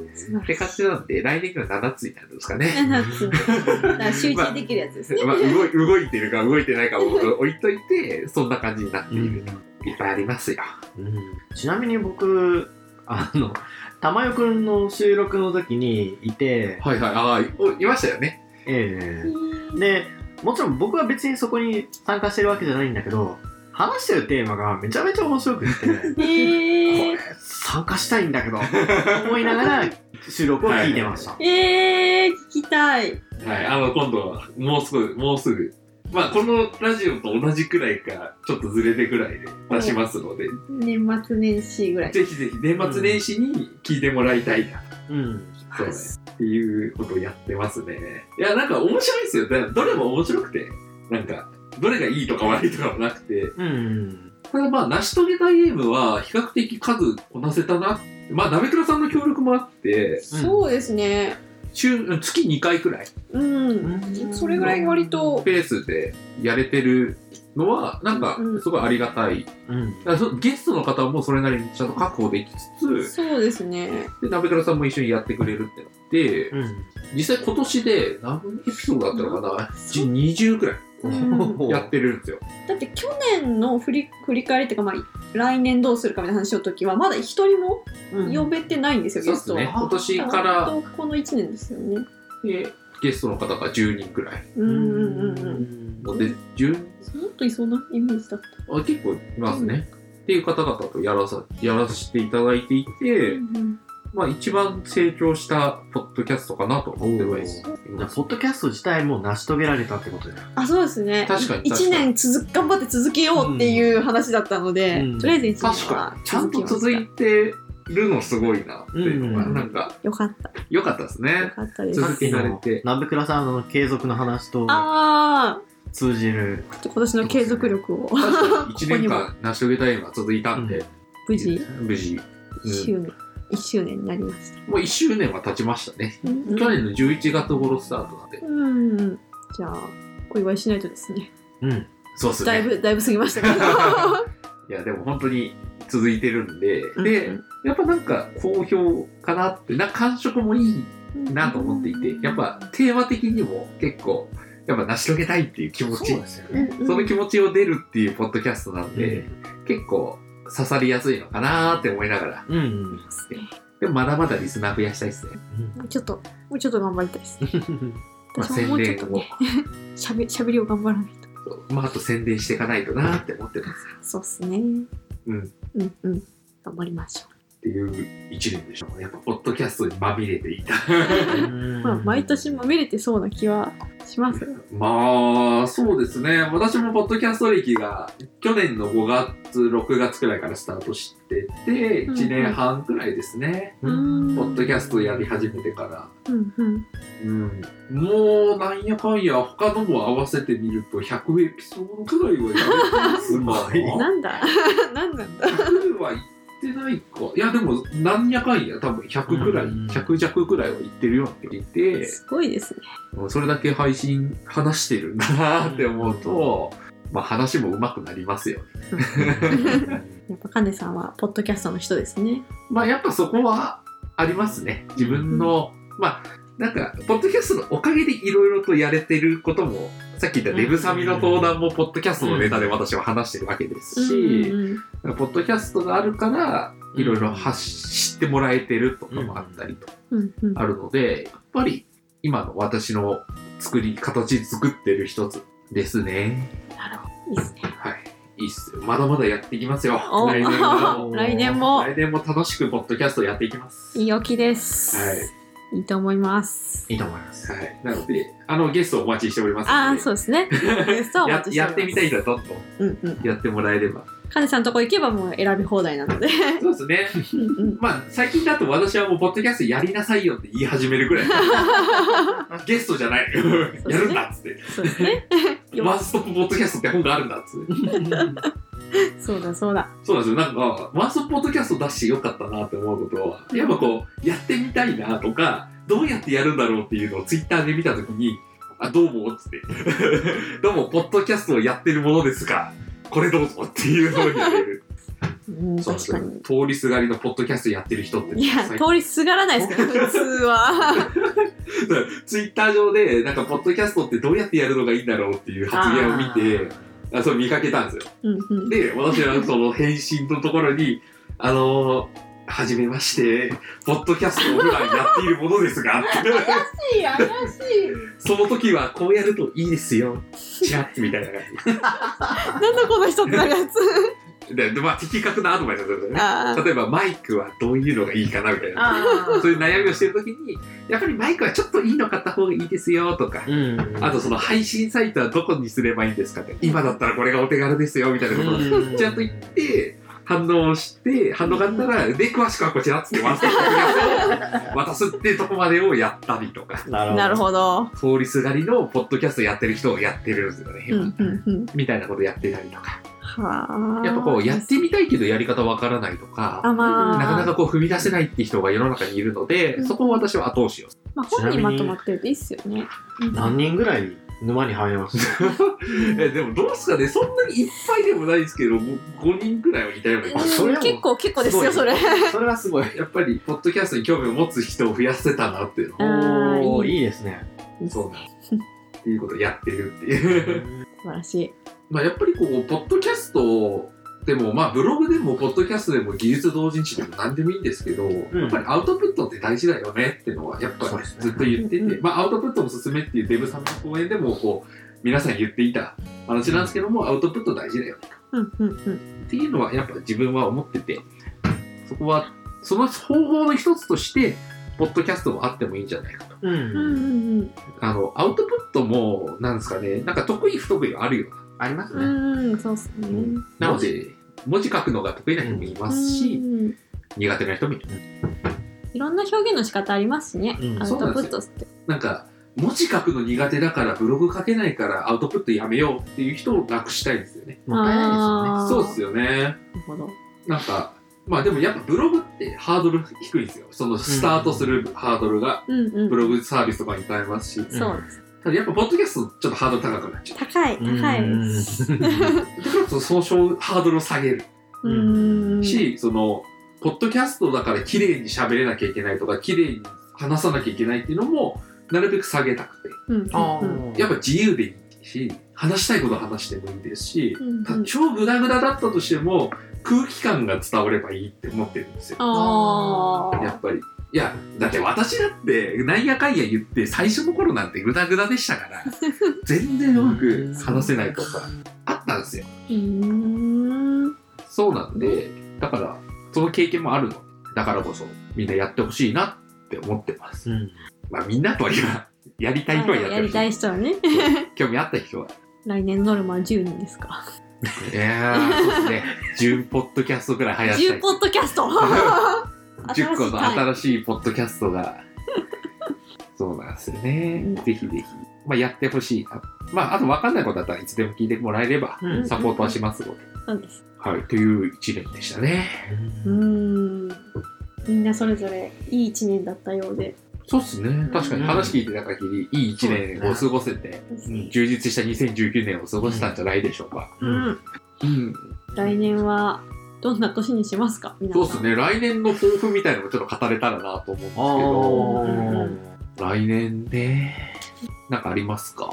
[SPEAKER 2] て感じなんで、来年から7つになるんですかね。 <laughs>
[SPEAKER 3] 夏だから集中できるやつですね、
[SPEAKER 2] まあ、動い動いてるか動いてないかを置いといて、そんな感じになっていると。いっぱいありますよ。
[SPEAKER 4] うんちなみに僕、あの、玉代くんの収録の時にいて、
[SPEAKER 2] はいはい、ああ、おいましたよね。
[SPEAKER 4] ええ
[SPEAKER 3] うん
[SPEAKER 4] で、もちろん僕は別にそこに参加してるわけじゃないんだけど、話してるテーマがめちゃめちゃ面白くて、
[SPEAKER 3] えー
[SPEAKER 4] 参加したいんだけど、思いながら収録を聞いてました。
[SPEAKER 3] えー、聞きたい。
[SPEAKER 2] はい、あの、今度は、もうすぐ、もうすぐ。まあ、このラジオと同じくらいか、ちょっとずれてくらいで出しますので、
[SPEAKER 3] 年末年始ぐらい。
[SPEAKER 2] ぜひぜひ年末年始に聞いてもらいたいな、
[SPEAKER 4] うん。
[SPEAKER 2] そうね。っていうことをやってますね。いや、なんか面白いですよ。だどれも面白くて、なんか、どれがいいとか悪いとかもなくて、
[SPEAKER 4] うん。
[SPEAKER 2] ただまあ、成し遂げたゲームは比較的数こなせたな。まあ、ナベクラさんの協力もあって、
[SPEAKER 3] そうですね。
[SPEAKER 2] 週、月2回くらい。
[SPEAKER 3] うん。それぐらい割と。
[SPEAKER 2] ペースでやれてるのは、なんか
[SPEAKER 3] うん、
[SPEAKER 2] すごいありがたい。
[SPEAKER 4] うん。
[SPEAKER 2] だからそゲストの方もそれなりにちゃんと確保できつつ、
[SPEAKER 3] そうですね。
[SPEAKER 2] で、鍋倉さんも一緒にやってくれるってなって、
[SPEAKER 4] うん。
[SPEAKER 2] 実際今年で何エピソードだったのかな
[SPEAKER 3] そう
[SPEAKER 2] ?20 くらい
[SPEAKER 3] うん
[SPEAKER 2] やってるんですよ。
[SPEAKER 3] だって去年の振り振り返りっていうか、まあ、来年どうするかみたいな話をときは、まだ一人も呼べてないんですよ、
[SPEAKER 2] そう
[SPEAKER 3] ゲ
[SPEAKER 2] で
[SPEAKER 3] ス
[SPEAKER 2] す
[SPEAKER 3] トを。
[SPEAKER 2] ね。今年か
[SPEAKER 3] だ
[SPEAKER 2] ら
[SPEAKER 3] 本当この1年ですよね。
[SPEAKER 2] でゲストの方が10人くらい。
[SPEAKER 3] うんうんうんうん。
[SPEAKER 2] ので、10
[SPEAKER 3] もっといそうなイメージだった。
[SPEAKER 2] あ結構いますね。っていう方々とやらさ、やらせていただいていて、
[SPEAKER 3] うんうん
[SPEAKER 2] まあ一番成長したポッドキャストかなと思ってます。
[SPEAKER 4] じゃあポッドキャスト自体も成し遂げられたってことだよ。
[SPEAKER 3] あそうですね
[SPEAKER 2] 確かに確かに
[SPEAKER 3] 1年続く頑張って続けようっていう話だったので、
[SPEAKER 4] うん
[SPEAKER 3] とりあえず1
[SPEAKER 2] 確
[SPEAKER 3] 年
[SPEAKER 2] か
[SPEAKER 3] は
[SPEAKER 2] に。ちゃんと続
[SPEAKER 3] きま
[SPEAKER 2] い
[SPEAKER 3] して
[SPEAKER 2] るのすごいなっていうのが、
[SPEAKER 4] うん
[SPEAKER 2] なんか
[SPEAKER 3] たよかった
[SPEAKER 2] 良かったです
[SPEAKER 3] よ
[SPEAKER 2] ね。
[SPEAKER 3] かったです
[SPEAKER 2] 続けられて。
[SPEAKER 4] ナベクラさんの継続の話と
[SPEAKER 3] あ
[SPEAKER 4] 通じる。
[SPEAKER 3] あ今年の継続力を
[SPEAKER 2] 確かに1
[SPEAKER 3] こに
[SPEAKER 2] 年
[SPEAKER 3] も
[SPEAKER 2] 間成し遂げたいのが続いたんで、
[SPEAKER 3] 無事
[SPEAKER 2] 無事。うん
[SPEAKER 3] 1周年、1周年になりました、
[SPEAKER 2] もう1周年は経ちましたね。
[SPEAKER 3] うん
[SPEAKER 2] 去年の11月頃スタートなんで。
[SPEAKER 3] うんじゃあお祝いしないとですね
[SPEAKER 4] うん。
[SPEAKER 2] そうっすね。
[SPEAKER 3] だいぶだいぶ過ぎましたけど
[SPEAKER 2] いや、でも本当に続いてるんで、 <laughs>
[SPEAKER 4] う
[SPEAKER 2] で
[SPEAKER 4] ん、
[SPEAKER 2] やっぱなんか好評かなって、な感触もいいなと思っていて、やっぱテーマ的にも結構、やっぱ成し遂げたいっていう気持ち、そ
[SPEAKER 4] すよ
[SPEAKER 3] うん。うん
[SPEAKER 2] の気持ちを出るっていうポッドキャストなんで、結構刺さりやすいのかなーって思いながら、
[SPEAKER 4] うん。
[SPEAKER 2] でもまだまだリスナー増やしたいですね。
[SPEAKER 3] もうちょっともうちょっと頑張りたいですね
[SPEAKER 2] まあ、
[SPEAKER 3] 私もも
[SPEAKER 2] 宣
[SPEAKER 3] うちょ
[SPEAKER 2] 伝
[SPEAKER 3] っと
[SPEAKER 2] を
[SPEAKER 3] ね、しゃべしゃべりを頑張らないと
[SPEAKER 2] まあ、あと宣伝していかないとなーって思ってます。
[SPEAKER 3] そうっすね
[SPEAKER 2] うん。
[SPEAKER 3] うんうん頑張りましょ
[SPEAKER 2] っていう一年でしょ。やっぱ、ポッドキャストにまみれていた。
[SPEAKER 3] う、まあ、毎年まみれてそうな気はします
[SPEAKER 2] まあ、そうですね。私もポッドキャスト歴が去年の5月、6月くらいからスタートしてて、
[SPEAKER 3] うん
[SPEAKER 2] 1年半くらいですね。
[SPEAKER 3] うん
[SPEAKER 2] ポッドキャストやり始めてから。
[SPEAKER 3] うんうん
[SPEAKER 2] うん。もう、なんやかんや、他のも合わせてみると、100エピソードくらいはやる。すごい。
[SPEAKER 3] なんだ <laughs> なんなんだ
[SPEAKER 2] 100は行ってないか。いや、でも、なんやかんや、多分100くらい、
[SPEAKER 4] うん
[SPEAKER 2] 100弱くらいは行ってるようになっていて。
[SPEAKER 3] すごいですね
[SPEAKER 2] それだけ配信話してるんだなって思うと、まあ話も上手くなりますよね。
[SPEAKER 3] やっぱカネさんはポッドキャストの人ですね
[SPEAKER 2] まあやっぱそこはありますね。自分の、まあなんか、ポッドキャストのおかげでいろいろとやれてることも、さっき言ったデブサミの登壇もポッドキャストのネタで私は話してるわけですし、
[SPEAKER 3] うんうん
[SPEAKER 2] ポッドキャストがあるから、いろいろ発し知ってもらえてるとかもあったりとか
[SPEAKER 3] うんうんうん
[SPEAKER 2] あるので、やっぱり今の私の作り、形作ってる一つですね。
[SPEAKER 3] なるほど。いいですね。
[SPEAKER 2] はい。いいっすよ。まだまだやっていきますよ。
[SPEAKER 3] お
[SPEAKER 2] 来年も。
[SPEAKER 3] 来年も
[SPEAKER 2] 来年も楽しくポッドキャストやっていきます。
[SPEAKER 3] いいおきです。
[SPEAKER 2] はい。
[SPEAKER 3] いいと思います。
[SPEAKER 4] いいと思います。
[SPEAKER 2] はい。なので、あの、ゲストお待ちしておりますので。
[SPEAKER 3] ああ、そうですね。ゲストはお
[SPEAKER 2] や
[SPEAKER 3] 待ちしております
[SPEAKER 2] やってみたい人はどんどん
[SPEAKER 5] うんうん。
[SPEAKER 2] やってもらえれば。
[SPEAKER 3] カネさんのとこ行けばもう選び放題なので。
[SPEAKER 2] そうですね。まあ、最近だと私はもう、ポッドキャストやりなさいよって言い始めるくらい。ゲストじゃない。やるんだっつって。
[SPEAKER 3] そうですね。
[SPEAKER 2] ワンストップポッドキャストって本があるんだっつって。
[SPEAKER 3] そうだそうだ。
[SPEAKER 2] そうなんですよ。なんか、ワンストップポッドキャスト出してよかったなって思うことは、やっぱこう、やってみたいなとか、どうやってやるんだろうっていうのをツイッターで見たときに、あ、どうも、つって。 <laughs> どうも、ポッドキャストをやってるものですが、これどうぞっていうのにあげる。
[SPEAKER 3] うん、
[SPEAKER 2] そうなんで
[SPEAKER 3] <laughs> 確
[SPEAKER 2] す
[SPEAKER 3] か
[SPEAKER 2] よ
[SPEAKER 3] に。。
[SPEAKER 2] 通りすがりのポッドキャストやってる人って。
[SPEAKER 3] いや、
[SPEAKER 2] 最近
[SPEAKER 3] 通りすがらないですけ
[SPEAKER 2] <laughs>
[SPEAKER 3] ど、普通は。
[SPEAKER 2] ツイッター上で、なんか、ポッドキャストってどうやってやるのがいいんだろうっていう発言を見て、あそう見かけたんですよ。
[SPEAKER 3] うんうん。
[SPEAKER 2] で、私はその返信のところに、あのー、はじめまして、ポッドキャストを普段やっているものですが、
[SPEAKER 3] 怪しい、怪しい。
[SPEAKER 2] その時はこうやるといいですよ。チラッみたいな感
[SPEAKER 3] なんだこの人ってなるやつ。
[SPEAKER 2] じ。で、でまあ、的確なアドバイスだったよね。
[SPEAKER 3] あー
[SPEAKER 2] 例えば、マイクはどういうのがいいかなみたいな。
[SPEAKER 3] あ
[SPEAKER 2] そういう悩みをしてる時に、やっぱりマイクはちょっといいの買った方がいいですよとか、
[SPEAKER 4] うん
[SPEAKER 2] あとその配信サイトはどこにすればいいんですかって、今だったらこれがお手軽ですよみたいなことをちゃんと言って、反応して、反応があったら、で、詳しくはこちらっつって渡す
[SPEAKER 3] <laughs>
[SPEAKER 2] 渡すってとこまでをやったりとか、
[SPEAKER 4] な
[SPEAKER 3] ーなるほど。
[SPEAKER 2] 通りすがりのポッドキャストやってる人をやってるんですよね、
[SPEAKER 3] うんうんうん。
[SPEAKER 2] みたいなことやってたりとか。
[SPEAKER 3] はあ。
[SPEAKER 2] やっぱこう、やってみたいけどやり方わからないとか、
[SPEAKER 3] あ、まあ。
[SPEAKER 2] なかなかこう踏み出せないって人が世の中にいるので、そこを私は後押しをす
[SPEAKER 3] まあ、本にまとまってるといいっすよね。
[SPEAKER 4] 何人ぐらい沼に入りました
[SPEAKER 2] る。えでもどうですかね、そんなにいっぱいでもないですけど、もう5人くらいはいたような気が
[SPEAKER 3] う
[SPEAKER 2] しま
[SPEAKER 3] ん
[SPEAKER 2] す
[SPEAKER 4] それはもう
[SPEAKER 3] 結構、結構ですよ、
[SPEAKER 4] す
[SPEAKER 3] そ
[SPEAKER 4] ごい
[SPEAKER 3] れ。
[SPEAKER 4] それはすごい。
[SPEAKER 2] やっぱり、ポッドキャストに興味を持つ人を増やせたなっていうのは
[SPEAKER 3] あー
[SPEAKER 4] おー
[SPEAKER 3] いい
[SPEAKER 4] いいですね。
[SPEAKER 2] そうなんです。っていうことをやってるっていう。 <laughs>
[SPEAKER 3] 素晴らしい。
[SPEAKER 2] まあやっぱりこう、ポッドキャストでも、まあブログでも、ポッドキャストでも、技術同人誌でも何でもいいんですけど、
[SPEAKER 4] ん
[SPEAKER 2] やっぱりアウトプットって大事だよねっていうのは、やっぱ
[SPEAKER 4] そうですね
[SPEAKER 2] ずっと言ってて、
[SPEAKER 3] うんうん
[SPEAKER 2] まあアウトプットの勧めっていうデブさんの講演でも、こう、皆さん言っていた話なんですけども、アウトプット大事だよね
[SPEAKER 3] うんうんうん。
[SPEAKER 2] っていうのは、やっぱ自分は思ってて、そこは、その方法の一つとして、ポッドキャストもあってもいいんじゃないかと。
[SPEAKER 4] う。
[SPEAKER 3] うんんうん
[SPEAKER 2] あの、アウトプットも、なんですかね、なんか得意不得意あるよう
[SPEAKER 4] あります
[SPEAKER 3] う
[SPEAKER 4] ね。
[SPEAKER 3] ん。うん、そうっすね。
[SPEAKER 2] な。なので、文字書くのが得意な人もいますし、
[SPEAKER 3] うん
[SPEAKER 2] 苦手な人もいる。
[SPEAKER 3] いろんな表現の仕方ありますしね。
[SPEAKER 4] うん
[SPEAKER 3] アウトプットって。
[SPEAKER 2] なんか、文字書くの苦手だから、ブログ書けないから、アウトプットやめようっていう人をなくしたいんですよね。
[SPEAKER 4] もったいな
[SPEAKER 3] あー
[SPEAKER 2] そうっすよね。
[SPEAKER 3] なるほど。
[SPEAKER 2] なんか、まあでもやっぱブログってハードル低いんですよ。そのスタートするハードルが、
[SPEAKER 3] うんうん。
[SPEAKER 2] ブログサービスとかに変えますし、
[SPEAKER 3] そうです。
[SPEAKER 2] ただやっぱポッドキャストちょっとハードル高くなっちゃう。
[SPEAKER 3] 高い、
[SPEAKER 4] いですね。
[SPEAKER 3] 高いです。
[SPEAKER 2] だからこそ、その小ハードルを下げる。
[SPEAKER 3] う
[SPEAKER 4] うん
[SPEAKER 3] ん。
[SPEAKER 2] し、そのポッドキャストだから綺麗に喋れなきゃいけないとか綺麗に話さなきゃいけないっていうのもなるべく下げたくて
[SPEAKER 3] うんうん
[SPEAKER 4] あ
[SPEAKER 3] うん
[SPEAKER 4] ー
[SPEAKER 2] やっぱ自由でいいし話したいこと話してもいいですし
[SPEAKER 3] うん
[SPEAKER 2] た
[SPEAKER 3] うん。
[SPEAKER 2] 超グダグダだったとしても空気感が伝わればいいって思ってるんですよ
[SPEAKER 3] あ
[SPEAKER 2] や
[SPEAKER 3] あ。
[SPEAKER 2] っぱりいやだって私だってなんやかんや言って最初の頃なんてグダグダでしたから
[SPEAKER 3] <laughs>
[SPEAKER 2] 全然うまく話せないとかあったんですよ
[SPEAKER 3] うーん。
[SPEAKER 2] そうなんで、だから、その経験もあるの。だからこそ、みんなやってほしいなって思ってます。
[SPEAKER 4] うん
[SPEAKER 2] まあ、みんなとは言わないやりたい人はや
[SPEAKER 3] や
[SPEAKER 2] って
[SPEAKER 3] り
[SPEAKER 2] ほ
[SPEAKER 3] たい
[SPEAKER 2] しい。
[SPEAKER 3] 人はね。
[SPEAKER 2] 興味あった人は。
[SPEAKER 3] 来年ノルマ10人ですか。
[SPEAKER 2] いやー、そうですね。10ポッドキャストくらい流行した
[SPEAKER 3] 10
[SPEAKER 2] い。
[SPEAKER 3] ポッドキャスト
[SPEAKER 2] 10個の
[SPEAKER 3] 新しい
[SPEAKER 2] 新しいポッドキャストが。そうなんですよね。ぜひぜひ。まあ、やってほしいな。まあ、あと分かんないことだったらいつでも聞いてもらえれば、
[SPEAKER 4] うん
[SPEAKER 2] サポートはしますので。
[SPEAKER 3] そうです。
[SPEAKER 2] はい。という1年でしたね。
[SPEAKER 3] うーん。みんなそれぞれいい1年だったようで。
[SPEAKER 2] そうっすね。確かに話聞いてた限り、いい1年を過ごせて、
[SPEAKER 4] うん
[SPEAKER 2] 充実した2019年を過ごしたんじゃないでしょうか。
[SPEAKER 3] うん。
[SPEAKER 2] うん。
[SPEAKER 3] 来年はどんな年にしますか皆さ
[SPEAKER 2] そ
[SPEAKER 3] ん。
[SPEAKER 2] うですね。来年の抱負みたいなのもちょっと語れたらなと思うんですけど、来年ね、なんかありますか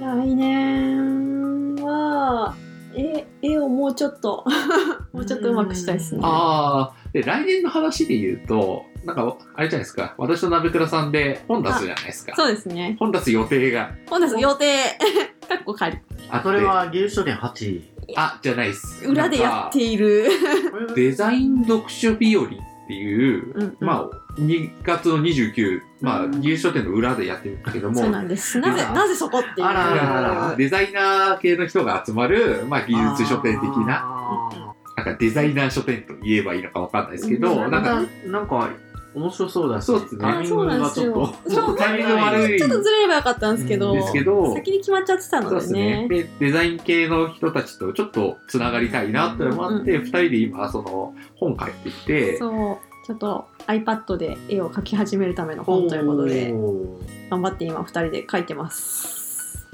[SPEAKER 3] 来年は、絵絵をもうちょっと <laughs> もうちょっとうまくしたいですね。
[SPEAKER 2] ああ、で、来年の話で言うと、なんか、あれじゃないですか、私と鍋倉さんで本出すじゃないですか。
[SPEAKER 3] そうですね。
[SPEAKER 2] 本出す予定が
[SPEAKER 3] 本田さん予定 <laughs> かっこ仮
[SPEAKER 2] あって。
[SPEAKER 4] それは技術書店8。
[SPEAKER 2] あ、じゃないっす。
[SPEAKER 3] 裏でやっている。
[SPEAKER 2] なんかデザイン読書日和っていう、
[SPEAKER 3] うんうん
[SPEAKER 2] まあ、2月の29、ま
[SPEAKER 3] う
[SPEAKER 2] あ、
[SPEAKER 3] ん
[SPEAKER 2] 牛書店の裏でやってるんだけども、
[SPEAKER 3] そうなんです。なぜ
[SPEAKER 2] あら
[SPEAKER 3] なぜそこっていう。
[SPEAKER 4] あら
[SPEAKER 2] だからデザイナー系の人が集まる、まあ、技術書店的な、
[SPEAKER 4] な。
[SPEAKER 2] なんかデザイナー書店と言えばいいのかわかんないですけど、
[SPEAKER 3] うん
[SPEAKER 2] なんか、
[SPEAKER 4] なんか、面白そうだし、
[SPEAKER 2] そうっすね
[SPEAKER 4] タイミングがちょっと。
[SPEAKER 3] そう
[SPEAKER 2] タイミング悪い
[SPEAKER 3] ちょっとずれればよかったんですけど、
[SPEAKER 4] うん
[SPEAKER 2] ですけど、
[SPEAKER 3] 先に決まっちゃってた
[SPEAKER 2] そう
[SPEAKER 3] の
[SPEAKER 2] で
[SPEAKER 3] です
[SPEAKER 2] ね。。
[SPEAKER 3] ね
[SPEAKER 2] で、デザイン系の人たちとちょっとつながりたいなっていうのもあって、
[SPEAKER 3] うん
[SPEAKER 2] 二人で今、その、本書いてきて、
[SPEAKER 3] そう、ちょっと iPad で絵を描き始めるための本ということで、
[SPEAKER 4] おー
[SPEAKER 3] 頑張って今2人で描いてます。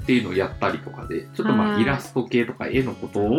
[SPEAKER 2] っていうのをやったりとかで、ちょっとま
[SPEAKER 3] は
[SPEAKER 2] あ、
[SPEAKER 3] い
[SPEAKER 2] イラスト系とか絵のことを、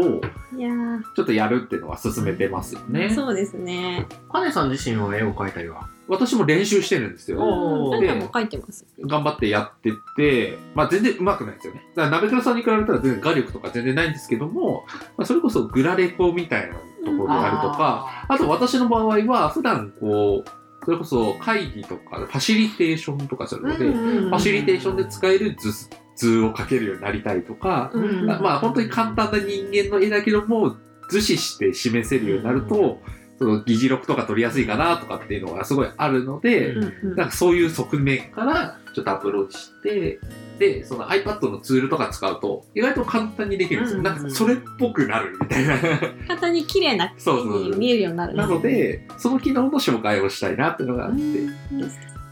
[SPEAKER 3] いやー、
[SPEAKER 2] ちょっとやるっていうのは進めてますよね。
[SPEAKER 3] そうですね。
[SPEAKER 4] カネさん自身は絵を描いたりは。
[SPEAKER 2] 私も練習してるんです
[SPEAKER 3] う
[SPEAKER 2] よ。
[SPEAKER 4] おー
[SPEAKER 3] ん、何回も描いてます。
[SPEAKER 2] 頑張ってやってて、まあ全然上手くないですよね。だから、鍋倉さんに比べたら全然画力とか全然ないんですけども、まあ、それこそグラレコみたいなところであるとか、
[SPEAKER 4] あ
[SPEAKER 2] あと私の場合は、普段こう、それこそ会議とか、ファシリテーションとかするので、フ
[SPEAKER 4] ん
[SPEAKER 2] ァシリテーションで使える図図を描けるようになりたいとか、
[SPEAKER 3] うん
[SPEAKER 4] ま
[SPEAKER 2] まあ本当に簡単な人間の絵だけども、図示して示せるようになると、その議事録とか取りやすいかなとかっていうのがすごいあるので、
[SPEAKER 3] うんうん
[SPEAKER 2] なんかそういう側面からちょっとアプローチして、で、その iPad のツールとか使うと、意外と簡単にできるんですよ。
[SPEAKER 4] うん
[SPEAKER 2] なんかそれっぽくなるみたいな。 <laughs>
[SPEAKER 3] 簡単に綺麗な
[SPEAKER 2] そう
[SPEAKER 3] 絵
[SPEAKER 2] そう
[SPEAKER 3] に
[SPEAKER 2] そう。
[SPEAKER 3] 見えるようになるね
[SPEAKER 2] なので、その機能の紹介をしたいなっていうのがあっ
[SPEAKER 3] う
[SPEAKER 2] て、
[SPEAKER 3] ん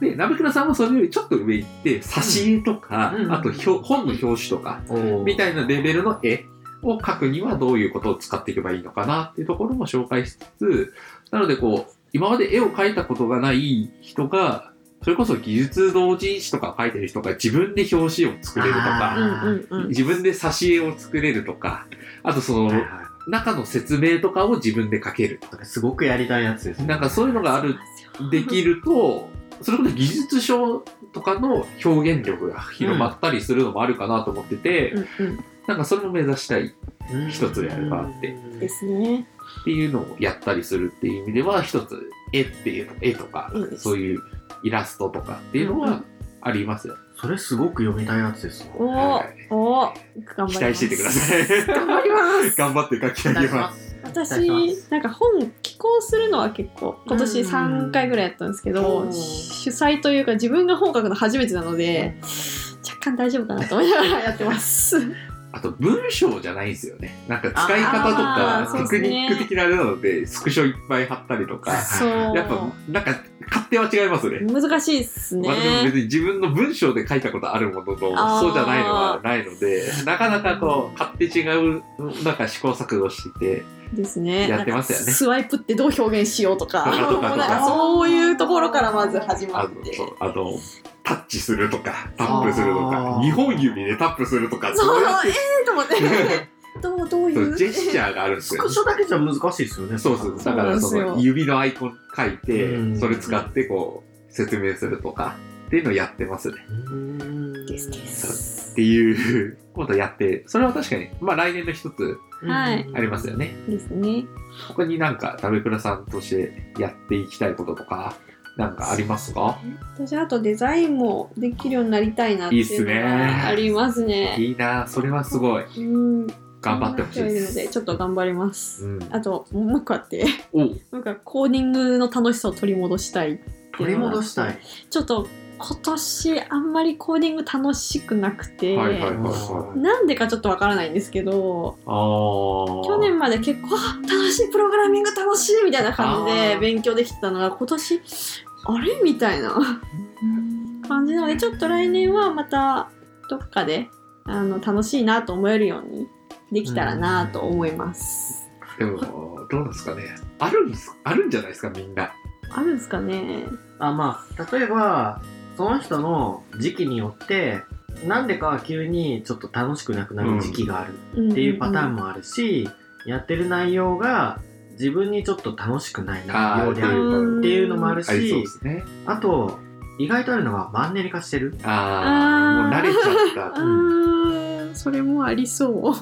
[SPEAKER 2] で、鍋倉さんはそれよりちょっと上行って、挿絵とか、
[SPEAKER 4] うん
[SPEAKER 2] あと表本の表紙とか、
[SPEAKER 4] ー
[SPEAKER 2] みたいなレベルの絵を描くにはどういうことを使っていけばいいのかなっていうところも紹介しつつ、なのでこう、今まで絵を描いたことがない人が、それこそ技術同人誌とか描いてる人が自分で表紙を作れると
[SPEAKER 3] う
[SPEAKER 2] か、
[SPEAKER 3] んうんうん
[SPEAKER 2] 自分で挿絵を作れるとか、あとそ
[SPEAKER 4] はい
[SPEAKER 2] の
[SPEAKER 4] は
[SPEAKER 2] 中の説明とかを自分で描けるとか
[SPEAKER 4] いすごくやりたいやつですね。
[SPEAKER 2] なんかそういうのがあるできると、それこそ技術書とかの表現力が広まったりするのもあるかなと思ってて、
[SPEAKER 3] うんうん
[SPEAKER 2] なんかそれも目指したいっ
[SPEAKER 4] うん
[SPEAKER 2] 一つであればあって
[SPEAKER 3] ですね。
[SPEAKER 2] ていうのをやったりするっていう意味では、一つ絵っていう絵とか
[SPEAKER 3] うん、
[SPEAKER 2] そういうイラストとかっていうの
[SPEAKER 3] うんう
[SPEAKER 2] はありますよ。
[SPEAKER 4] それすごく読みたいやつですよ。
[SPEAKER 3] おお、
[SPEAKER 2] はい
[SPEAKER 3] おお、頑張ります。
[SPEAKER 2] 期待しててください。
[SPEAKER 3] 頑張りま
[SPEAKER 2] <laughs>
[SPEAKER 3] す。
[SPEAKER 2] 頑張って書き上げます。
[SPEAKER 4] す。
[SPEAKER 3] 私
[SPEAKER 4] お願いします
[SPEAKER 3] なんか本寄稿するのは結構今年3回ぐらいやったんですけど、
[SPEAKER 4] うん
[SPEAKER 3] 主催というか自分が本を書くの初めてなので、若干大丈夫かなと思いながらやってます。
[SPEAKER 2] あと文章じゃないんですよね。なんか使い方と
[SPEAKER 3] あ
[SPEAKER 2] か
[SPEAKER 3] ーそう
[SPEAKER 2] テ
[SPEAKER 3] で
[SPEAKER 2] ク
[SPEAKER 3] すね
[SPEAKER 2] ニック的なあれなので、スクショいっぱい貼ったりとか、
[SPEAKER 3] そう
[SPEAKER 2] やっぱなんか勝手は違いますね。
[SPEAKER 3] 難しいですね。
[SPEAKER 2] 私も別に自分の文章で書いたことあるもの
[SPEAKER 3] あ
[SPEAKER 2] の
[SPEAKER 3] ー
[SPEAKER 2] そうじゃないのはないのでなかなかこう勝手違うなんか試行錯誤していて
[SPEAKER 3] ですね。
[SPEAKER 2] やってますよね
[SPEAKER 3] なんかスワイプってどう表現しようとか、
[SPEAKER 2] とかとかとか
[SPEAKER 3] もうなんかそういうところからまず始ま
[SPEAKER 2] あ
[SPEAKER 3] っ
[SPEAKER 2] の
[SPEAKER 3] て。
[SPEAKER 2] そうあのタッチするとかタップすると
[SPEAKER 4] あ
[SPEAKER 2] か2
[SPEAKER 4] ー
[SPEAKER 2] 本指でタップするとか
[SPEAKER 3] そう
[SPEAKER 2] そうやっ
[SPEAKER 3] ええー、と思って。どうどう
[SPEAKER 2] てそ
[SPEAKER 3] いうう。
[SPEAKER 2] ジェスチャーがあるんです
[SPEAKER 4] ス
[SPEAKER 2] よ
[SPEAKER 4] ク。ショだけじゃ難しいですよね。
[SPEAKER 2] そうそう
[SPEAKER 3] そ
[SPEAKER 2] だ
[SPEAKER 3] う
[SPEAKER 2] か
[SPEAKER 3] なん
[SPEAKER 2] ら
[SPEAKER 3] です
[SPEAKER 2] そ
[SPEAKER 3] よ
[SPEAKER 2] の指のアイコン書い
[SPEAKER 4] うん
[SPEAKER 2] てそれ使ってこう説明するとかっていうのをやってますね。
[SPEAKER 4] うん
[SPEAKER 3] ですで
[SPEAKER 2] っ
[SPEAKER 3] す
[SPEAKER 2] ていうことをやってそれは確かにまあ来年の一つ
[SPEAKER 3] はい
[SPEAKER 2] ありますよね。
[SPEAKER 3] ですね。
[SPEAKER 2] 他になんか鍋倉さんとしてやっていきたいこととかなんかありますか
[SPEAKER 3] 私あとデザインもできるようになりたいなっていうのがありますね。
[SPEAKER 2] いいなそれはすごい
[SPEAKER 3] うん、
[SPEAKER 2] 頑張ってほしい
[SPEAKER 3] 頑
[SPEAKER 2] で
[SPEAKER 3] 張ってはいるの
[SPEAKER 2] す
[SPEAKER 3] ちょっと頑張ります。
[SPEAKER 2] うん
[SPEAKER 3] あともう一個あって、 <laughs>
[SPEAKER 2] お
[SPEAKER 3] なんかコーディングの楽しさを取り戻したい。
[SPEAKER 4] 取り戻したい。
[SPEAKER 3] ちょっと今年あんまりコーディング楽しくなくて、
[SPEAKER 2] はいはいはい
[SPEAKER 3] なんでかちょっとわからないんですけど、
[SPEAKER 2] あー
[SPEAKER 3] 去年まで結構あ楽しいプログラミング楽しいみたいな感じ
[SPEAKER 2] あ
[SPEAKER 3] で
[SPEAKER 2] ー
[SPEAKER 3] 勉強できてたのが今年あれみたいな感じなのでちょっと来年はまたどっかであの楽しいなと思えるようにできたらなと思います。
[SPEAKER 2] でもどうなんですかねあるんですあるんじゃないですかみんな
[SPEAKER 3] あるんですかね
[SPEAKER 4] あ、まあ、例えば、その人の時期によって、なんでか急にちょっと楽しくなくなる時期がある
[SPEAKER 3] っ
[SPEAKER 4] っていうパターンもあるし、やってる内容が自分にちょっと楽しくない内容であ
[SPEAKER 2] あー
[SPEAKER 4] る
[SPEAKER 2] る
[SPEAKER 4] っていうのもある
[SPEAKER 2] ありそうで
[SPEAKER 4] し、
[SPEAKER 2] すね
[SPEAKER 4] あと、意外とあるのがマンネリ化してる。
[SPEAKER 2] ああもう慣れちゃっ
[SPEAKER 3] あーそれもありそう。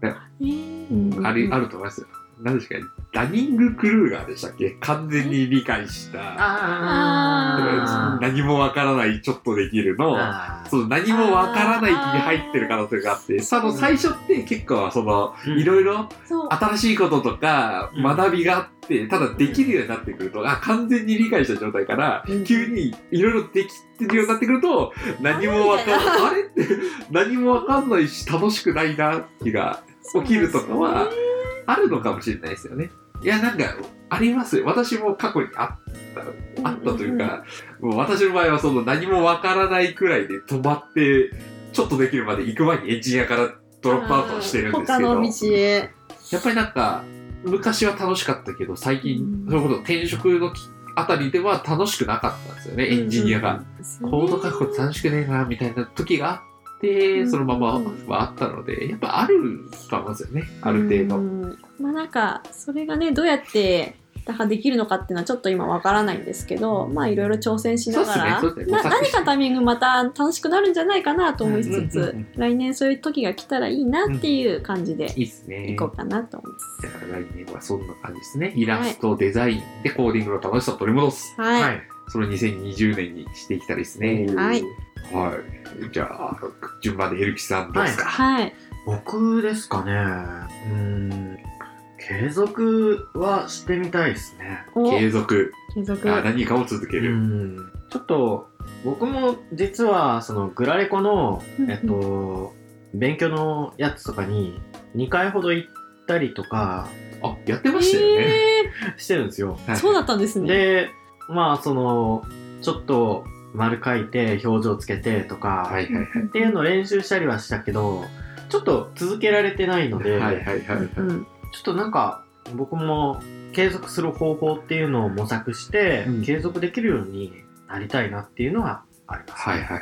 [SPEAKER 2] た
[SPEAKER 3] うん <laughs>
[SPEAKER 2] ある、あると思いますよ。何ですか、ダニング・クルーガーでしたっけ完全に理解した。
[SPEAKER 3] あ
[SPEAKER 2] 何もわからない、ちょっとできるの。
[SPEAKER 4] あ
[SPEAKER 2] そう、何もわからない気に入ってる可能性があって、その最初って結構その、
[SPEAKER 4] ー
[SPEAKER 2] いろいろ
[SPEAKER 3] そう
[SPEAKER 2] 新しいこととか
[SPEAKER 4] うん
[SPEAKER 2] 学びがあって、ただできるようになってくると、あ、完全に理解した状態から
[SPEAKER 5] うん、
[SPEAKER 2] 急にいろいろできてるようになってくると、何もわかんない、あれ <laughs> って何もわかんないし、楽しくないな、気が起きるとかは、あるのかもしれないですよね。いや、なんか、ありますよ。私も過去にあった、あったというか、もう私の場合はその何もわからないくらいで止まって、ちょっとできるまで行く前にエンジニアからドロップアウトしてるんですけど。
[SPEAKER 5] 他の道へ。
[SPEAKER 2] やっぱりなんか、昔は楽しかったけど、最近、そういうこと、転職のきあたりでは楽しくなかったんですよね、エンジニアが。コード書くこと楽しくねえな、みたいな時があって、そのままはあったので、やっぱあると思うんですよね、ある程度。
[SPEAKER 3] 度まあなんかそれがねどうやって打破できるのかっていうのはちょっと今わからないんですけどまあいろいろ挑戦しながら、
[SPEAKER 2] そうっすねそうっすね模
[SPEAKER 3] な
[SPEAKER 2] 索し
[SPEAKER 3] 何かのタイミングまた楽しくなるんじゃないかなと思いつつ、
[SPEAKER 4] うんうんうん
[SPEAKER 3] 来年そういう時が来たらいいなっていう感じで
[SPEAKER 2] いいっすね
[SPEAKER 3] い。こうかなと思います。
[SPEAKER 2] だから来年はそんな感じですね。イラスト、デザインでコーディングの楽しさを取り戻す。
[SPEAKER 3] はい、
[SPEAKER 4] はい。
[SPEAKER 2] それを2020年にしていきたいですね。
[SPEAKER 3] はい。
[SPEAKER 2] はい。じゃあ、順番でエルキさんどうですか、
[SPEAKER 3] はい、
[SPEAKER 4] 僕ですかね。うーん。継続はしてみたいですね。
[SPEAKER 3] お
[SPEAKER 2] 継続。
[SPEAKER 3] 継続
[SPEAKER 2] あ何かを続け
[SPEAKER 4] う
[SPEAKER 2] る。
[SPEAKER 4] ん。ちょっと、僕も実は、その、グラレコの
[SPEAKER 3] う、ん
[SPEAKER 4] えっと、勉強のやつとかに、2回ほど行ったりとか、
[SPEAKER 2] あ、やってましたよね。
[SPEAKER 3] え
[SPEAKER 4] してるんですよ。
[SPEAKER 3] ー
[SPEAKER 2] はい
[SPEAKER 3] そうだったんですね。
[SPEAKER 4] で、まあ、その、ちょっと、丸書いて、表情つけてとか、
[SPEAKER 2] はいはいは
[SPEAKER 4] っていうのを練習したりはしたけど、ちょっと続けられてないの
[SPEAKER 2] い。
[SPEAKER 4] で、
[SPEAKER 2] はいはいはいはい。
[SPEAKER 3] うん、
[SPEAKER 4] ちょっとなんか僕も継続する方法っていうのを模索して、
[SPEAKER 2] うん
[SPEAKER 4] 継続できるようになりたいなっていうのはあります、
[SPEAKER 2] はいはいはい。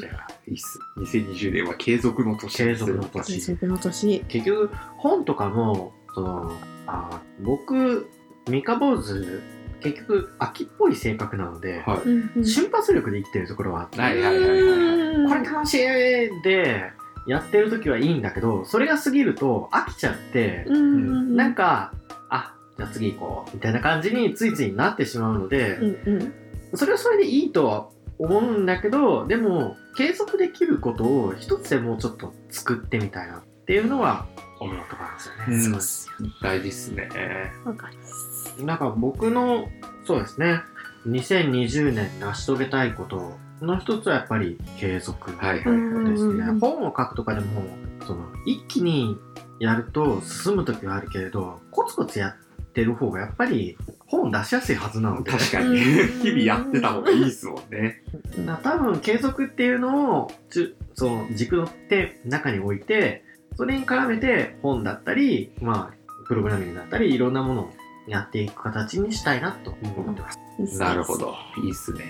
[SPEAKER 2] じゃあ、いいっす。2020年は継続の年
[SPEAKER 4] 継続の
[SPEAKER 3] 継
[SPEAKER 4] 年
[SPEAKER 3] 続の年。
[SPEAKER 4] 結局本とかもそのあ僕三日坊主結局秋っぽい性格なので、
[SPEAKER 2] は
[SPEAKER 3] うんうん
[SPEAKER 4] 瞬発力で生きてるところはあって、
[SPEAKER 2] はいはいはいはい。
[SPEAKER 3] うん
[SPEAKER 4] これ楽しいでやってる時はいいんだけどそれが過ぎると飽きちゃって、
[SPEAKER 3] うん、
[SPEAKER 4] なん、かあじゃあ次行こうみたいな感じについついになってしまうので、
[SPEAKER 3] うんうん、
[SPEAKER 4] それはそれでいいとは思うんだけどでも継続できることを一つでもうちょっと作ってみたいなっていうのは思うところなんですよね。
[SPEAKER 2] うん
[SPEAKER 3] そうっすよね。
[SPEAKER 2] 大事っすね。
[SPEAKER 3] わかります。
[SPEAKER 4] なんか僕のそうですね2020年成し遂げたいことの一つはやっぱり継続ですね、
[SPEAKER 2] はいはい
[SPEAKER 3] うんうん
[SPEAKER 4] 本を書くとかでもその一気にやると進む時はあるけれどコツコツやってる方がやっぱり本出しやすいはずなので
[SPEAKER 2] 確か
[SPEAKER 3] うん
[SPEAKER 2] に。日々やってた方がいいっすもんね。
[SPEAKER 4] だから多分継続っていうのをちその軸のって中に置いてそれに絡めて本だったりまあプログラミングだったりいろんなものをやっていく形にしたいなと思ってます、
[SPEAKER 3] いいっすね
[SPEAKER 2] なるほ。ど。いいっすね。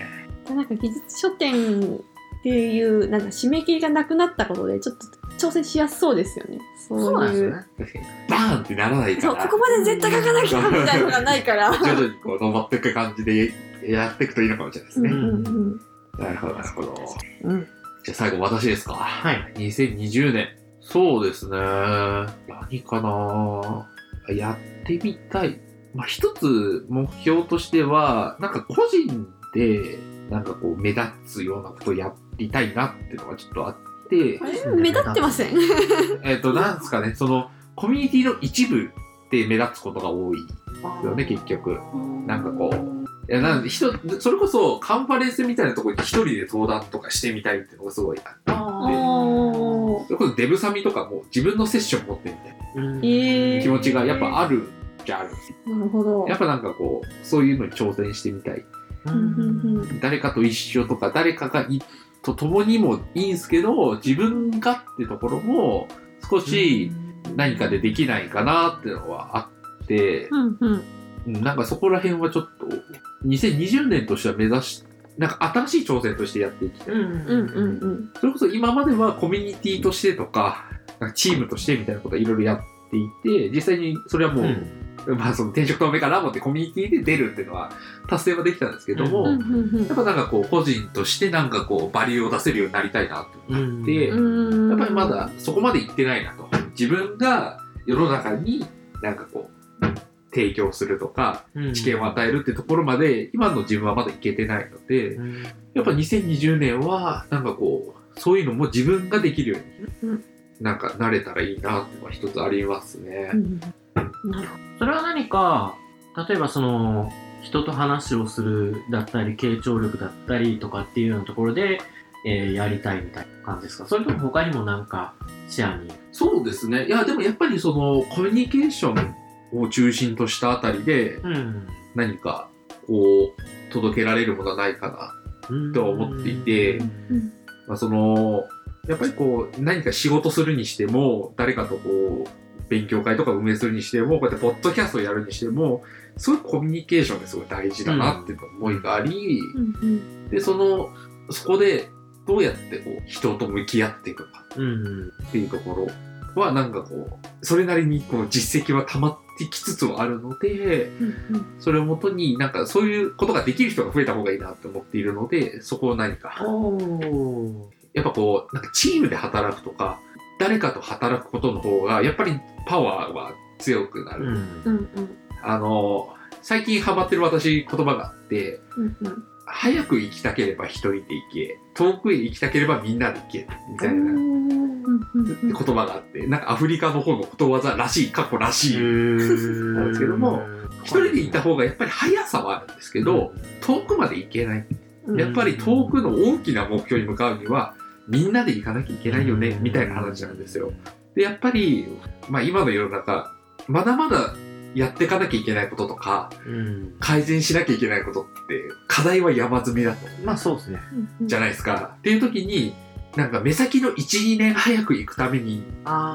[SPEAKER 3] なんか技術書店っていうなんか締め切りがなくなったことでちょっと挑戦しやすそうですよね。そ
[SPEAKER 4] そうなん
[SPEAKER 3] うい
[SPEAKER 4] です
[SPEAKER 3] う
[SPEAKER 4] よね
[SPEAKER 2] 確かに。バーンってならないか
[SPEAKER 3] そう
[SPEAKER 2] ら
[SPEAKER 3] ここ、まで絶対書かなきゃみたいなのがないから。
[SPEAKER 2] 徐々にこう、登っていく感じでやっていくといいのかもしれないです
[SPEAKER 3] うん
[SPEAKER 2] ね。
[SPEAKER 3] うんうん
[SPEAKER 2] なるほど、なるほど。
[SPEAKER 4] うん
[SPEAKER 2] じゃあ最後、私ですか。
[SPEAKER 4] はい
[SPEAKER 2] 2020年。そうですね。何かなやってみたい。まあ、一つ目標としては、なんか個人で、なんかこう、目立つようなことをやりたいなっていうのがちょっとあって、
[SPEAKER 3] あれ目立ってません。う
[SPEAKER 2] えっと、なんですかね、その、コミュニティの一部で目立つことが多いですよね、結局。なんかこう、いやなんで人、それこそカンファレンスみたいなところに一人で登壇とかしてみたいっていうのがすごいあって、
[SPEAKER 3] お
[SPEAKER 2] それこそデブサミとかも自分のセッション持ってみたいな。
[SPEAKER 4] うん
[SPEAKER 3] えー
[SPEAKER 2] 気持ちがやっぱあるじゃあるんですよ
[SPEAKER 3] ー、なるほど。
[SPEAKER 2] やっぱなんかこうそういうのに挑戦してみたい
[SPEAKER 4] うん
[SPEAKER 3] うんうんうん
[SPEAKER 2] 誰かと一緒とか誰かがいと共にもいいんすけど自分がってところも少し何かでできないかなっていうのはあって
[SPEAKER 3] うんうん
[SPEAKER 2] うんなんかそこら辺はちょっと2020年としては目指しなんか新しい挑戦としてやっていきたい
[SPEAKER 4] うん
[SPEAKER 3] うんうんうん
[SPEAKER 2] それこそ今まではコミュニティとしてとかなんかチームとしてみたいなことはいろいろやっていて実際にそれはもう、まあその転職透明化ラボってコミュニティで出るっていうのは達成はできたんですけども、
[SPEAKER 4] う
[SPEAKER 3] うん
[SPEAKER 2] や
[SPEAKER 3] うん
[SPEAKER 2] っぱなんかこう個人としてなんかこうバリューを出せるようになりたいなって
[SPEAKER 4] うん
[SPEAKER 2] で
[SPEAKER 3] うん。
[SPEAKER 2] やっぱりまだそこまで行ってないなと自分が世の中になんかこう提供するとか知見を与えるってところまで今の自分はまだいけてないので
[SPEAKER 4] うん
[SPEAKER 2] やっぱ2020年はなんかこうそういうのも自分ができるように、
[SPEAKER 3] うん
[SPEAKER 2] なんか慣れたらいいなっていうのは一つありますね。
[SPEAKER 3] うんなるほ
[SPEAKER 4] それは何か例えばその人と話をするだったり傾聴力だったりとかっていうようなところで、えーやりたいみたいな感じですかそれとも他にもなんか視野に
[SPEAKER 2] そうですね。いや、でもやっぱりそのコミュニケーションを中心としたあたりで
[SPEAKER 4] うん
[SPEAKER 2] 何かこう届けられるものはないかなとは思っていて
[SPEAKER 4] うん
[SPEAKER 2] まあ、そのやっぱりこう何か仕事するにしても誰かとこう勉強会とか運営するにしてもこうやってポッドキャストをやるにしてもそういうコミュニケーションがすごい大事だなっていう思いがあり、
[SPEAKER 3] ど。うんうん
[SPEAKER 2] でそのそこでどうやってこう人と向き合っていくか
[SPEAKER 4] うん
[SPEAKER 2] っていうところはなんかこうそれなりにこう実績は溜まってきつつはあるので
[SPEAKER 3] うんうん
[SPEAKER 2] それをもとになんかそういうことができる人が増えた方がいいなと思っているのでそこを何か
[SPEAKER 4] お
[SPEAKER 2] やっぱこう、なんかチームで働くとか、誰かと働くことの方が、やっぱりパワーは強くな
[SPEAKER 4] う
[SPEAKER 2] る。
[SPEAKER 4] ん
[SPEAKER 3] うんうん
[SPEAKER 2] あの、最近ハマってる私言葉があって、
[SPEAKER 3] うんうん
[SPEAKER 2] 早く行きたければ一人で行け、遠くへ行きたければみんなで行け、みたいな言葉があって、なんかアフリカの方のことわざらしい、過去らしい。
[SPEAKER 4] なん
[SPEAKER 2] ですけども一人で行った
[SPEAKER 4] 方
[SPEAKER 2] 方がやっぱり速さはあるんですけど、遠くまで行けない。
[SPEAKER 3] うん
[SPEAKER 2] やっぱり遠くの大きな目標に向かうには、みんなで行かなきゃいけないよね、みたいな話なんですよ。で、やっぱり、まあ今の世の中、まだまだやっていかなきゃいけないこととか、
[SPEAKER 4] うん
[SPEAKER 2] 改善しなきゃいけないことって、課題は山積みだと。
[SPEAKER 4] まあそうですね
[SPEAKER 2] じゃないですか。っていう時に、なんか目先の1、2年早く行くために、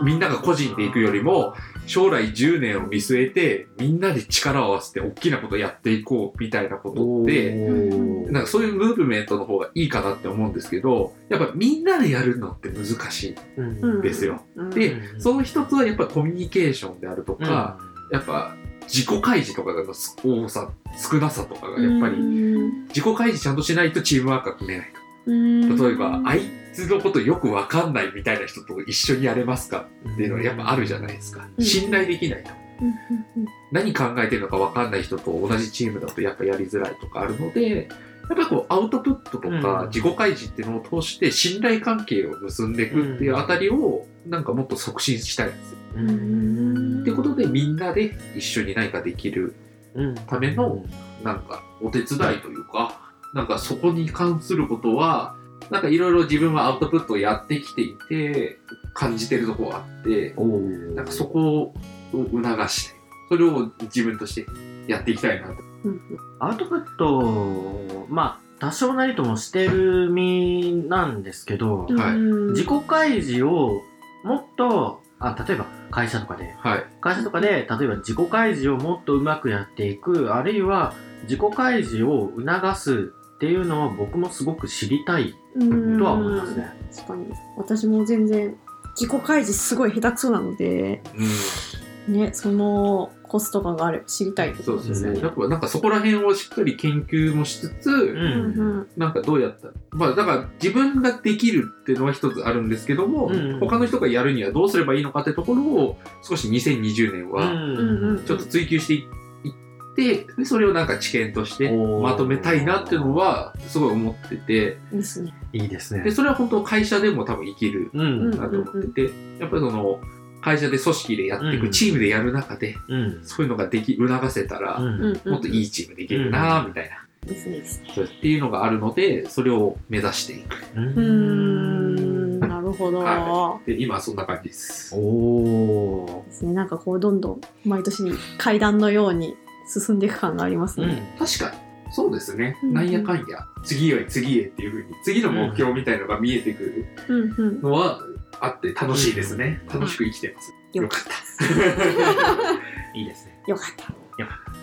[SPEAKER 2] みんなが個人で行くよりも、将来10年を見据えて、みんなで力を合わせて大きなことやっていこう、みたいなことって、
[SPEAKER 4] おー
[SPEAKER 2] なんかそういうムーブメントの方がいいかなって思うんですけど、やっぱみんなでやるのって難しいんですよ。
[SPEAKER 3] うん
[SPEAKER 2] で
[SPEAKER 4] うん
[SPEAKER 2] その一つはやっぱコミュニケーションであるとか、やっぱ自己開示とかが多さ、少なさとかがやっぱり、
[SPEAKER 3] うん
[SPEAKER 2] 自己開示ちゃんとしないとチームワークが決めないと。
[SPEAKER 3] うん
[SPEAKER 2] 例えば、あいつのことよくわかんないみたいな人と一緒にやれますかっていうのはやっぱあるじゃないですか。
[SPEAKER 3] うん
[SPEAKER 2] 信頼できないと。
[SPEAKER 3] うんうん
[SPEAKER 2] 何考えてるのか分かんない人と同じチームだとやっぱやりづらいとかあるのでやっぱりこうアウトプットと
[SPEAKER 4] う
[SPEAKER 2] か
[SPEAKER 4] ん
[SPEAKER 2] 自己開示っていうのを通して信頼関係を結んでいくっていうあたりをなんかもっと促進したいんですよ。
[SPEAKER 4] う
[SPEAKER 3] うん
[SPEAKER 2] ってことでみんなで一緒に何かできる
[SPEAKER 4] うん
[SPEAKER 2] ためのなんかお手伝いというかなんかそこに関することはなんかいろいろ自分はアウトプットをやってきていて感じてるところがあって
[SPEAKER 4] おー
[SPEAKER 2] なんかそこを促して、それを自分としてやっていきたいなと。
[SPEAKER 4] アウトプットをまあ多少なりともしてる身なんですけど、
[SPEAKER 3] うん
[SPEAKER 2] はい
[SPEAKER 3] うん
[SPEAKER 4] 自己開示をもっとあ例えば会社とかで
[SPEAKER 2] はい。
[SPEAKER 4] 会社とかで例えば自己開示をもっとうまくやっていくあるいは自己開示を促すっていうのを僕もすごく知りたいとは思いますね。
[SPEAKER 3] 確かに私も全然自己開示すごい下手くそなので
[SPEAKER 2] うん。
[SPEAKER 3] ねそのコスト感があれば知りたい
[SPEAKER 2] そうです
[SPEAKER 4] う
[SPEAKER 2] ね。
[SPEAKER 4] ん
[SPEAKER 2] やっぱなんかそこら辺をしっかり研究もしつつ、
[SPEAKER 3] うんうん
[SPEAKER 2] なんかどうやったらまあだから自分ができるっていうのは一つあるんですけども、
[SPEAKER 4] うん
[SPEAKER 2] 他の人がやるにはどうすればいいのかってところを少し2020年
[SPEAKER 4] う
[SPEAKER 2] は
[SPEAKER 4] ん
[SPEAKER 3] うんうん
[SPEAKER 2] ちょっと追求していって、でそれをなんか知見として
[SPEAKER 4] おー
[SPEAKER 2] まとめたいなっていうのはすごい思ってて、
[SPEAKER 3] いいですね
[SPEAKER 4] いいです
[SPEAKER 2] で、
[SPEAKER 4] ね。
[SPEAKER 2] それは本当会社でも多分生きる
[SPEAKER 4] うん
[SPEAKER 3] うん
[SPEAKER 2] なと思ってて、やっぱりその会社で組織でやってい
[SPEAKER 4] うん
[SPEAKER 2] く、チームでやる中で、
[SPEAKER 4] うん
[SPEAKER 2] そういうのができ、促せたら、
[SPEAKER 4] うん
[SPEAKER 3] うんうん
[SPEAKER 2] もっといいチームでいけるなぁみたいな、
[SPEAKER 3] いいですねいいですね
[SPEAKER 2] そうっていうのがあるので、それを目指していく。
[SPEAKER 3] う
[SPEAKER 4] う
[SPEAKER 3] ー
[SPEAKER 4] ん
[SPEAKER 3] んなるほど、
[SPEAKER 2] はで、今はそんな感じです。
[SPEAKER 4] おー
[SPEAKER 3] ですねなんかこうどんどん毎年階段のように進んでいく感があります
[SPEAKER 4] うん
[SPEAKER 3] ね、
[SPEAKER 2] 確かに、そうですね。
[SPEAKER 3] うん
[SPEAKER 2] なんやかんや、次へ次へっていうふうに、次の目標みたいのが見えてくる
[SPEAKER 3] うんうん
[SPEAKER 2] のは、あって楽しいですね。楽しく生きてます。
[SPEAKER 3] よ
[SPEAKER 2] よ
[SPEAKER 3] か
[SPEAKER 2] か
[SPEAKER 3] っ
[SPEAKER 2] った
[SPEAKER 4] いいですね。
[SPEAKER 3] たよかった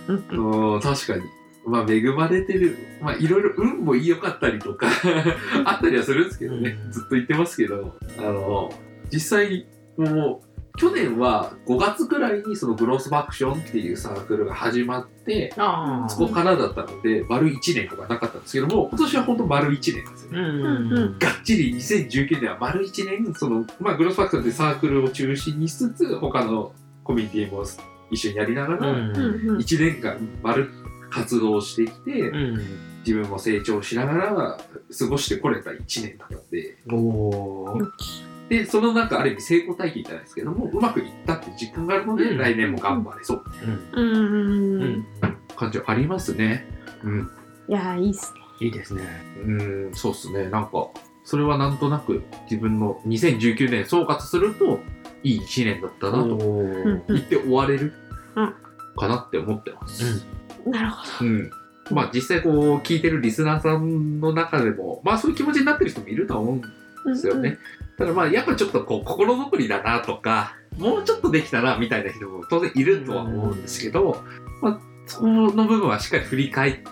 [SPEAKER 2] うん、確かに。まあ、恵まれてる。まあ、いろいろ運も良かったりとか、あったりはするんですけどね
[SPEAKER 4] う。ん
[SPEAKER 2] ずっと言ってますけど、あの、実際、もう、去年は5月くらいにそのグロースバクションっていうサークルが始まって、
[SPEAKER 4] あ
[SPEAKER 2] そこからだったので、丸1年とかなかったんですけども、今年は本当丸1年なんですよね。
[SPEAKER 4] うん
[SPEAKER 3] う
[SPEAKER 4] うんん。
[SPEAKER 2] がっちり2019年は丸1年、その、まあ、グロスファクトでサークルを中心にしつつ、他のコミュニティも一緒にやりなが
[SPEAKER 4] う
[SPEAKER 2] ら、
[SPEAKER 3] うん
[SPEAKER 4] ん。
[SPEAKER 3] うん
[SPEAKER 2] 一1年間まるっと活動してきて、
[SPEAKER 4] うん。
[SPEAKER 2] 自分も成長しながら過ごしてこれた1年だったんで
[SPEAKER 4] おー。
[SPEAKER 2] でそのなんかある意味成功体験じゃないですけどもうまくいったって実感があるので、
[SPEAKER 4] うん
[SPEAKER 2] 来年も頑張れそう
[SPEAKER 4] うん。
[SPEAKER 3] うんうんう
[SPEAKER 4] うんん。
[SPEAKER 2] 感じはありますねうん
[SPEAKER 3] いやいいっすね
[SPEAKER 4] いいですね。
[SPEAKER 2] うんそうっすねなんかそれはなんとなく自分の2019年総括するといい1年だったなと
[SPEAKER 4] お
[SPEAKER 3] うん
[SPEAKER 4] ー。
[SPEAKER 2] 言って終われる
[SPEAKER 3] うん
[SPEAKER 2] かなって思ってます、
[SPEAKER 3] なるほ
[SPEAKER 2] う
[SPEAKER 3] ど
[SPEAKER 2] ん。まあ実際こう聞いてるリスナーさんの中でも、まあそういう気持ちになってる人もいるとは思うんですよね。ただまあやっぱちょっとこう心残りだなとか、もうちょっとできたらみたいな人も当然いるとは思うんですけど、まあそこの部分はしっかり振り返って、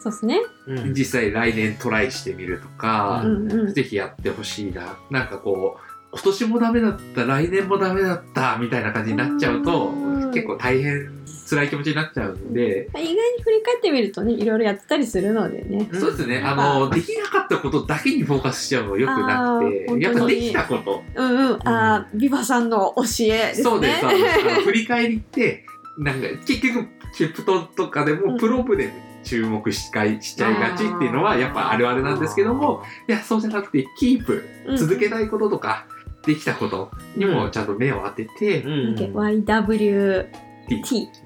[SPEAKER 3] そうっすね
[SPEAKER 4] うん
[SPEAKER 2] 実際来年トライしてみるとか
[SPEAKER 3] う、んうん
[SPEAKER 2] ぜひやってほしいな。なんかこう、今年もダメだった、来年もダメだった、みたいな感じになっちゃうと、
[SPEAKER 3] うん
[SPEAKER 2] 結構大変、辛い気持ちになっちゃうんで、
[SPEAKER 3] 意外に振り返ってみるとねいろいろやってたりするのでね
[SPEAKER 2] そうですね、
[SPEAKER 4] うん
[SPEAKER 2] あの、できなかったことだけにフォーカスしちゃうのよくなく
[SPEAKER 3] あー
[SPEAKER 2] て、やっぱ
[SPEAKER 3] 本当に
[SPEAKER 2] できたこと、
[SPEAKER 3] うんうんあービバさんの教えですね
[SPEAKER 2] そうです、そうですあの振り返りって、なんか結局、ケプトンとかで
[SPEAKER 3] うん
[SPEAKER 2] もプロブレムに注目しかいしちゃいがちっていうのは、やっぱあるあるなんですけども、、いや、そうじゃなくて、キープ、
[SPEAKER 3] うん
[SPEAKER 2] 続けたいこととか、できたことにもちゃんと目を当てて、
[SPEAKER 4] う
[SPEAKER 3] なん
[SPEAKER 4] ん
[SPEAKER 3] か。YWT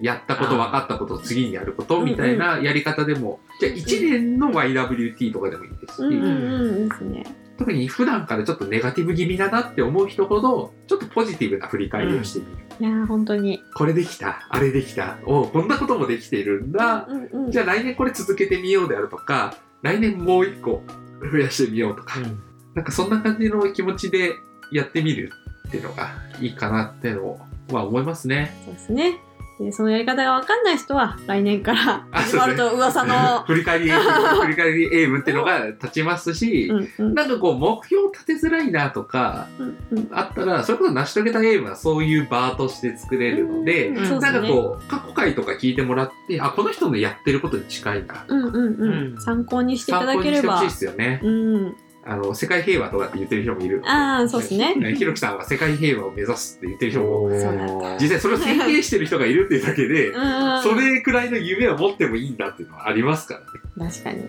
[SPEAKER 2] やったこと、分かったこと、次にやることみたいなやり方でも、じゃあ1年の YWT とかでもいいですし、
[SPEAKER 3] うんうんうんですね
[SPEAKER 2] 特に普段からちょっとネガティブ気味だなって思う人ほどちょっとポジティブな振り返りをしてみる、
[SPEAKER 3] いやー本当に
[SPEAKER 2] これできたあれできたおうこんなこともできているんだ、
[SPEAKER 3] うんうんうん
[SPEAKER 2] じゃあ来年これ続けてみようであるとか来年もう一個増やしてみようとか、
[SPEAKER 4] うん
[SPEAKER 2] なんかそんな感じの気持ちでやってみるっていうのがいいかなっていうのを、まあ、思いますね
[SPEAKER 3] そうですねでそのやり方が分かんない人は来年から始まると噂
[SPEAKER 2] <laughs>
[SPEAKER 3] の
[SPEAKER 2] 振り
[SPEAKER 3] <laughs>
[SPEAKER 2] 返り英文振り返り英文っていうのが立ちますし、
[SPEAKER 3] うんうん
[SPEAKER 2] なんかこう目標を立てづらいなとか
[SPEAKER 3] うんうん
[SPEAKER 2] あったら、それこそ成し遂げたゲームはそういう場として作れるので、
[SPEAKER 3] うんそう
[SPEAKER 2] な
[SPEAKER 3] です
[SPEAKER 2] んか
[SPEAKER 3] ね
[SPEAKER 2] こう、過去回とか聞いてもらって、あ、この人のやってることに近いな。
[SPEAKER 3] うんうんう
[SPEAKER 4] うんん
[SPEAKER 3] 参考にしていた
[SPEAKER 2] 参
[SPEAKER 3] だ
[SPEAKER 2] 考
[SPEAKER 3] け
[SPEAKER 2] にして
[SPEAKER 3] れ
[SPEAKER 2] ほ
[SPEAKER 3] ば
[SPEAKER 2] しいですよね。
[SPEAKER 3] うん
[SPEAKER 2] あの、世界平和とかって言ってる人もいるので。
[SPEAKER 3] あーそうですね
[SPEAKER 2] ねひろきさんは世界平和を目指すって言ってる人も、
[SPEAKER 3] そうだ
[SPEAKER 4] お
[SPEAKER 2] 実
[SPEAKER 4] ー。
[SPEAKER 2] 際それを宣言してる人がいるっていうだけで
[SPEAKER 3] う、んうん
[SPEAKER 2] それくらいの夢を持ってもいいんだっていうのはありますからね。
[SPEAKER 3] 確かに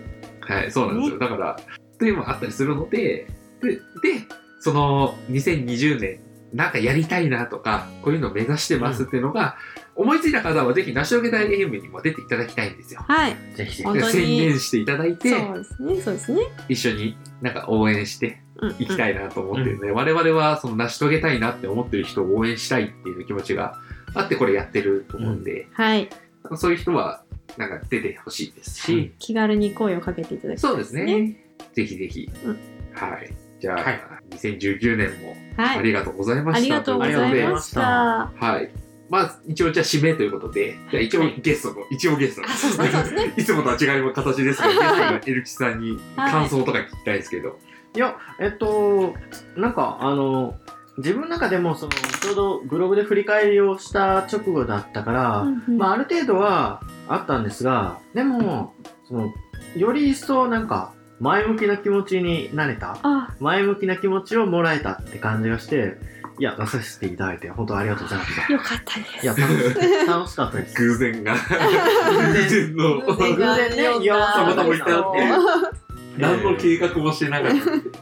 [SPEAKER 2] はい、そうなんですよ。だから、というのもあったりするので、で、で、その、2020年、なんかやりたいなとか、こういうのを目指してますっていうのが、思いついた方はぜひ、成し遂げたい FM にも出ていただきたいんですよ。
[SPEAKER 3] はい
[SPEAKER 4] ぜひぜ
[SPEAKER 3] 本
[SPEAKER 2] で
[SPEAKER 3] 当に
[SPEAKER 2] 宣言していただいて、
[SPEAKER 3] そうですねそうですね
[SPEAKER 2] 一緒になんか応援して
[SPEAKER 3] うん
[SPEAKER 2] いきたいなと思ってるので、我々はその成し遂げたいなって思ってる人を応援したいっていう気持ちがあって、これやってると思うんで、
[SPEAKER 3] はい
[SPEAKER 2] そういう人は、なんか出てほしいですし、
[SPEAKER 4] うん
[SPEAKER 3] 気軽に声をかけていただきた
[SPEAKER 2] そ
[SPEAKER 3] いう
[SPEAKER 2] ですね。ぜひぜひ。
[SPEAKER 3] うん
[SPEAKER 2] はい。じゃあ、
[SPEAKER 4] はい
[SPEAKER 2] 2019年も
[SPEAKER 3] は
[SPEAKER 2] あ
[SPEAKER 3] い
[SPEAKER 2] りがとうございました。
[SPEAKER 3] ありがとうござ
[SPEAKER 2] とい
[SPEAKER 3] いう
[SPEAKER 2] こ
[SPEAKER 3] ました
[SPEAKER 2] とではい。まあ、一応じゃあ締めということで、じゃあ一応ゲストの、一応ゲストの
[SPEAKER 3] あそうそうそうですね
[SPEAKER 2] いつもとは違う形ですが、ゲストのエルキさんに
[SPEAKER 3] はい
[SPEAKER 2] 感想とか聞きたいですけど。
[SPEAKER 4] いや、えっと、なんか、あの、自分の中でも、その、ちょうどブログで振り返りをした直後だったから、まあ、ある程度はあったんですが、でも、その、より一層なんか、前向きな気持ちになれた、
[SPEAKER 3] あ
[SPEAKER 4] 前向きな気持ちをもらえたって感じがして、いや、出させていただいて、本当ありがとうございました。
[SPEAKER 3] よかったです
[SPEAKER 4] いや、
[SPEAKER 3] <laughs>
[SPEAKER 4] 楽し楽しかったです。
[SPEAKER 2] 偶然が、偶然の、
[SPEAKER 3] 偶然ね
[SPEAKER 4] 偶然ね居合わせ
[SPEAKER 2] たまたまい
[SPEAKER 3] い
[SPEAKER 2] たよっていう。何の計画もしてなかった。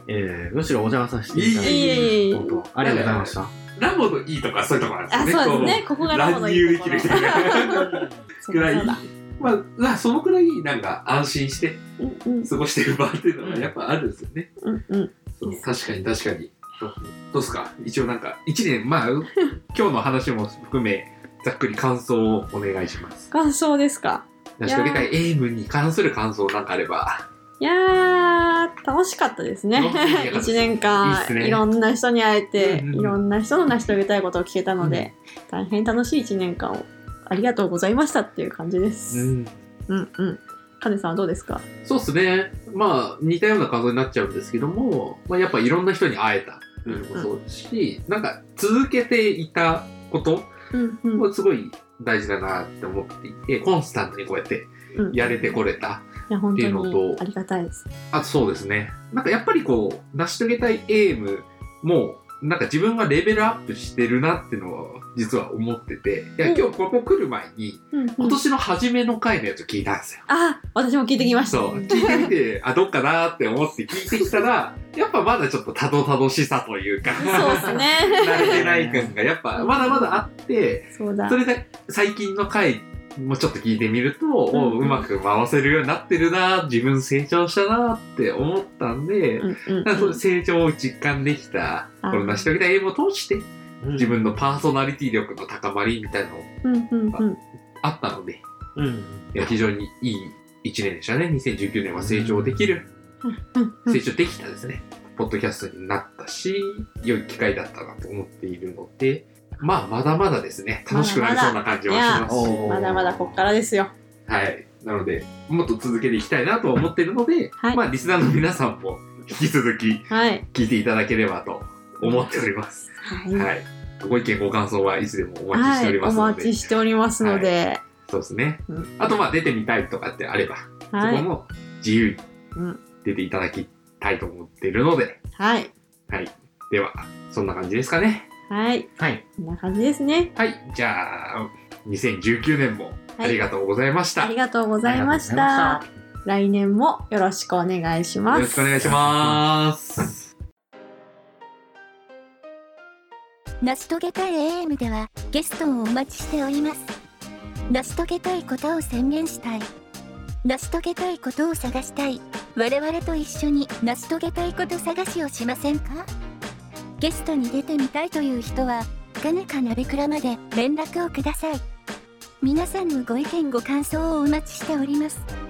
[SPEAKER 4] えーむしろお邪魔させていただ
[SPEAKER 3] いえ
[SPEAKER 4] い
[SPEAKER 3] いえい
[SPEAKER 4] て、
[SPEAKER 3] え
[SPEAKER 4] 本当ありがとうございました。
[SPEAKER 2] ラボのいいとこはそういうとこなんです
[SPEAKER 3] あ
[SPEAKER 2] よね。
[SPEAKER 3] そうですねここがラボのいいところ
[SPEAKER 2] 乱入できる
[SPEAKER 3] そう
[SPEAKER 2] くらい
[SPEAKER 3] そうだ、
[SPEAKER 2] まあ、まあそのくらいなんか安心して
[SPEAKER 3] うんうん
[SPEAKER 2] 過ごしてる場っていうのがやっぱあるんですよね。
[SPEAKER 3] うんうん
[SPEAKER 2] そう確かに確かに。どうですか一応なんか一年まあ今日の話も含めざっくり感想をお願いします。
[SPEAKER 3] 感想ですか
[SPEAKER 2] 成し遂げたいエイムに関する感想なんかあれば。
[SPEAKER 3] いやー楽しかったですね
[SPEAKER 2] 楽しかったです
[SPEAKER 3] 1年
[SPEAKER 2] いいっ
[SPEAKER 3] 間
[SPEAKER 2] すね
[SPEAKER 3] いろんな人に会えて、
[SPEAKER 2] うんうん
[SPEAKER 3] いろんな人の成し遂げたいことを聞けたので、大変楽しい1年間をありがとうございましたっていう感じです、
[SPEAKER 2] うん
[SPEAKER 3] うんうん。カネさんはどうですか。
[SPEAKER 2] そうですね。まあ、似たような感想になっちゃうんですけども、まあ、やっぱいろんな人に会えたっていうのもそうですし、なんか続けていたこと
[SPEAKER 3] うんう
[SPEAKER 2] もすごい大事だなって思っていて、コンスタントにこうやって
[SPEAKER 3] うん
[SPEAKER 2] やれてこれた。
[SPEAKER 3] いや本当
[SPEAKER 2] っていうの
[SPEAKER 3] に
[SPEAKER 2] と
[SPEAKER 3] ありがたいです。
[SPEAKER 2] あそうですね。なんかやっぱりこう、成し遂げたいエイムも、なんか自分がレベルアップしてるなってのは実は思ってて、いや、今日ここ来る前に、
[SPEAKER 3] うんうん
[SPEAKER 2] 今年の初めの回のやつ聞いたんですよ。
[SPEAKER 3] あ、私も聞いてきました。
[SPEAKER 2] そう、聞いてみて、あ、どっかなーって思って聞いてきた
[SPEAKER 3] <laughs>
[SPEAKER 2] ら、やっぱまだちょっとたどたどしさというか、
[SPEAKER 3] そうですね。
[SPEAKER 2] 慣れてない感がやっぱまだまだあって、
[SPEAKER 3] <laughs> そうだ
[SPEAKER 2] そ。れで最近の回もちょっと聞いてみると、
[SPEAKER 3] ん
[SPEAKER 2] おううまく回せるようになってるな、自分成長したなって思ったんで、
[SPEAKER 3] うんうんうん
[SPEAKER 2] なんかその成長を実感できた、
[SPEAKER 3] あー
[SPEAKER 2] この成し遂げた英語を通して、自
[SPEAKER 4] 自分
[SPEAKER 2] 分のパーソナリティ力の高まりみたいなの
[SPEAKER 3] うんうんうん。
[SPEAKER 2] あったので、
[SPEAKER 4] うん
[SPEAKER 2] いや非常にいい1年でしたね。2019年は成長できる、
[SPEAKER 3] うんうん
[SPEAKER 2] 成長できたですね、ポッドキャストになったし、良い機会だったなと思っているので、まあ、まだまだですね、楽しくなりそうな感じはします。
[SPEAKER 4] おー
[SPEAKER 3] まだまだこっからですよ。
[SPEAKER 2] はい。なので、もっと続けていきたいなと思っているので、
[SPEAKER 3] はい
[SPEAKER 2] まあ、リスナーの皆さんも引き続き
[SPEAKER 3] はい。
[SPEAKER 2] 聞いていただければと思っております。
[SPEAKER 3] はい。
[SPEAKER 2] はい。ご意見、ご感想はいつでもお待ちし
[SPEAKER 3] は
[SPEAKER 2] てお
[SPEAKER 3] い
[SPEAKER 2] りま
[SPEAKER 3] お
[SPEAKER 2] すので、
[SPEAKER 3] 待ちしておりますので。
[SPEAKER 2] そうですね
[SPEAKER 3] うん。
[SPEAKER 2] あと、まあ、出てみたいとかってあれば、
[SPEAKER 3] は
[SPEAKER 2] そこ
[SPEAKER 3] い。
[SPEAKER 2] も自由に
[SPEAKER 3] うん
[SPEAKER 2] 出ていただきたいと思っているので、
[SPEAKER 3] はい。
[SPEAKER 2] では、そんな感じですかね。
[SPEAKER 3] はい。
[SPEAKER 4] はい。
[SPEAKER 3] こんな感じですね。
[SPEAKER 2] はい、じゃあ、2019年もありがとうございました。
[SPEAKER 3] ありがとうございまし
[SPEAKER 4] あ
[SPEAKER 3] た
[SPEAKER 4] り。
[SPEAKER 3] 来年もよろしくお願いします。
[SPEAKER 2] よろしくお願いします。
[SPEAKER 1] 成し遂げたい AM ではゲストをお待ちしております成し遂げたいことを宣言したい成し遂げたいことを探したい我々と一緒に成し遂げたいこと探しをしませんかゲストに出てみたいという人はかねかなべくらまで連絡をください皆さんのご意見ご感想をお待ちしております